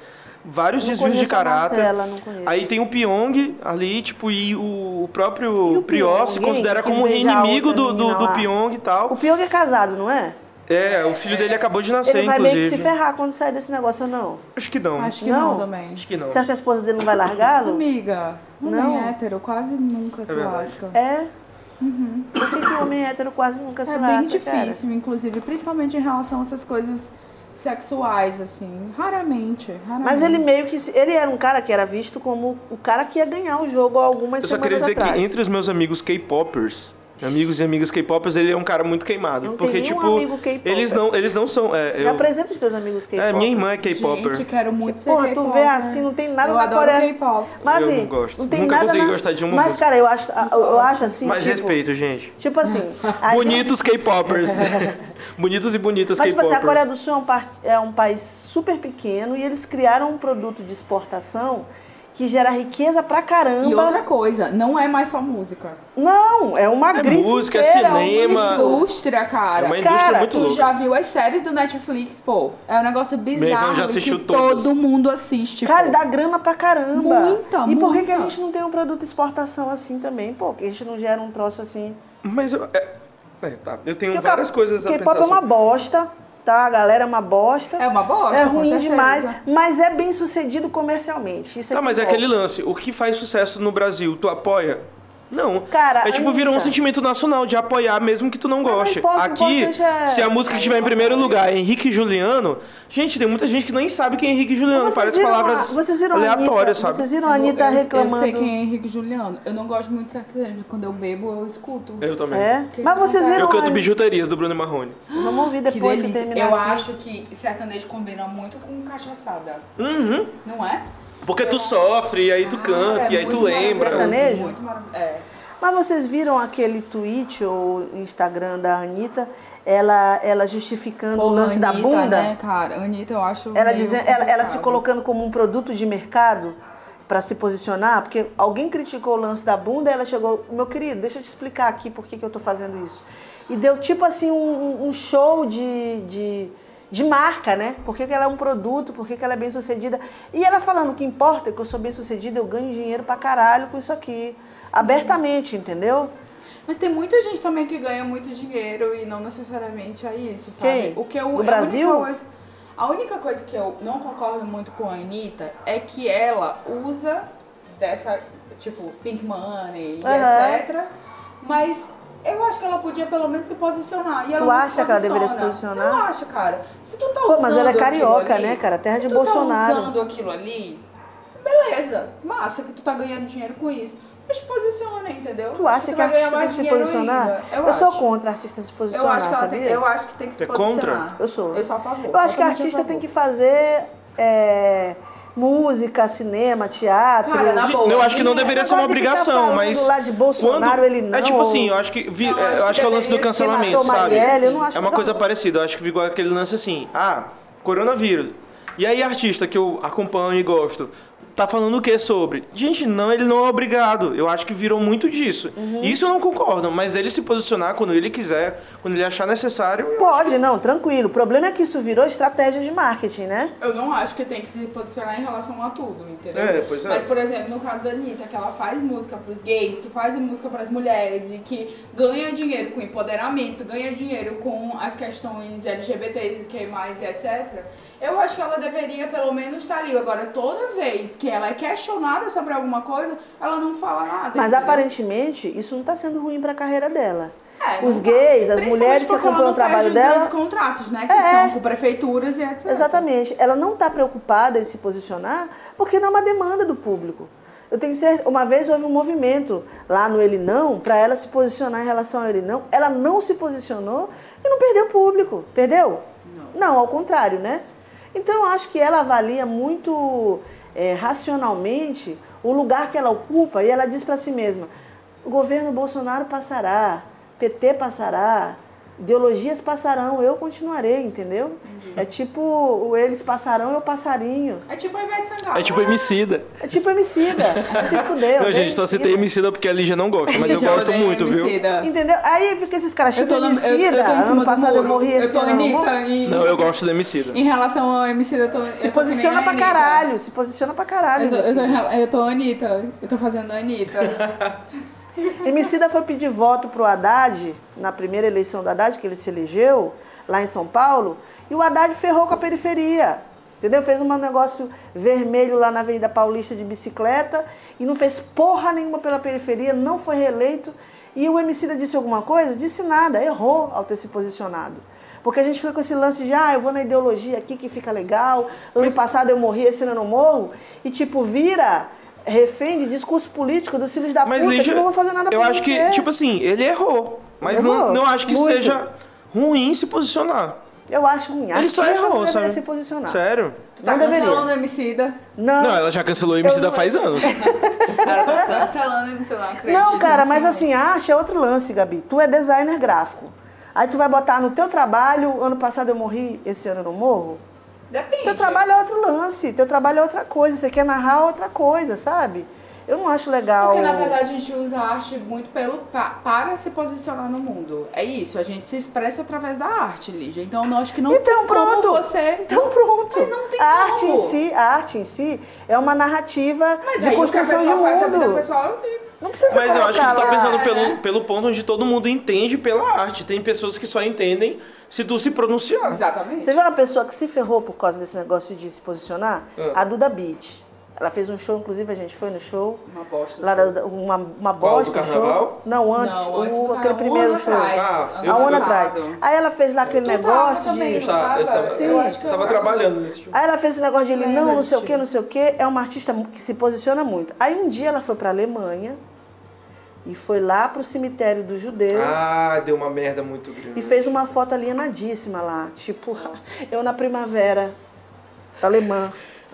[SPEAKER 2] vários
[SPEAKER 1] Não
[SPEAKER 2] desvios de
[SPEAKER 1] conheço a
[SPEAKER 2] caráter.
[SPEAKER 1] Marcela, não conheço.
[SPEAKER 2] Aí tem o Pyong ali, tipo, e o, o próprio
[SPEAKER 1] E o
[SPEAKER 2] Prior
[SPEAKER 1] Pyong,
[SPEAKER 2] se
[SPEAKER 1] hein,
[SPEAKER 2] considera
[SPEAKER 1] que quis
[SPEAKER 2] como
[SPEAKER 1] beijar
[SPEAKER 2] inimigo
[SPEAKER 1] outra
[SPEAKER 2] do, do,
[SPEAKER 1] menina
[SPEAKER 2] do
[SPEAKER 1] lá.
[SPEAKER 2] Pyong e
[SPEAKER 1] O
[SPEAKER 2] tal.
[SPEAKER 1] Pyong é casado, não é?
[SPEAKER 2] É, o filho dele acabou de nascer,
[SPEAKER 1] Ele vai meio que
[SPEAKER 2] inclusive.
[SPEAKER 1] se ferrar quando sair desse negócio ou não.
[SPEAKER 2] Acho que não.
[SPEAKER 3] Acho que não,
[SPEAKER 1] Não.
[SPEAKER 3] também.
[SPEAKER 2] Acho que não.
[SPEAKER 1] Você acha que a esposa dele não vai largá-lo?
[SPEAKER 3] Amiga, um homem
[SPEAKER 1] Não.
[SPEAKER 3] hétero quase nunca se
[SPEAKER 2] verdade.
[SPEAKER 3] lasca.
[SPEAKER 1] É. Por que, que o homem hétero quase nunca se
[SPEAKER 3] Uhum. É
[SPEAKER 1] lasca,
[SPEAKER 3] bem
[SPEAKER 1] cara?
[SPEAKER 3] difícil, inclusive, principalmente em relação a essas coisas sexuais, assim. Raramente, raramente.
[SPEAKER 1] Mas ele meio que. se- Ele era um cara que era visto como o cara que ia ganhar o jogo há algumas
[SPEAKER 2] Eu só
[SPEAKER 1] semanas
[SPEAKER 2] queria dizer
[SPEAKER 1] atrás.
[SPEAKER 2] que entre os meus amigos K-popers, amigos e amigas K-popers, ele é um cara muito queimado.
[SPEAKER 1] Eu não
[SPEAKER 2] porque,
[SPEAKER 1] tenho nenhum
[SPEAKER 2] tipo,
[SPEAKER 1] amigo K-popper.
[SPEAKER 2] eles não, eles não são. É,
[SPEAKER 1] Me
[SPEAKER 2] eu-
[SPEAKER 1] apresenta os teus amigos K-pop.
[SPEAKER 2] é, minha irmã é
[SPEAKER 3] Gente, tipo
[SPEAKER 2] K-popper.
[SPEAKER 3] quero muito ser
[SPEAKER 1] Porra, tu
[SPEAKER 3] K-pop,
[SPEAKER 1] vê
[SPEAKER 3] né?
[SPEAKER 1] assim, não tem nada
[SPEAKER 3] Eu
[SPEAKER 1] na
[SPEAKER 3] adoro
[SPEAKER 1] Coreia.
[SPEAKER 3] K-pop.
[SPEAKER 1] Mas
[SPEAKER 2] Eu
[SPEAKER 1] assim,
[SPEAKER 2] não gosto.
[SPEAKER 1] tem
[SPEAKER 2] Nunca
[SPEAKER 1] nada
[SPEAKER 2] consegui
[SPEAKER 1] na-
[SPEAKER 2] gostar de uma
[SPEAKER 1] Mas,
[SPEAKER 2] música.
[SPEAKER 1] cara, eu acho, eu, eu acho assim.
[SPEAKER 2] Mais
[SPEAKER 1] tipo,
[SPEAKER 2] respeito, gente.
[SPEAKER 1] Tipo
[SPEAKER 3] *laughs*
[SPEAKER 1] assim. a gente- *laughs*
[SPEAKER 2] Bonitos K-popers. Bonitos e bonitas
[SPEAKER 1] Mas, tipo assim, a
[SPEAKER 2] K-popers.
[SPEAKER 1] Coreia do Sul é um, par- é um país super pequeno e eles criaram um produto de exportação que gera riqueza pra caramba.
[SPEAKER 3] E outra coisa, não é mais só música.
[SPEAKER 1] Não, é uma
[SPEAKER 2] É
[SPEAKER 1] grife
[SPEAKER 2] música, é
[SPEAKER 1] inteira, um
[SPEAKER 2] cinema.
[SPEAKER 1] disco.
[SPEAKER 3] Indústria, cara.
[SPEAKER 2] É uma indústria
[SPEAKER 1] Cara,
[SPEAKER 2] muito
[SPEAKER 3] Tu
[SPEAKER 2] louca.
[SPEAKER 3] já viu as séries do Netflix, pô? É um negócio bizarro
[SPEAKER 2] já
[SPEAKER 3] que
[SPEAKER 2] assistiu todas.
[SPEAKER 3] todo mundo
[SPEAKER 2] Tipo,
[SPEAKER 3] assiste.
[SPEAKER 1] Cara,
[SPEAKER 3] pô.
[SPEAKER 1] e dá grana pra caramba.
[SPEAKER 3] Muita,
[SPEAKER 1] E por que
[SPEAKER 3] muita.
[SPEAKER 1] que a gente não tem um produto de exportação assim também? Pô, que a gente não gera um troço assim.
[SPEAKER 2] Mas eu. É, é, tá. Eu tenho
[SPEAKER 1] Porque o
[SPEAKER 2] várias
[SPEAKER 1] K-
[SPEAKER 2] coisas a pensar.
[SPEAKER 1] K-pop é uma
[SPEAKER 2] sobre-
[SPEAKER 1] bosta, tá? A galera é uma bosta.
[SPEAKER 3] É uma bosta,
[SPEAKER 1] É
[SPEAKER 3] com
[SPEAKER 1] ruim
[SPEAKER 3] certeza.
[SPEAKER 1] demais, mas é bem sucedido comercialmente. Isso
[SPEAKER 2] Tá, mas é
[SPEAKER 1] bom.
[SPEAKER 2] aquele lance. O que faz sucesso no Brasil? Tu apoia? Não.
[SPEAKER 1] Cara,
[SPEAKER 2] é tipo, virou um
[SPEAKER 1] amiga.
[SPEAKER 2] sentimento nacional de apoiar mesmo que tu não goste.
[SPEAKER 1] importa, o
[SPEAKER 2] Aqui,
[SPEAKER 1] importante é-
[SPEAKER 2] se a música estiver em primeiro lugar, Henrique e Juliano, gente, tem muita gente que nem sabe quem é Henrique e Juliano.
[SPEAKER 1] Vocês
[SPEAKER 2] Parece
[SPEAKER 1] viram a-
[SPEAKER 2] palavras
[SPEAKER 1] vocês viram a
[SPEAKER 2] aleatórias,
[SPEAKER 1] Anitta-
[SPEAKER 2] sabe?
[SPEAKER 1] Vocês viram a Anitta
[SPEAKER 3] eu, eu-
[SPEAKER 1] reclamando.
[SPEAKER 3] Eu sei quem é Henrique Juliano. Eu não gosto muito de sertanejo. Quando eu bebo, eu escuto.
[SPEAKER 2] Eu também.
[SPEAKER 1] É? Mas vocês viram
[SPEAKER 2] Eu canto
[SPEAKER 1] a-
[SPEAKER 2] bijuterias do Bruno Marrone.
[SPEAKER 1] Vamos ouvir
[SPEAKER 3] tá Que
[SPEAKER 1] depois que,
[SPEAKER 3] delícia.
[SPEAKER 1] terminar
[SPEAKER 3] Eu
[SPEAKER 1] aqui.
[SPEAKER 3] acho que sertanejo combina muito com cachaçada.
[SPEAKER 2] Uhum.
[SPEAKER 3] Não é?
[SPEAKER 2] Porque tu sofre, e aí
[SPEAKER 1] Ah,
[SPEAKER 2] tu canta,
[SPEAKER 3] Cara,
[SPEAKER 2] e aí
[SPEAKER 3] muito
[SPEAKER 2] tu
[SPEAKER 1] maravilhoso.
[SPEAKER 2] lembra.
[SPEAKER 1] é
[SPEAKER 3] maravilhoso,
[SPEAKER 1] Sertanejo?
[SPEAKER 3] Muito maravilhoso. É.
[SPEAKER 1] Mas vocês viram aquele tweet ou Instagram da Anitta? Ela, ela justificando o
[SPEAKER 3] Porra,
[SPEAKER 1] lance da
[SPEAKER 3] Anitta,
[SPEAKER 1] bunda?
[SPEAKER 3] Né, cara, Anitta, eu acho.
[SPEAKER 1] Ela,
[SPEAKER 3] meio
[SPEAKER 1] dizendo, ela, ela se
[SPEAKER 3] complicado.
[SPEAKER 1] colocando como um produto de mercado para se posicionar, porque alguém criticou o lance da bunda, ela chegou, meu querido, deixa eu te explicar aqui por que, que eu tô fazendo isso. E deu tipo assim um, um show de, de, de marca, né? Por que, que ela é um produto, por que, que ela é bem sucedida. E ela falando o que importa é que eu sou bem sucedida, eu ganho dinheiro pra caralho com isso aqui. Abertamente, entendeu?
[SPEAKER 3] Mas tem muita gente também que ganha muito dinheiro e não necessariamente é isso, sabe?
[SPEAKER 1] Quem?
[SPEAKER 3] O que eu,
[SPEAKER 1] No
[SPEAKER 3] a única
[SPEAKER 1] Brasil?
[SPEAKER 3] coisa- a única coisa que eu não concordo muito com a Anitta é que ela usa dessa, tipo, pink money e
[SPEAKER 1] Aham.
[SPEAKER 3] etc. Mas eu acho que ela podia pelo menos se posicionar. E ela
[SPEAKER 1] Tu
[SPEAKER 3] não se
[SPEAKER 1] acha que ela deveria se
[SPEAKER 3] posiciona.
[SPEAKER 1] posicionar?
[SPEAKER 3] Eu acho, cara. Se tu tá
[SPEAKER 1] Pô,
[SPEAKER 3] usando.
[SPEAKER 1] mas ela é
[SPEAKER 3] aquilo
[SPEAKER 1] carioca,
[SPEAKER 3] ali,
[SPEAKER 1] né, cara? Terra
[SPEAKER 3] se
[SPEAKER 1] de
[SPEAKER 3] tu
[SPEAKER 1] Bolsonaro.
[SPEAKER 3] Tá usando aquilo ali, beleza. Massa que tu tá ganhando dinheiro com isso. Mas posiciona, entendeu?
[SPEAKER 1] Tu acha que a
[SPEAKER 3] vai ganhar
[SPEAKER 1] artista tem
[SPEAKER 3] mais
[SPEAKER 1] que se
[SPEAKER 3] dinheiro
[SPEAKER 1] posicionar?
[SPEAKER 3] ainda.
[SPEAKER 1] Eu,
[SPEAKER 3] Eu,
[SPEAKER 1] sou
[SPEAKER 3] acho.
[SPEAKER 1] contra a artista se
[SPEAKER 3] Eu
[SPEAKER 1] posicionar,
[SPEAKER 3] acho, que ela
[SPEAKER 1] sabia?
[SPEAKER 3] tem, eu acho que tem que se
[SPEAKER 2] Você é contra?
[SPEAKER 3] posicionar.
[SPEAKER 1] Eu sou.
[SPEAKER 3] Eu sou a favor.
[SPEAKER 1] Eu acho que a
[SPEAKER 3] totalmente
[SPEAKER 1] artista
[SPEAKER 3] favor.
[SPEAKER 1] tem que fazer é, música, cinema, teatro.
[SPEAKER 3] Cara, na boa.
[SPEAKER 2] Eu acho que não
[SPEAKER 1] Esse
[SPEAKER 2] deveria ser uma
[SPEAKER 1] negócio de ficar
[SPEAKER 2] obrigação,
[SPEAKER 1] tá falando
[SPEAKER 2] mas.
[SPEAKER 1] lá de Bolsonaro,
[SPEAKER 2] quando-
[SPEAKER 1] ele não,
[SPEAKER 2] É tipo assim,
[SPEAKER 1] ou-
[SPEAKER 2] eu acho que. vi-
[SPEAKER 3] Não,
[SPEAKER 2] é,
[SPEAKER 3] acho
[SPEAKER 2] eu
[SPEAKER 3] que
[SPEAKER 2] acho que é o lance do
[SPEAKER 3] deveria ser
[SPEAKER 1] Quem
[SPEAKER 2] cancelamento,
[SPEAKER 1] matou
[SPEAKER 2] sabe?
[SPEAKER 1] Marielle, eu não acho
[SPEAKER 2] É uma
[SPEAKER 1] nada
[SPEAKER 2] coisa
[SPEAKER 1] bom.
[SPEAKER 2] parecida, eu acho que ficou aquele lance assim, ah, coronavírus. E aí artista que eu acompanho e gosto, tá falando o que sobre? Gente, não, ele não é obrigado. Eu acho que virou muito disso.
[SPEAKER 1] Uhum.
[SPEAKER 2] Isso eu não concordo, mas ele se posicionar quando ele quiser, quando ele achar necessário. eu-
[SPEAKER 1] Pode, não, tranquilo. O problema é que isso virou estratégia de marketing, né?
[SPEAKER 3] Eu não acho que tem que se posicionar em relação a tudo, entendeu?
[SPEAKER 2] É, pois é.
[SPEAKER 3] Mas, por exemplo, no caso da Anitta, que ela faz música pros gays, que faz música pras mulheres e que ganha dinheiro com empoderamento, ganha dinheiro com as questões LGBTs e que mais, etc. Eu acho que ela deveria pelo menos estar ali. Agora, toda vez que ela é questionada sobre alguma coisa, ela não fala nada.
[SPEAKER 1] Mas
[SPEAKER 3] entendeu?
[SPEAKER 1] aparentemente isso não tá sendo ruim pra carreira dela.
[SPEAKER 3] É,
[SPEAKER 1] Os
[SPEAKER 3] não-
[SPEAKER 1] gays, as
[SPEAKER 3] principalmente
[SPEAKER 1] mulheres que
[SPEAKER 3] porque ela
[SPEAKER 1] acompanham
[SPEAKER 3] não
[SPEAKER 1] o trabalho
[SPEAKER 3] perde os
[SPEAKER 1] dela.
[SPEAKER 3] grandes contratos, né? Que
[SPEAKER 1] É.
[SPEAKER 3] são com prefeituras e etc.
[SPEAKER 1] Exatamente. Ela não está preocupada em se posicionar porque não é uma demanda do público. Eu tenho certeza, uma vez houve um movimento lá no Ele Não, para ela se posicionar em relação ao Ele Não. Ela não se posicionou e não perdeu público. Perdeu? Não. ao contrário, né? Então, eu acho que ela avalia muito eh, racionalmente o lugar que ela ocupa e ela diz para si mesma, o governo Bolsonaro passará, PT passará, Ideologias passarão, eu continuarei, entendeu? É tipo o eles passarão, eu passarinho.
[SPEAKER 3] É tipo a Ivete Sangalo.
[SPEAKER 2] É tipo Emicida.
[SPEAKER 1] É tipo Emicida. Se fudeu. é
[SPEAKER 2] Não,
[SPEAKER 1] odeio
[SPEAKER 2] gente, só citei Emicida porque a Lígia não gosta,
[SPEAKER 1] *laughs*
[SPEAKER 2] mas eu
[SPEAKER 3] Gente,
[SPEAKER 2] gosto
[SPEAKER 3] odeio
[SPEAKER 2] muito, viu?
[SPEAKER 3] Emicida.
[SPEAKER 1] Entendeu? Aí fica esses caras
[SPEAKER 3] Eu
[SPEAKER 1] chupam
[SPEAKER 3] tô, na, eu,
[SPEAKER 1] Emicida.
[SPEAKER 3] eu tô em cima
[SPEAKER 1] ano
[SPEAKER 3] do
[SPEAKER 1] "Ah, passado eu
[SPEAKER 3] muro.
[SPEAKER 1] morri esse é
[SPEAKER 3] eu tô
[SPEAKER 1] ano. assim, eu morro.
[SPEAKER 3] Anitta e...
[SPEAKER 2] Não, eu gosto da Emicida.
[SPEAKER 3] Em relação ao Emicida, eu tô...
[SPEAKER 1] Se posiciona pra caralho, se posiciona pra caralho.
[SPEAKER 3] Eu tô, eu, tô,
[SPEAKER 1] Emicida.
[SPEAKER 3] em rela- eu tô Anitta, eu tô fazendo a Anitta.
[SPEAKER 1] Emicida foi pedir voto pro Haddad, na primeira eleição do Haddad, que ele se elegeu, lá em São Paulo, e o Haddad ferrou com a periferia. Entendeu? Fez um negócio vermelho lá na Avenida Paulista de bicicleta e não fez porra nenhuma pela periferia, não foi reeleito. E o Emicida disse alguma coisa? Disse nada, errou ao ter se posicionado. Porque a gente fica com esse lance de, ah, eu vou na ideologia aqui que fica legal, ano passado eu morri, esse ano eu não morro, e tipo, vira refém de discurso político dos filhos da
[SPEAKER 2] Mas
[SPEAKER 1] Ah, puta, que
[SPEAKER 2] Lígia,
[SPEAKER 1] não vou fazer nada
[SPEAKER 2] eu
[SPEAKER 1] pra
[SPEAKER 2] acho
[SPEAKER 1] você.
[SPEAKER 2] que, tipo assim, ele errou. Mas
[SPEAKER 1] Errou,
[SPEAKER 2] não, não acho que
[SPEAKER 1] muito.
[SPEAKER 2] seja ruim se posicionar.
[SPEAKER 1] Eu acho ruim.
[SPEAKER 2] ele só errou,
[SPEAKER 1] não
[SPEAKER 2] sabe?
[SPEAKER 1] se posicionar. Ah.
[SPEAKER 2] Sério?
[SPEAKER 3] Tu tá
[SPEAKER 1] Não deveria.
[SPEAKER 3] cancelando o Emicida.
[SPEAKER 1] Não,
[SPEAKER 2] Não, ela é já cancelou o Emicida
[SPEAKER 1] não-
[SPEAKER 2] faz anos.
[SPEAKER 3] Cara, tá cancelando o Emicida, não acredito.
[SPEAKER 2] é
[SPEAKER 1] não, cara,
[SPEAKER 3] nisso,
[SPEAKER 1] mas
[SPEAKER 3] não.
[SPEAKER 1] assim, acha é outro lance, Gabi. Tu é designer gráfico. Aí tu vai botar no teu trabalho, ano passado eu morri, esse ano eu não morro.
[SPEAKER 3] Depende.
[SPEAKER 1] Teu trabalho é outro lance, teu trabalho é outra coisa, você quer narrar outra coisa, sabe? Eu não acho legal.
[SPEAKER 3] Porque na verdade a gente usa a arte muito pelo pa- para se posicionar no mundo. É isso, a gente se expressa através da arte, Lígia. Então eu acho que não
[SPEAKER 1] Então
[SPEAKER 3] tem como
[SPEAKER 1] pronto.
[SPEAKER 3] você.
[SPEAKER 1] Então pronto.
[SPEAKER 3] Mas não tem
[SPEAKER 1] a
[SPEAKER 3] como.
[SPEAKER 1] arte em si, a arte em si é uma narrativa
[SPEAKER 3] Mas
[SPEAKER 1] de
[SPEAKER 3] aí o que a
[SPEAKER 1] construção de
[SPEAKER 3] pessoa faz da vida
[SPEAKER 1] mundo.
[SPEAKER 3] pessoal eu
[SPEAKER 1] Não precisa
[SPEAKER 2] Mas eu
[SPEAKER 1] colocar
[SPEAKER 2] acho que tu tá
[SPEAKER 1] lá.
[SPEAKER 2] pensando pelo,
[SPEAKER 3] né?
[SPEAKER 2] pelo ponto onde todo mundo entende pela arte. Tem pessoas que só entendem se tu se pronunciar.
[SPEAKER 3] Exatamente.
[SPEAKER 1] Você viu uma pessoa que se ferrou por causa desse negócio de se posicionar?
[SPEAKER 2] Ah.
[SPEAKER 1] A Duda Beat. Ela fez um show, inclusive a gente foi no show.
[SPEAKER 3] Uma bosta.
[SPEAKER 1] Lá da, Duda- uma, uma
[SPEAKER 2] Qual, do
[SPEAKER 1] bosta. o
[SPEAKER 2] carnaval?
[SPEAKER 1] show. Não, antes.
[SPEAKER 3] Não, antes
[SPEAKER 1] o-
[SPEAKER 3] do
[SPEAKER 1] aquele
[SPEAKER 3] carnaval, um
[SPEAKER 1] primeiro
[SPEAKER 3] ano
[SPEAKER 1] show.
[SPEAKER 3] atrás,
[SPEAKER 2] Ah,
[SPEAKER 3] ano
[SPEAKER 1] Há um ano atrás.
[SPEAKER 3] passado.
[SPEAKER 1] Aí ela fez lá aquele
[SPEAKER 3] Tu tava
[SPEAKER 1] negócio
[SPEAKER 3] também,
[SPEAKER 1] de.
[SPEAKER 3] não
[SPEAKER 2] Tá,
[SPEAKER 3] tava?
[SPEAKER 2] eu tava-
[SPEAKER 1] Sim.
[SPEAKER 3] Eu acho que eu-
[SPEAKER 2] Tava trabalhando nesse tipo.
[SPEAKER 1] Aí ela fez esse negócio de ele,
[SPEAKER 3] Lembra
[SPEAKER 1] não, não sei o
[SPEAKER 3] disso.
[SPEAKER 1] que, não sei o que. É uma artista que se posiciona muito. Aí um dia ela foi pra Alemanha e foi lá pro cemitério dos judeus.
[SPEAKER 2] Ah, deu uma merda muito grande.
[SPEAKER 1] E fez uma foto alienadíssima lá. Tipo, eu na primavera. Alemã.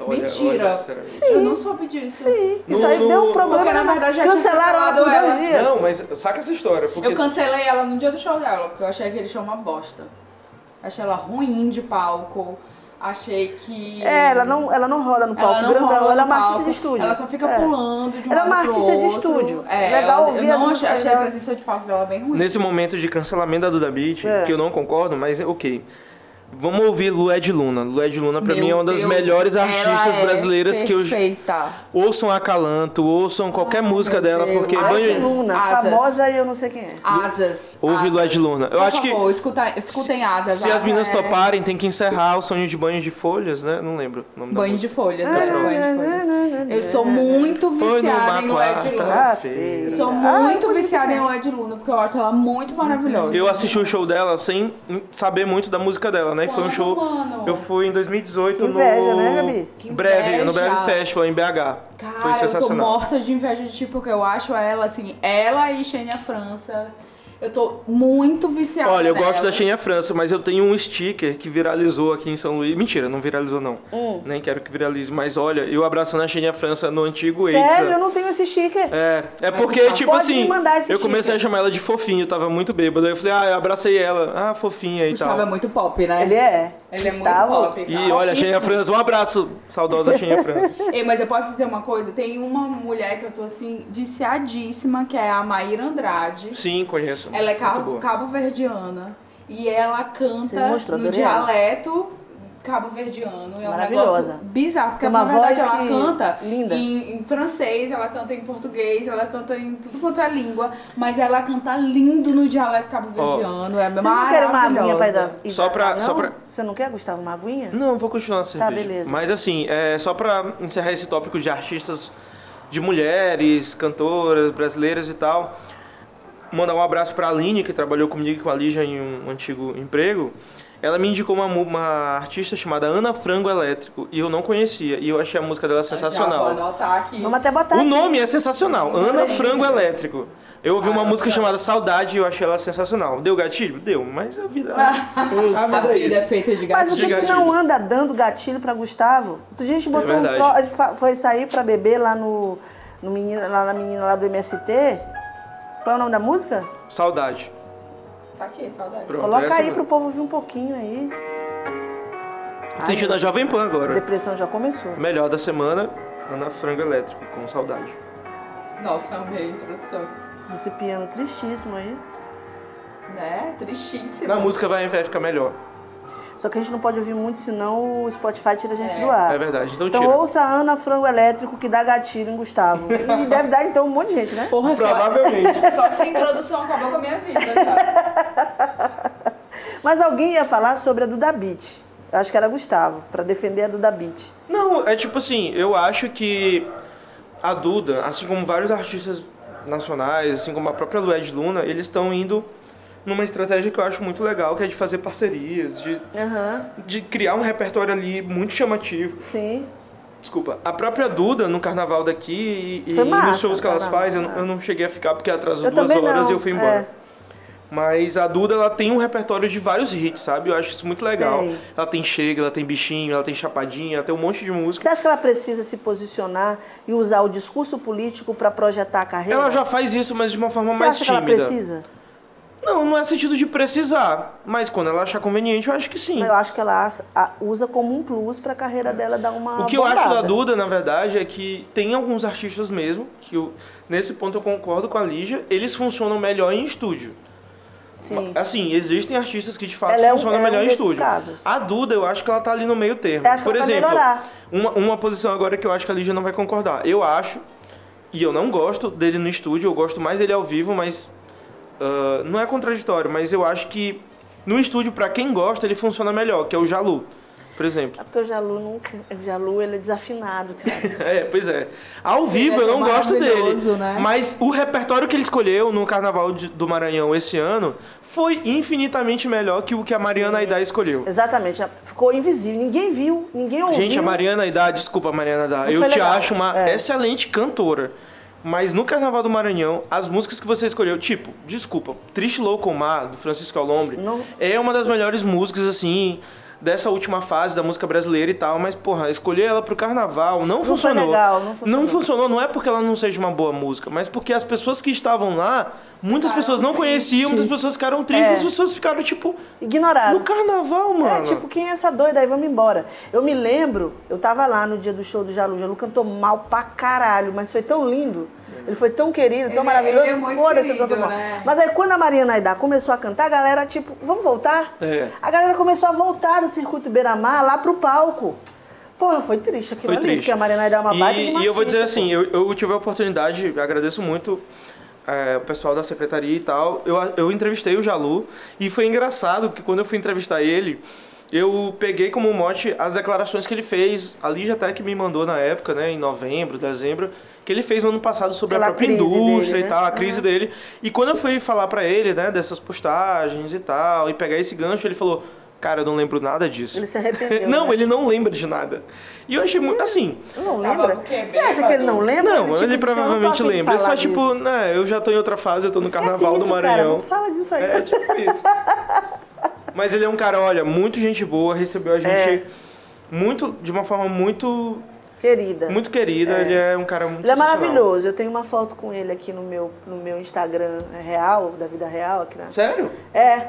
[SPEAKER 3] Mentira.
[SPEAKER 2] sinceramente.
[SPEAKER 3] Eu não soube disso.
[SPEAKER 1] Sim, isso
[SPEAKER 2] No-
[SPEAKER 1] aí
[SPEAKER 2] no-
[SPEAKER 1] deu um problema.
[SPEAKER 3] Porque, na verdade, já tinha
[SPEAKER 1] cancelaram ela por
[SPEAKER 3] cancelado é.
[SPEAKER 1] dois
[SPEAKER 3] ela.
[SPEAKER 1] dias.
[SPEAKER 2] Não, mas saca essa história. Porque
[SPEAKER 3] Eu cancelei ela no dia do show dela, porque eu achei aquele show uma bosta. Achei ela ruim de palco. Achei que.
[SPEAKER 1] É, ela não, ela não rola no palco
[SPEAKER 3] não
[SPEAKER 1] grandão,
[SPEAKER 3] rola no
[SPEAKER 1] ela é uma artista
[SPEAKER 3] palco,
[SPEAKER 1] de estúdio.
[SPEAKER 3] Ela só fica
[SPEAKER 1] É.
[SPEAKER 3] pulando de um
[SPEAKER 1] Ela é uma
[SPEAKER 3] lado pro
[SPEAKER 1] artista de
[SPEAKER 3] outro.
[SPEAKER 1] estúdio.
[SPEAKER 3] É,
[SPEAKER 1] Legal
[SPEAKER 3] ela,
[SPEAKER 1] ouvir
[SPEAKER 3] eu
[SPEAKER 1] as
[SPEAKER 3] não
[SPEAKER 1] músicas
[SPEAKER 3] achei
[SPEAKER 1] dela.
[SPEAKER 3] a presença de palco dela bem ruim.
[SPEAKER 2] Nesse momento de cancelamento da Duda Beat,
[SPEAKER 1] É.
[SPEAKER 2] que eu não concordo, mas é ok. Vamos ouvir Lued Luna. Lued Luna, pra
[SPEAKER 3] Meu
[SPEAKER 2] mim, é uma das
[SPEAKER 3] Deus,
[SPEAKER 2] melhores
[SPEAKER 3] ela
[SPEAKER 2] artistas
[SPEAKER 3] é
[SPEAKER 2] brasileiras que eu.
[SPEAKER 3] Perfeita.
[SPEAKER 2] Ouçam Acalanto, ouçam qualquer música
[SPEAKER 3] meu
[SPEAKER 2] dela,
[SPEAKER 3] Deus.
[SPEAKER 2] porque
[SPEAKER 3] Ai,
[SPEAKER 2] banho-
[SPEAKER 3] Jesus.
[SPEAKER 1] Luna,
[SPEAKER 3] Asas.
[SPEAKER 1] famosa e eu não sei quem é.
[SPEAKER 3] Asas.
[SPEAKER 2] Ouve
[SPEAKER 3] asas.
[SPEAKER 2] Lued Luna. Eu
[SPEAKER 3] Por
[SPEAKER 2] acho que-
[SPEAKER 3] favor, escuta, escutem asas.
[SPEAKER 2] Se as tá
[SPEAKER 3] Asas
[SPEAKER 2] meninas
[SPEAKER 3] é
[SPEAKER 2] toparem, tem que encerrar o sonho de banho de folhas, né? Não lembro o nome
[SPEAKER 3] Banho
[SPEAKER 2] da música.
[SPEAKER 3] de folhas, é, banho de folhas. Eu sou muito
[SPEAKER 2] Foi
[SPEAKER 3] viciada em
[SPEAKER 2] tá. numa
[SPEAKER 3] Lued Luna.
[SPEAKER 1] quarta-feira.
[SPEAKER 2] quarta-feira.
[SPEAKER 3] Eu sou
[SPEAKER 1] Ah,
[SPEAKER 3] muito viciada em Lued Luna, porque eu acho ela muito maravilhosa.
[SPEAKER 2] Eu assisti o show dela sem saber muito da música dela, né? E Foi um
[SPEAKER 3] Quando,
[SPEAKER 2] show.
[SPEAKER 3] mano?
[SPEAKER 2] Eu fui em 2018
[SPEAKER 1] Que inveja,
[SPEAKER 2] no
[SPEAKER 1] né, Gabi?
[SPEAKER 3] Que
[SPEAKER 2] Breve, no
[SPEAKER 3] inveja.
[SPEAKER 2] Breve Festival em BH. Foi
[SPEAKER 3] Cara, eu tô
[SPEAKER 2] sensacional.
[SPEAKER 3] morta de inveja de ti, porque eu acho ela, assim, ela e Xenia França. Eu tô muito viciada.
[SPEAKER 2] Olha, eu
[SPEAKER 3] nelas.
[SPEAKER 2] gosto da Xenia França, mas eu tenho um sticker que viralizou aqui em São Luís. Mentira, não viralizou não.
[SPEAKER 3] Hum.
[SPEAKER 2] Nem quero que viralize, mas olha, eu abraçando a Xenia França no antigo
[SPEAKER 1] Sério, eu
[SPEAKER 2] Eixa.
[SPEAKER 1] não tenho esse sticker.
[SPEAKER 2] É, é porque,
[SPEAKER 3] Gustavo,
[SPEAKER 2] tipo
[SPEAKER 1] pode me
[SPEAKER 2] assim,
[SPEAKER 1] mandar esse
[SPEAKER 2] eu comecei
[SPEAKER 1] sticker.
[SPEAKER 2] a chamar ela de fofinho, tava muito bêbado. Aí eu falei, ah, eu abracei ela, ah, fofinha e
[SPEAKER 3] Gustavo é
[SPEAKER 2] tal.
[SPEAKER 3] muito pop, né?
[SPEAKER 1] Ele é.
[SPEAKER 3] Ele é
[SPEAKER 1] Gustavo.
[SPEAKER 3] muito pop.
[SPEAKER 2] E olha, a Xenia França, um abraço, saudosa Xenia França.
[SPEAKER 3] Ei, mas eu posso dizer uma coisa? Tem uma mulher que eu tô assim, viciadíssima, que é a Maíra Andrade.
[SPEAKER 2] Sim, conheço.
[SPEAKER 3] Ela é
[SPEAKER 2] Muito
[SPEAKER 3] cabo,
[SPEAKER 2] boa.
[SPEAKER 3] cabo-verdiana. E ela
[SPEAKER 1] Você
[SPEAKER 3] canta
[SPEAKER 1] me mostrou,
[SPEAKER 3] no
[SPEAKER 1] adorei ela.
[SPEAKER 3] dialeto cabo-verdiano. É um
[SPEAKER 1] Maravilhosa.
[SPEAKER 3] negócio bizarro, porque
[SPEAKER 1] Tem uma
[SPEAKER 3] na verdade
[SPEAKER 1] voz
[SPEAKER 3] ela
[SPEAKER 1] que-
[SPEAKER 3] canta
[SPEAKER 1] linda.
[SPEAKER 3] Em, em francês, ela canta em português, ela canta em tudo quanto é língua. Mas ela canta lindo no dialeto cabo-verdiano. É
[SPEAKER 1] Vocês não querem uma aguinha pra
[SPEAKER 3] maravilhosa.
[SPEAKER 1] hidratar?
[SPEAKER 2] Só pra- só
[SPEAKER 1] não?
[SPEAKER 2] pra-
[SPEAKER 1] Você não quer, Gustavo, uma aguinha?
[SPEAKER 2] Não, vou continuar na cerveja.
[SPEAKER 1] beleza.
[SPEAKER 2] Mas assim, é, só pra encerrar esse tópico de artistas, de mulheres, cantoras, brasileiras e tal, mandar um abraço pra Aline, que trabalhou comigo e com a Lígia em um antigo emprego. Ela me indicou uma, mu- uma artista chamada Ana Frango Elétrico, e eu não conhecia, e eu achei a música dela sensacional.
[SPEAKER 3] Já vou anotar aqui.
[SPEAKER 1] Vamos até botar
[SPEAKER 2] O
[SPEAKER 1] aqui.
[SPEAKER 2] nome é sensacional, Ana
[SPEAKER 1] Acredito.
[SPEAKER 2] Frango Elétrico. Eu ouvi uma
[SPEAKER 3] Ah,
[SPEAKER 2] música
[SPEAKER 3] não.
[SPEAKER 2] chamada Saudade e eu achei ela sensacional. Deu gatilho? Deu, mas a vida. a
[SPEAKER 3] A
[SPEAKER 2] vida é
[SPEAKER 3] vida é
[SPEAKER 2] isso.
[SPEAKER 3] feita de
[SPEAKER 1] Mas o que,
[SPEAKER 3] gatilho.
[SPEAKER 2] Diga,
[SPEAKER 1] que não
[SPEAKER 2] diga.
[SPEAKER 1] anda dando gatilho pra Gustavo? Outro dia a gente botou um
[SPEAKER 2] É verdade.
[SPEAKER 1] pro, a gente fa- foi sair pra beber lá no, no menino, lá na menina lá do MST. Qual é o nome da música?
[SPEAKER 2] Saudade.
[SPEAKER 3] tá aqui, saudade.
[SPEAKER 2] Pronto,
[SPEAKER 1] Coloca
[SPEAKER 2] essa é
[SPEAKER 1] aí
[SPEAKER 2] mesmo.
[SPEAKER 1] pro povo ouvir um pouquinho aí.
[SPEAKER 2] Sentindo a Jovem Pan agora.
[SPEAKER 1] Depressão já começou.
[SPEAKER 2] Melhor da semana, Ana Frango Elétrico, com saudade.
[SPEAKER 3] Nossa, amei a introdução.
[SPEAKER 1] Esse piano tristíssimo aí.
[SPEAKER 3] Né? Tristíssimo.
[SPEAKER 2] Na música vai, vai ficar melhor.
[SPEAKER 1] Só que a gente não pode ouvir muito, senão o Spotify tira a gente
[SPEAKER 3] É.
[SPEAKER 1] do ar.
[SPEAKER 2] É verdade, então
[SPEAKER 1] Então
[SPEAKER 2] tira.
[SPEAKER 1] ouça a Ana Frango Elétrico, que dá gatilho em Gustavo. E deve dar, então, um monte de gente, né?
[SPEAKER 3] Porra, só,
[SPEAKER 2] Provavelmente. *laughs*
[SPEAKER 3] só essa introdução acabou com a minha vida, tá?
[SPEAKER 1] Mas alguém ia falar sobre a Duda Beat. Eu acho que era Gustavo, pra defender a Duda Beat.
[SPEAKER 2] Não, é tipo assim, eu acho que a Duda, assim como vários artistas nacionais, assim como a própria Lued Luna, eles estão indo numa estratégia que eu acho muito legal, que é de fazer parcerias, de,
[SPEAKER 1] Aham,
[SPEAKER 2] de criar um repertório ali muito chamativo.
[SPEAKER 1] sim.
[SPEAKER 2] Desculpa, a própria Duda no carnaval daqui e, e
[SPEAKER 1] Foi massa
[SPEAKER 2] nos shows que
[SPEAKER 1] o
[SPEAKER 2] elas
[SPEAKER 1] carnaval,
[SPEAKER 2] fazem, eu,
[SPEAKER 1] é.
[SPEAKER 2] eu não cheguei a ficar porque atrasou
[SPEAKER 1] Eu
[SPEAKER 2] duas
[SPEAKER 1] também
[SPEAKER 2] horas
[SPEAKER 1] não, É.
[SPEAKER 2] e eu é. fui embora. Mas a Duda, ela tem um repertório de vários hits, sabe? Eu acho isso muito legal.
[SPEAKER 1] Tem.
[SPEAKER 2] Ela tem Chega, ela tem Bichinho, ela tem Chapadinha, ela tem um monte de música.
[SPEAKER 1] Você acha que ela precisa se posicionar e usar o discurso político pra projetar a carreira?
[SPEAKER 2] Ela já faz isso, mas de uma forma
[SPEAKER 1] Você
[SPEAKER 2] mais
[SPEAKER 1] acha que
[SPEAKER 2] tímida.
[SPEAKER 1] ela precisa?
[SPEAKER 2] Não, não é sentido de precisar. Mas quando ela achar conveniente, eu acho que sim.
[SPEAKER 1] Eu acho que ela as- a- usa como um plus pra carreira dela dar uma
[SPEAKER 2] O que eu acho da
[SPEAKER 1] bombada.
[SPEAKER 2] Duda, na verdade, é que tem alguns artistas mesmo, que eu- nesse ponto eu concordo com a Lígia, eles funcionam melhor em estúdio.
[SPEAKER 1] Sim.
[SPEAKER 2] Assim, existem artistas que de fato
[SPEAKER 1] Ela é um-
[SPEAKER 2] funcionam
[SPEAKER 1] é um
[SPEAKER 2] melhor em
[SPEAKER 1] desses
[SPEAKER 2] estúdio.
[SPEAKER 1] casos.
[SPEAKER 2] A Duda, eu acho que ela tá ali no meio termo.
[SPEAKER 1] Eu acho que
[SPEAKER 2] Por
[SPEAKER 1] ela tá vai
[SPEAKER 2] exemplo,
[SPEAKER 1] melhorar.
[SPEAKER 2] uma, uma posição agora que eu acho que a Lígia não vai concordar. Eu acho, e eu não gosto dele no estúdio, eu gosto mais dele ao vivo, mas ah, não é contraditório, mas eu acho que no estúdio, pra quem gosta, ele funciona melhor, que é o Jalu, por exemplo.
[SPEAKER 1] É porque o Jalu nunca. O Jalu ele é desafinado, cara.
[SPEAKER 2] É, pois é. Ao vivo
[SPEAKER 3] Ele é
[SPEAKER 2] eu não gosto dele.
[SPEAKER 3] maravilhoso, né?
[SPEAKER 2] Mas o repertório que ele escolheu no Carnaval de- do Maranhão esse ano foi infinitamente melhor que o que a Mariana Aidá escolheu.
[SPEAKER 1] Exatamente. Ficou invisível. Ninguém viu, ninguém ouviu.
[SPEAKER 2] Gente, a Mariana Aidá, desculpa, Mariana Aidá,
[SPEAKER 1] Não
[SPEAKER 2] eu
[SPEAKER 1] foi
[SPEAKER 2] te
[SPEAKER 1] legal.
[SPEAKER 2] acho uma
[SPEAKER 1] É.
[SPEAKER 2] excelente cantora. Mas no Carnaval do Maranhão, as músicas que você escolheu, tipo, desculpa, Triste Louco ao Mar, do Francisco Alombre,
[SPEAKER 1] Não.
[SPEAKER 2] é uma das melhores músicas, assim, dessa última fase da música brasileira e tal. Mas, porra, escolher ela pro Carnaval não,
[SPEAKER 1] foi
[SPEAKER 2] funcionou.
[SPEAKER 1] legal, não funcionou.
[SPEAKER 2] Não funcionou, não é porque ela não seja uma boa música, mas porque as pessoas que estavam lá, muitas pessoas não conheciam, muitas pessoas ficaram tristes,
[SPEAKER 1] É.
[SPEAKER 2] muitas pessoas ficaram, tipo,
[SPEAKER 1] Ignorado.
[SPEAKER 2] no Carnaval, mano.
[SPEAKER 1] É, tipo, quem é essa doida aí? Vamos embora. Eu me lembro, eu tava lá no dia do show do Jalu. O Jalu cantou mal pra caralho, mas foi tão lindo.
[SPEAKER 2] É.
[SPEAKER 1] Ele foi tão querido, tão
[SPEAKER 3] Ele-
[SPEAKER 1] maravilhoso.
[SPEAKER 3] ele é muito
[SPEAKER 1] Foda-se, ele
[SPEAKER 3] querido,
[SPEAKER 1] cantou mal.
[SPEAKER 3] né?
[SPEAKER 1] Mas aí, quando a Mariana Aidá começou a cantar, a galera, tipo, vamos voltar?
[SPEAKER 2] É.
[SPEAKER 1] A galera começou a voltar do circuito Beira-Mar lá pro palco. Porra, foi triste aquilo
[SPEAKER 2] Foi
[SPEAKER 1] ali,
[SPEAKER 2] triste.
[SPEAKER 1] porque a Mariana Aidá é uma
[SPEAKER 2] e,
[SPEAKER 1] baita de uma
[SPEAKER 2] E eu vou dizer
[SPEAKER 1] artista, né?
[SPEAKER 2] assim, eu, eu tive a oportunidade, agradeço muito é, o pessoal da secretaria e tal. Eu, eu entrevistei o Jalu e foi engraçado, porque quando eu fui entrevistar ele, eu peguei como mote as declarações que ele fez, a Lígia até que me mandou na época, né, em novembro, dezembro, que ele fez no ano passado sobre
[SPEAKER 1] Pela
[SPEAKER 2] a própria
[SPEAKER 1] crise
[SPEAKER 2] indústria
[SPEAKER 1] dele,
[SPEAKER 2] e
[SPEAKER 1] né?
[SPEAKER 2] tal, a crise dele. E quando eu fui falar pra ele, né, dessas postagens e tal, e pegar esse gancho, ele falou: "Cara, eu não lembro nada disso".
[SPEAKER 1] Ele se arrependeu.
[SPEAKER 2] *laughs* não,
[SPEAKER 1] né?
[SPEAKER 2] ele não lembra de nada. E eu achei muito assim.
[SPEAKER 1] Não
[SPEAKER 3] Tava
[SPEAKER 1] lembra?
[SPEAKER 3] o quê?
[SPEAKER 1] Você acha que ele não lembra?
[SPEAKER 2] Não,
[SPEAKER 1] tipo,
[SPEAKER 2] ele
[SPEAKER 1] disse, eu não tô
[SPEAKER 2] provavelmente
[SPEAKER 1] afim de
[SPEAKER 2] lembra. Ele só
[SPEAKER 1] falar
[SPEAKER 2] tipo,
[SPEAKER 1] disso.
[SPEAKER 2] né, eu já tô em outra fase, eu tô no
[SPEAKER 1] Esquece
[SPEAKER 2] carnaval
[SPEAKER 1] isso,
[SPEAKER 2] do
[SPEAKER 1] cara,
[SPEAKER 2] Maranhão.
[SPEAKER 1] não fala disso aí.
[SPEAKER 2] É tipo isso. Mas ele é um cara, olha, muito gente boa, recebeu a gente
[SPEAKER 1] É.
[SPEAKER 2] muito de uma forma muito
[SPEAKER 1] Querida.
[SPEAKER 2] muito querida. Ele é um cara muito
[SPEAKER 1] Ele é
[SPEAKER 2] sensacional.
[SPEAKER 1] maravilhoso. Eu tenho uma foto com ele aqui no meu, no meu Instagram é, real, da vida real. Aqui na...
[SPEAKER 2] Sério?
[SPEAKER 1] É.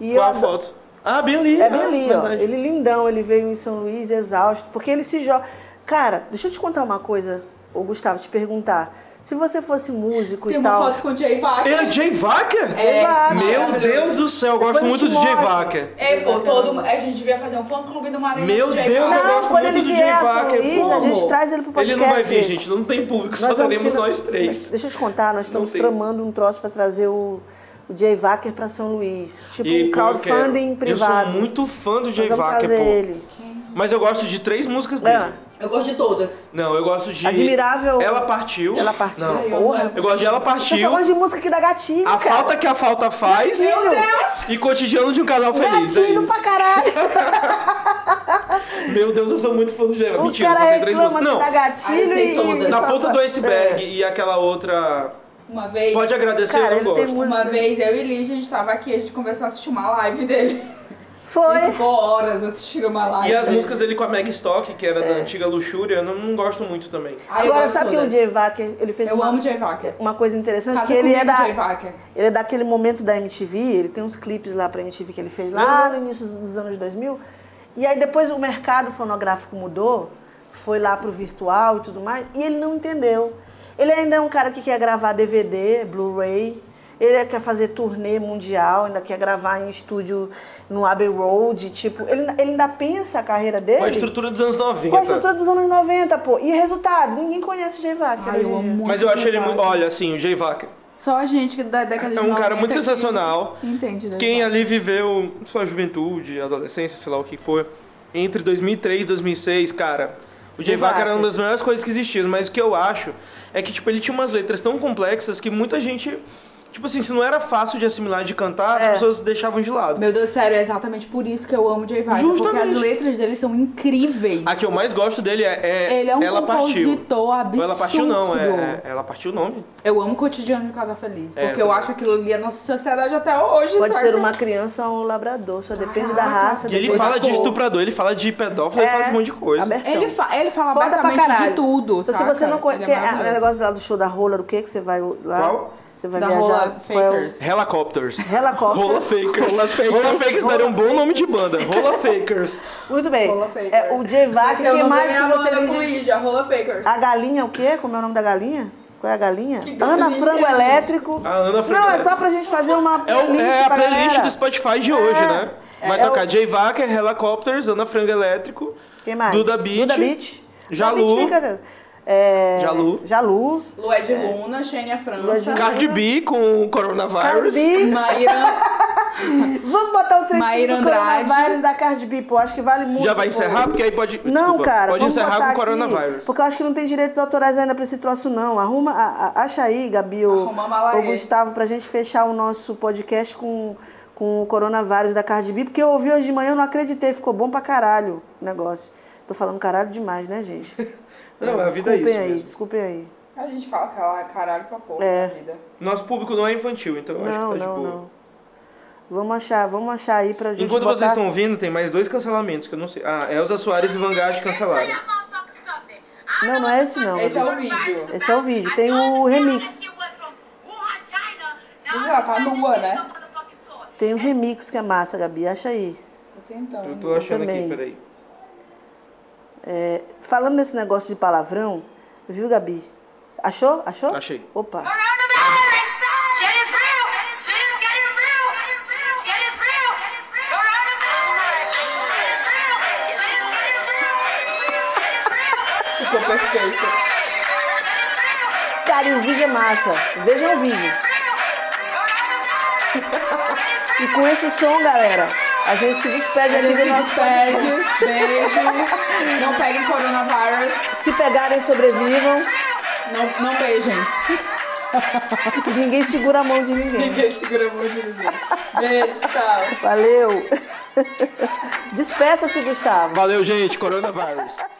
[SPEAKER 1] E eu
[SPEAKER 2] Qual a
[SPEAKER 1] ado-
[SPEAKER 2] foto? Ah, bem ali.
[SPEAKER 1] É bem
[SPEAKER 2] Ah,
[SPEAKER 1] ali, ó.
[SPEAKER 2] verdade.
[SPEAKER 1] Ele lindão, ele veio em São Luís exausto, porque ele se joga. Cara, deixa eu te contar uma coisa, ô Gustavo, te perguntar. Se você fosse músico
[SPEAKER 3] Tem
[SPEAKER 1] e
[SPEAKER 3] uma
[SPEAKER 1] tal.
[SPEAKER 3] foto com o Jay né? É, Vaca.
[SPEAKER 2] Ele é Jay Vacker?
[SPEAKER 1] Jay Vaca.
[SPEAKER 2] é, Meu Deus do céu, eu gosto
[SPEAKER 1] Depois eu te
[SPEAKER 2] muito de Jay
[SPEAKER 1] mostro.
[SPEAKER 2] Vacker.
[SPEAKER 3] É, pô, todo... a gente devia fazer um fã-clube do Maranhão.
[SPEAKER 2] Meu
[SPEAKER 3] do Jay
[SPEAKER 2] Deus,
[SPEAKER 3] Vaca.
[SPEAKER 2] eu
[SPEAKER 1] Não,
[SPEAKER 2] gosto
[SPEAKER 1] quando
[SPEAKER 2] muito
[SPEAKER 1] ele
[SPEAKER 2] do
[SPEAKER 1] vier
[SPEAKER 2] Jay
[SPEAKER 1] a São
[SPEAKER 2] Vacker.
[SPEAKER 1] Luiz, a gente
[SPEAKER 2] Vamos.
[SPEAKER 1] traz ele pro
[SPEAKER 2] Ele
[SPEAKER 1] podcast.
[SPEAKER 2] não vai vir, gente. Não tem público, só
[SPEAKER 1] Nós vamos tipo
[SPEAKER 2] teremos
[SPEAKER 1] finan-
[SPEAKER 2] nós três.
[SPEAKER 1] Deixa eu te contar, nós estamos
[SPEAKER 2] tem.
[SPEAKER 1] tramando um troço pra trazer o, o Jay Wacker pra São Luís. Tipo
[SPEAKER 2] E,
[SPEAKER 1] um
[SPEAKER 2] pô, eu quero.
[SPEAKER 1] crowdfunding privado.
[SPEAKER 2] Eu sou muito fã do Jay
[SPEAKER 1] Nós vamos
[SPEAKER 2] Wacker,
[SPEAKER 1] trazer
[SPEAKER 2] pô.
[SPEAKER 1] ele.
[SPEAKER 2] Mas eu gosto de três músicas dele.
[SPEAKER 1] É.
[SPEAKER 3] Eu gosto de todas.
[SPEAKER 2] Não, eu gosto de...
[SPEAKER 1] Admirável.
[SPEAKER 2] Ela Partiu.
[SPEAKER 1] Ela partiu. é
[SPEAKER 2] Não.
[SPEAKER 3] Ai, eu
[SPEAKER 1] Porra.
[SPEAKER 3] amo.
[SPEAKER 2] Eu gosto de Ela
[SPEAKER 1] Você só
[SPEAKER 2] Partiu,
[SPEAKER 1] gosta de música que dá gatilho,
[SPEAKER 2] A
[SPEAKER 1] cara.
[SPEAKER 2] Falta que a Falta Faz
[SPEAKER 1] Gatilho.
[SPEAKER 2] e Cotidiano de um Casal Feliz. é
[SPEAKER 1] Gatilho
[SPEAKER 2] isso.
[SPEAKER 1] pra caralho.
[SPEAKER 2] Meu Deus, eu sou muito fã do Jay Wacker.
[SPEAKER 1] O
[SPEAKER 2] *laughs* Mentira, eu
[SPEAKER 1] cara
[SPEAKER 2] só sei três
[SPEAKER 1] reclama
[SPEAKER 2] músicas.
[SPEAKER 1] que
[SPEAKER 2] Não,
[SPEAKER 1] dá
[SPEAKER 3] Aí eu
[SPEAKER 1] gatilho
[SPEAKER 3] sei
[SPEAKER 1] e...
[SPEAKER 3] todas.
[SPEAKER 2] na
[SPEAKER 1] só-
[SPEAKER 2] ponta do iceberg
[SPEAKER 1] É.
[SPEAKER 2] e aquela outra...
[SPEAKER 3] Uma vez...
[SPEAKER 2] Pode agradecer,
[SPEAKER 1] Cara,
[SPEAKER 2] eu não
[SPEAKER 1] ele tem
[SPEAKER 2] gosto.
[SPEAKER 1] muito-
[SPEAKER 3] Uma vez eu e Liz, a gente tava aqui, a gente começou a assistir uma live dele.
[SPEAKER 1] É. Foi.
[SPEAKER 3] Ele ficou horas assistindo uma live.
[SPEAKER 2] E as músicas dele com a Meg Stock, que era da antiga Luxúria, eu não, não gosto muito também.
[SPEAKER 3] Ah, eu
[SPEAKER 1] Agora,
[SPEAKER 3] gosto
[SPEAKER 1] sabe que o
[SPEAKER 3] todas.
[SPEAKER 1] Jay Wacker, ele fez
[SPEAKER 3] Eu
[SPEAKER 1] uma,
[SPEAKER 3] amo Jay Wacker.
[SPEAKER 1] uma coisa interessante,
[SPEAKER 3] Casa
[SPEAKER 1] que ele é, da,
[SPEAKER 3] comigo, Jay Wacker.
[SPEAKER 1] ele é daquele momento da MTV, ele tem uns clipes lá pra MTV que ele fez lá
[SPEAKER 3] Uhum.
[SPEAKER 1] no início dos anos 2000, e aí depois o mercado fonográfico mudou, foi lá pro virtual e tudo mais, e ele não entendeu. Ele ainda é um cara que quer gravar DVD, Blu-ray, ele quer fazer turnê mundial, ainda quer gravar em estúdio no Abbey Road, tipo, ele, ele ainda pensa a carreira dele...
[SPEAKER 2] Com a estrutura dos anos 90.
[SPEAKER 1] Com a estrutura dos anos 90, pô. E resultado, ninguém conhece o Jay Wacker.
[SPEAKER 3] Ai,
[SPEAKER 1] hoje
[SPEAKER 3] eu
[SPEAKER 1] em
[SPEAKER 3] amo
[SPEAKER 1] dia.
[SPEAKER 3] muito
[SPEAKER 2] Mas eu acho
[SPEAKER 3] Jay
[SPEAKER 2] ele muito.
[SPEAKER 3] Wacker.
[SPEAKER 2] Olha, assim, o Jay Wacker.
[SPEAKER 3] Só a gente que da década de
[SPEAKER 2] É um cara
[SPEAKER 3] 90
[SPEAKER 2] muito
[SPEAKER 3] que
[SPEAKER 2] sensacional.
[SPEAKER 3] Entende, né?
[SPEAKER 2] Quem ali viveu sua juventude, adolescência, sei lá o que for, entre 2003 e 2006, cara, o Jay Vaca era uma das melhores coisas que existiam, mas o que eu acho é que, tipo, ele tinha umas letras tão complexas que muita gente, tipo assim, se não era fácil de assimilar, de cantar, as
[SPEAKER 1] É.
[SPEAKER 2] pessoas deixavam de lado.
[SPEAKER 3] Meu Deus, sério, é exatamente por isso que eu amo Jay Wagner. Porque
[SPEAKER 2] Justamente.
[SPEAKER 3] as letras dele são incríveis.
[SPEAKER 2] A que eu mais gosto dele é, é
[SPEAKER 3] Ele é um
[SPEAKER 2] Ela Partiu.
[SPEAKER 3] compositor absurdo.
[SPEAKER 2] Ou Ela Partiu não, é, é- Ela Partiu o nome.
[SPEAKER 3] Eu amo Cotidiano de Casa Feliz.
[SPEAKER 2] É,
[SPEAKER 3] Porque
[SPEAKER 2] eu
[SPEAKER 3] eu
[SPEAKER 2] também.
[SPEAKER 3] acho aquilo ali a nossa sociedade até hoje,
[SPEAKER 1] Pode
[SPEAKER 3] sabe?
[SPEAKER 1] ser uma criança ou um labrador, só depende da
[SPEAKER 3] Caraca.
[SPEAKER 1] raça.
[SPEAKER 2] E ele
[SPEAKER 1] depende
[SPEAKER 2] fala
[SPEAKER 1] da
[SPEAKER 2] de
[SPEAKER 1] cor.
[SPEAKER 2] estuprador, ele fala de pedófilo, ele
[SPEAKER 1] É,
[SPEAKER 2] fala de um monte de coisa.
[SPEAKER 1] abertão.
[SPEAKER 3] Ele, fa ele fala
[SPEAKER 1] então. Foda pra
[SPEAKER 3] basicamente
[SPEAKER 1] caralho.
[SPEAKER 3] de tudo,
[SPEAKER 1] Então, se
[SPEAKER 3] saca?
[SPEAKER 1] você não
[SPEAKER 3] Ele
[SPEAKER 1] conhece.
[SPEAKER 3] é
[SPEAKER 1] o
[SPEAKER 3] maravilhoso.
[SPEAKER 1] negócio lá do show da roller, o que que você vai lá?
[SPEAKER 2] Qual?
[SPEAKER 1] Você vai
[SPEAKER 3] Da
[SPEAKER 1] viajar?
[SPEAKER 3] Rola
[SPEAKER 1] Qual é o-
[SPEAKER 3] Fakers.
[SPEAKER 2] Helicopters.
[SPEAKER 1] Helicópteros.
[SPEAKER 2] Rola Fakers. Rola Fakers. daria um bom nome de banda. Rola
[SPEAKER 1] *laughs*
[SPEAKER 2] Fakers.
[SPEAKER 1] Muito bem.
[SPEAKER 3] Rola Fakers.
[SPEAKER 1] É, o Jay
[SPEAKER 3] Esse é
[SPEAKER 1] Vaca,
[SPEAKER 3] o
[SPEAKER 1] que
[SPEAKER 3] nome
[SPEAKER 1] mais
[SPEAKER 3] da
[SPEAKER 1] que
[SPEAKER 3] minha
[SPEAKER 1] você Ah,
[SPEAKER 3] banda com Lígia, Rola Fakers.
[SPEAKER 1] A galinha, o quê? Como é o nome da galinha? Qual é a galinha?
[SPEAKER 3] Que
[SPEAKER 1] Ana
[SPEAKER 3] galinha,
[SPEAKER 1] Frango
[SPEAKER 3] gente?
[SPEAKER 1] Elétrico.
[SPEAKER 2] A Ana Frango
[SPEAKER 1] Não, é
[SPEAKER 2] Elétrico.
[SPEAKER 1] só pra gente fazer uma
[SPEAKER 2] É, o-
[SPEAKER 1] playlist.
[SPEAKER 2] é a
[SPEAKER 1] pra
[SPEAKER 2] playlist
[SPEAKER 1] galera.
[SPEAKER 2] do Spotify de hoje,
[SPEAKER 1] É.
[SPEAKER 2] né? Vai
[SPEAKER 1] É,
[SPEAKER 2] tocar
[SPEAKER 1] eu-
[SPEAKER 2] Jay Wacker, Helicopters, Ana Frango Elétrico,
[SPEAKER 1] Quem mais?
[SPEAKER 2] Duda Beat,
[SPEAKER 1] Duda Beach.
[SPEAKER 2] Jalu.
[SPEAKER 1] É,
[SPEAKER 2] Jalu.
[SPEAKER 1] Jalu.
[SPEAKER 3] Lué
[SPEAKER 1] é.
[SPEAKER 3] de Luna, Xenia França,
[SPEAKER 2] Cardi B com Coronavirus.
[SPEAKER 1] Cardi.
[SPEAKER 2] *laughs*
[SPEAKER 3] Maíra.
[SPEAKER 1] Vamos botar o trechinho
[SPEAKER 3] Maíra
[SPEAKER 1] do
[SPEAKER 3] Andrade.
[SPEAKER 1] coronavírus da Cardi B, pô. Acho que vale muito.
[SPEAKER 2] Já vai
[SPEAKER 1] pô.
[SPEAKER 2] encerrar? Porque aí pode.
[SPEAKER 1] Não,
[SPEAKER 2] desculpa,
[SPEAKER 1] cara.
[SPEAKER 2] Pode
[SPEAKER 1] vamos
[SPEAKER 2] encerrar
[SPEAKER 1] botar
[SPEAKER 2] com
[SPEAKER 1] aqui,
[SPEAKER 2] Coronavirus.
[SPEAKER 1] porque eu acho que não tem direitos autorais ainda pra esse troço, não. Arruma, a- a- acha aí, Gabi, o,
[SPEAKER 3] Arruma a mala
[SPEAKER 1] o
[SPEAKER 3] aí.
[SPEAKER 1] Gustavo, pra gente fechar o nosso podcast com, com o coronavírus da Cardi B, porque eu ouvi hoje de manhã, eu não acreditei. Ficou bom pra caralho o negócio. Tô falando caralho demais, né, gente?
[SPEAKER 2] *laughs* Não, a vida é
[SPEAKER 1] Desculpem
[SPEAKER 2] isso
[SPEAKER 1] aí,
[SPEAKER 2] mesmo.
[SPEAKER 1] desculpem aí.
[SPEAKER 3] A gente fala cala- caralho pra porra
[SPEAKER 1] É.
[SPEAKER 3] na vida.
[SPEAKER 2] Nosso público não é infantil, então eu acho
[SPEAKER 1] não,
[SPEAKER 2] que tá de
[SPEAKER 1] não,
[SPEAKER 2] boa.
[SPEAKER 1] não. Vamos achar, vamos achar aí pra gente
[SPEAKER 2] Enquanto
[SPEAKER 1] botar...
[SPEAKER 2] vocês estão ouvindo, tem mais dois cancelamentos que eu não sei. Ah, Elza Soares e Vanguard cancelaram.
[SPEAKER 1] Não, não é esse não.
[SPEAKER 3] Esse é
[SPEAKER 1] Gabi.
[SPEAKER 3] o vídeo.
[SPEAKER 1] Esse é o vídeo, tem o remix.
[SPEAKER 3] Mas ela tá nua, né?
[SPEAKER 1] Tem um remix que é massa, Gabi, acha aí.
[SPEAKER 3] Tô tentando.
[SPEAKER 2] Eu tô achando aqui,
[SPEAKER 1] também.
[SPEAKER 2] peraí.
[SPEAKER 1] É, falando nesse negócio de palavrão, viu, Gabi? Achou? Achou?
[SPEAKER 2] Achei.
[SPEAKER 1] Opa.
[SPEAKER 3] Ficou perfeito.
[SPEAKER 1] Cara, e o vídeo é massa. Vejam o vídeo. E com esse som, galera, a gente se despede
[SPEAKER 3] A
[SPEAKER 1] aqui
[SPEAKER 3] gente
[SPEAKER 1] do
[SPEAKER 3] se
[SPEAKER 1] nosso
[SPEAKER 3] despede. Beijo. Não peguem coronavírus.
[SPEAKER 1] Se pegarem, sobrevivam.
[SPEAKER 3] Não, não beijem.
[SPEAKER 1] E ninguém segura a mão de
[SPEAKER 3] *laughs*
[SPEAKER 1] ninguém.
[SPEAKER 3] Ninguém *laughs* segura a mão de ninguém. Beijo, tchau.
[SPEAKER 1] Valeu. *laughs* Despeça-se, Gustavo.
[SPEAKER 2] Valeu, gente. Coronavirus.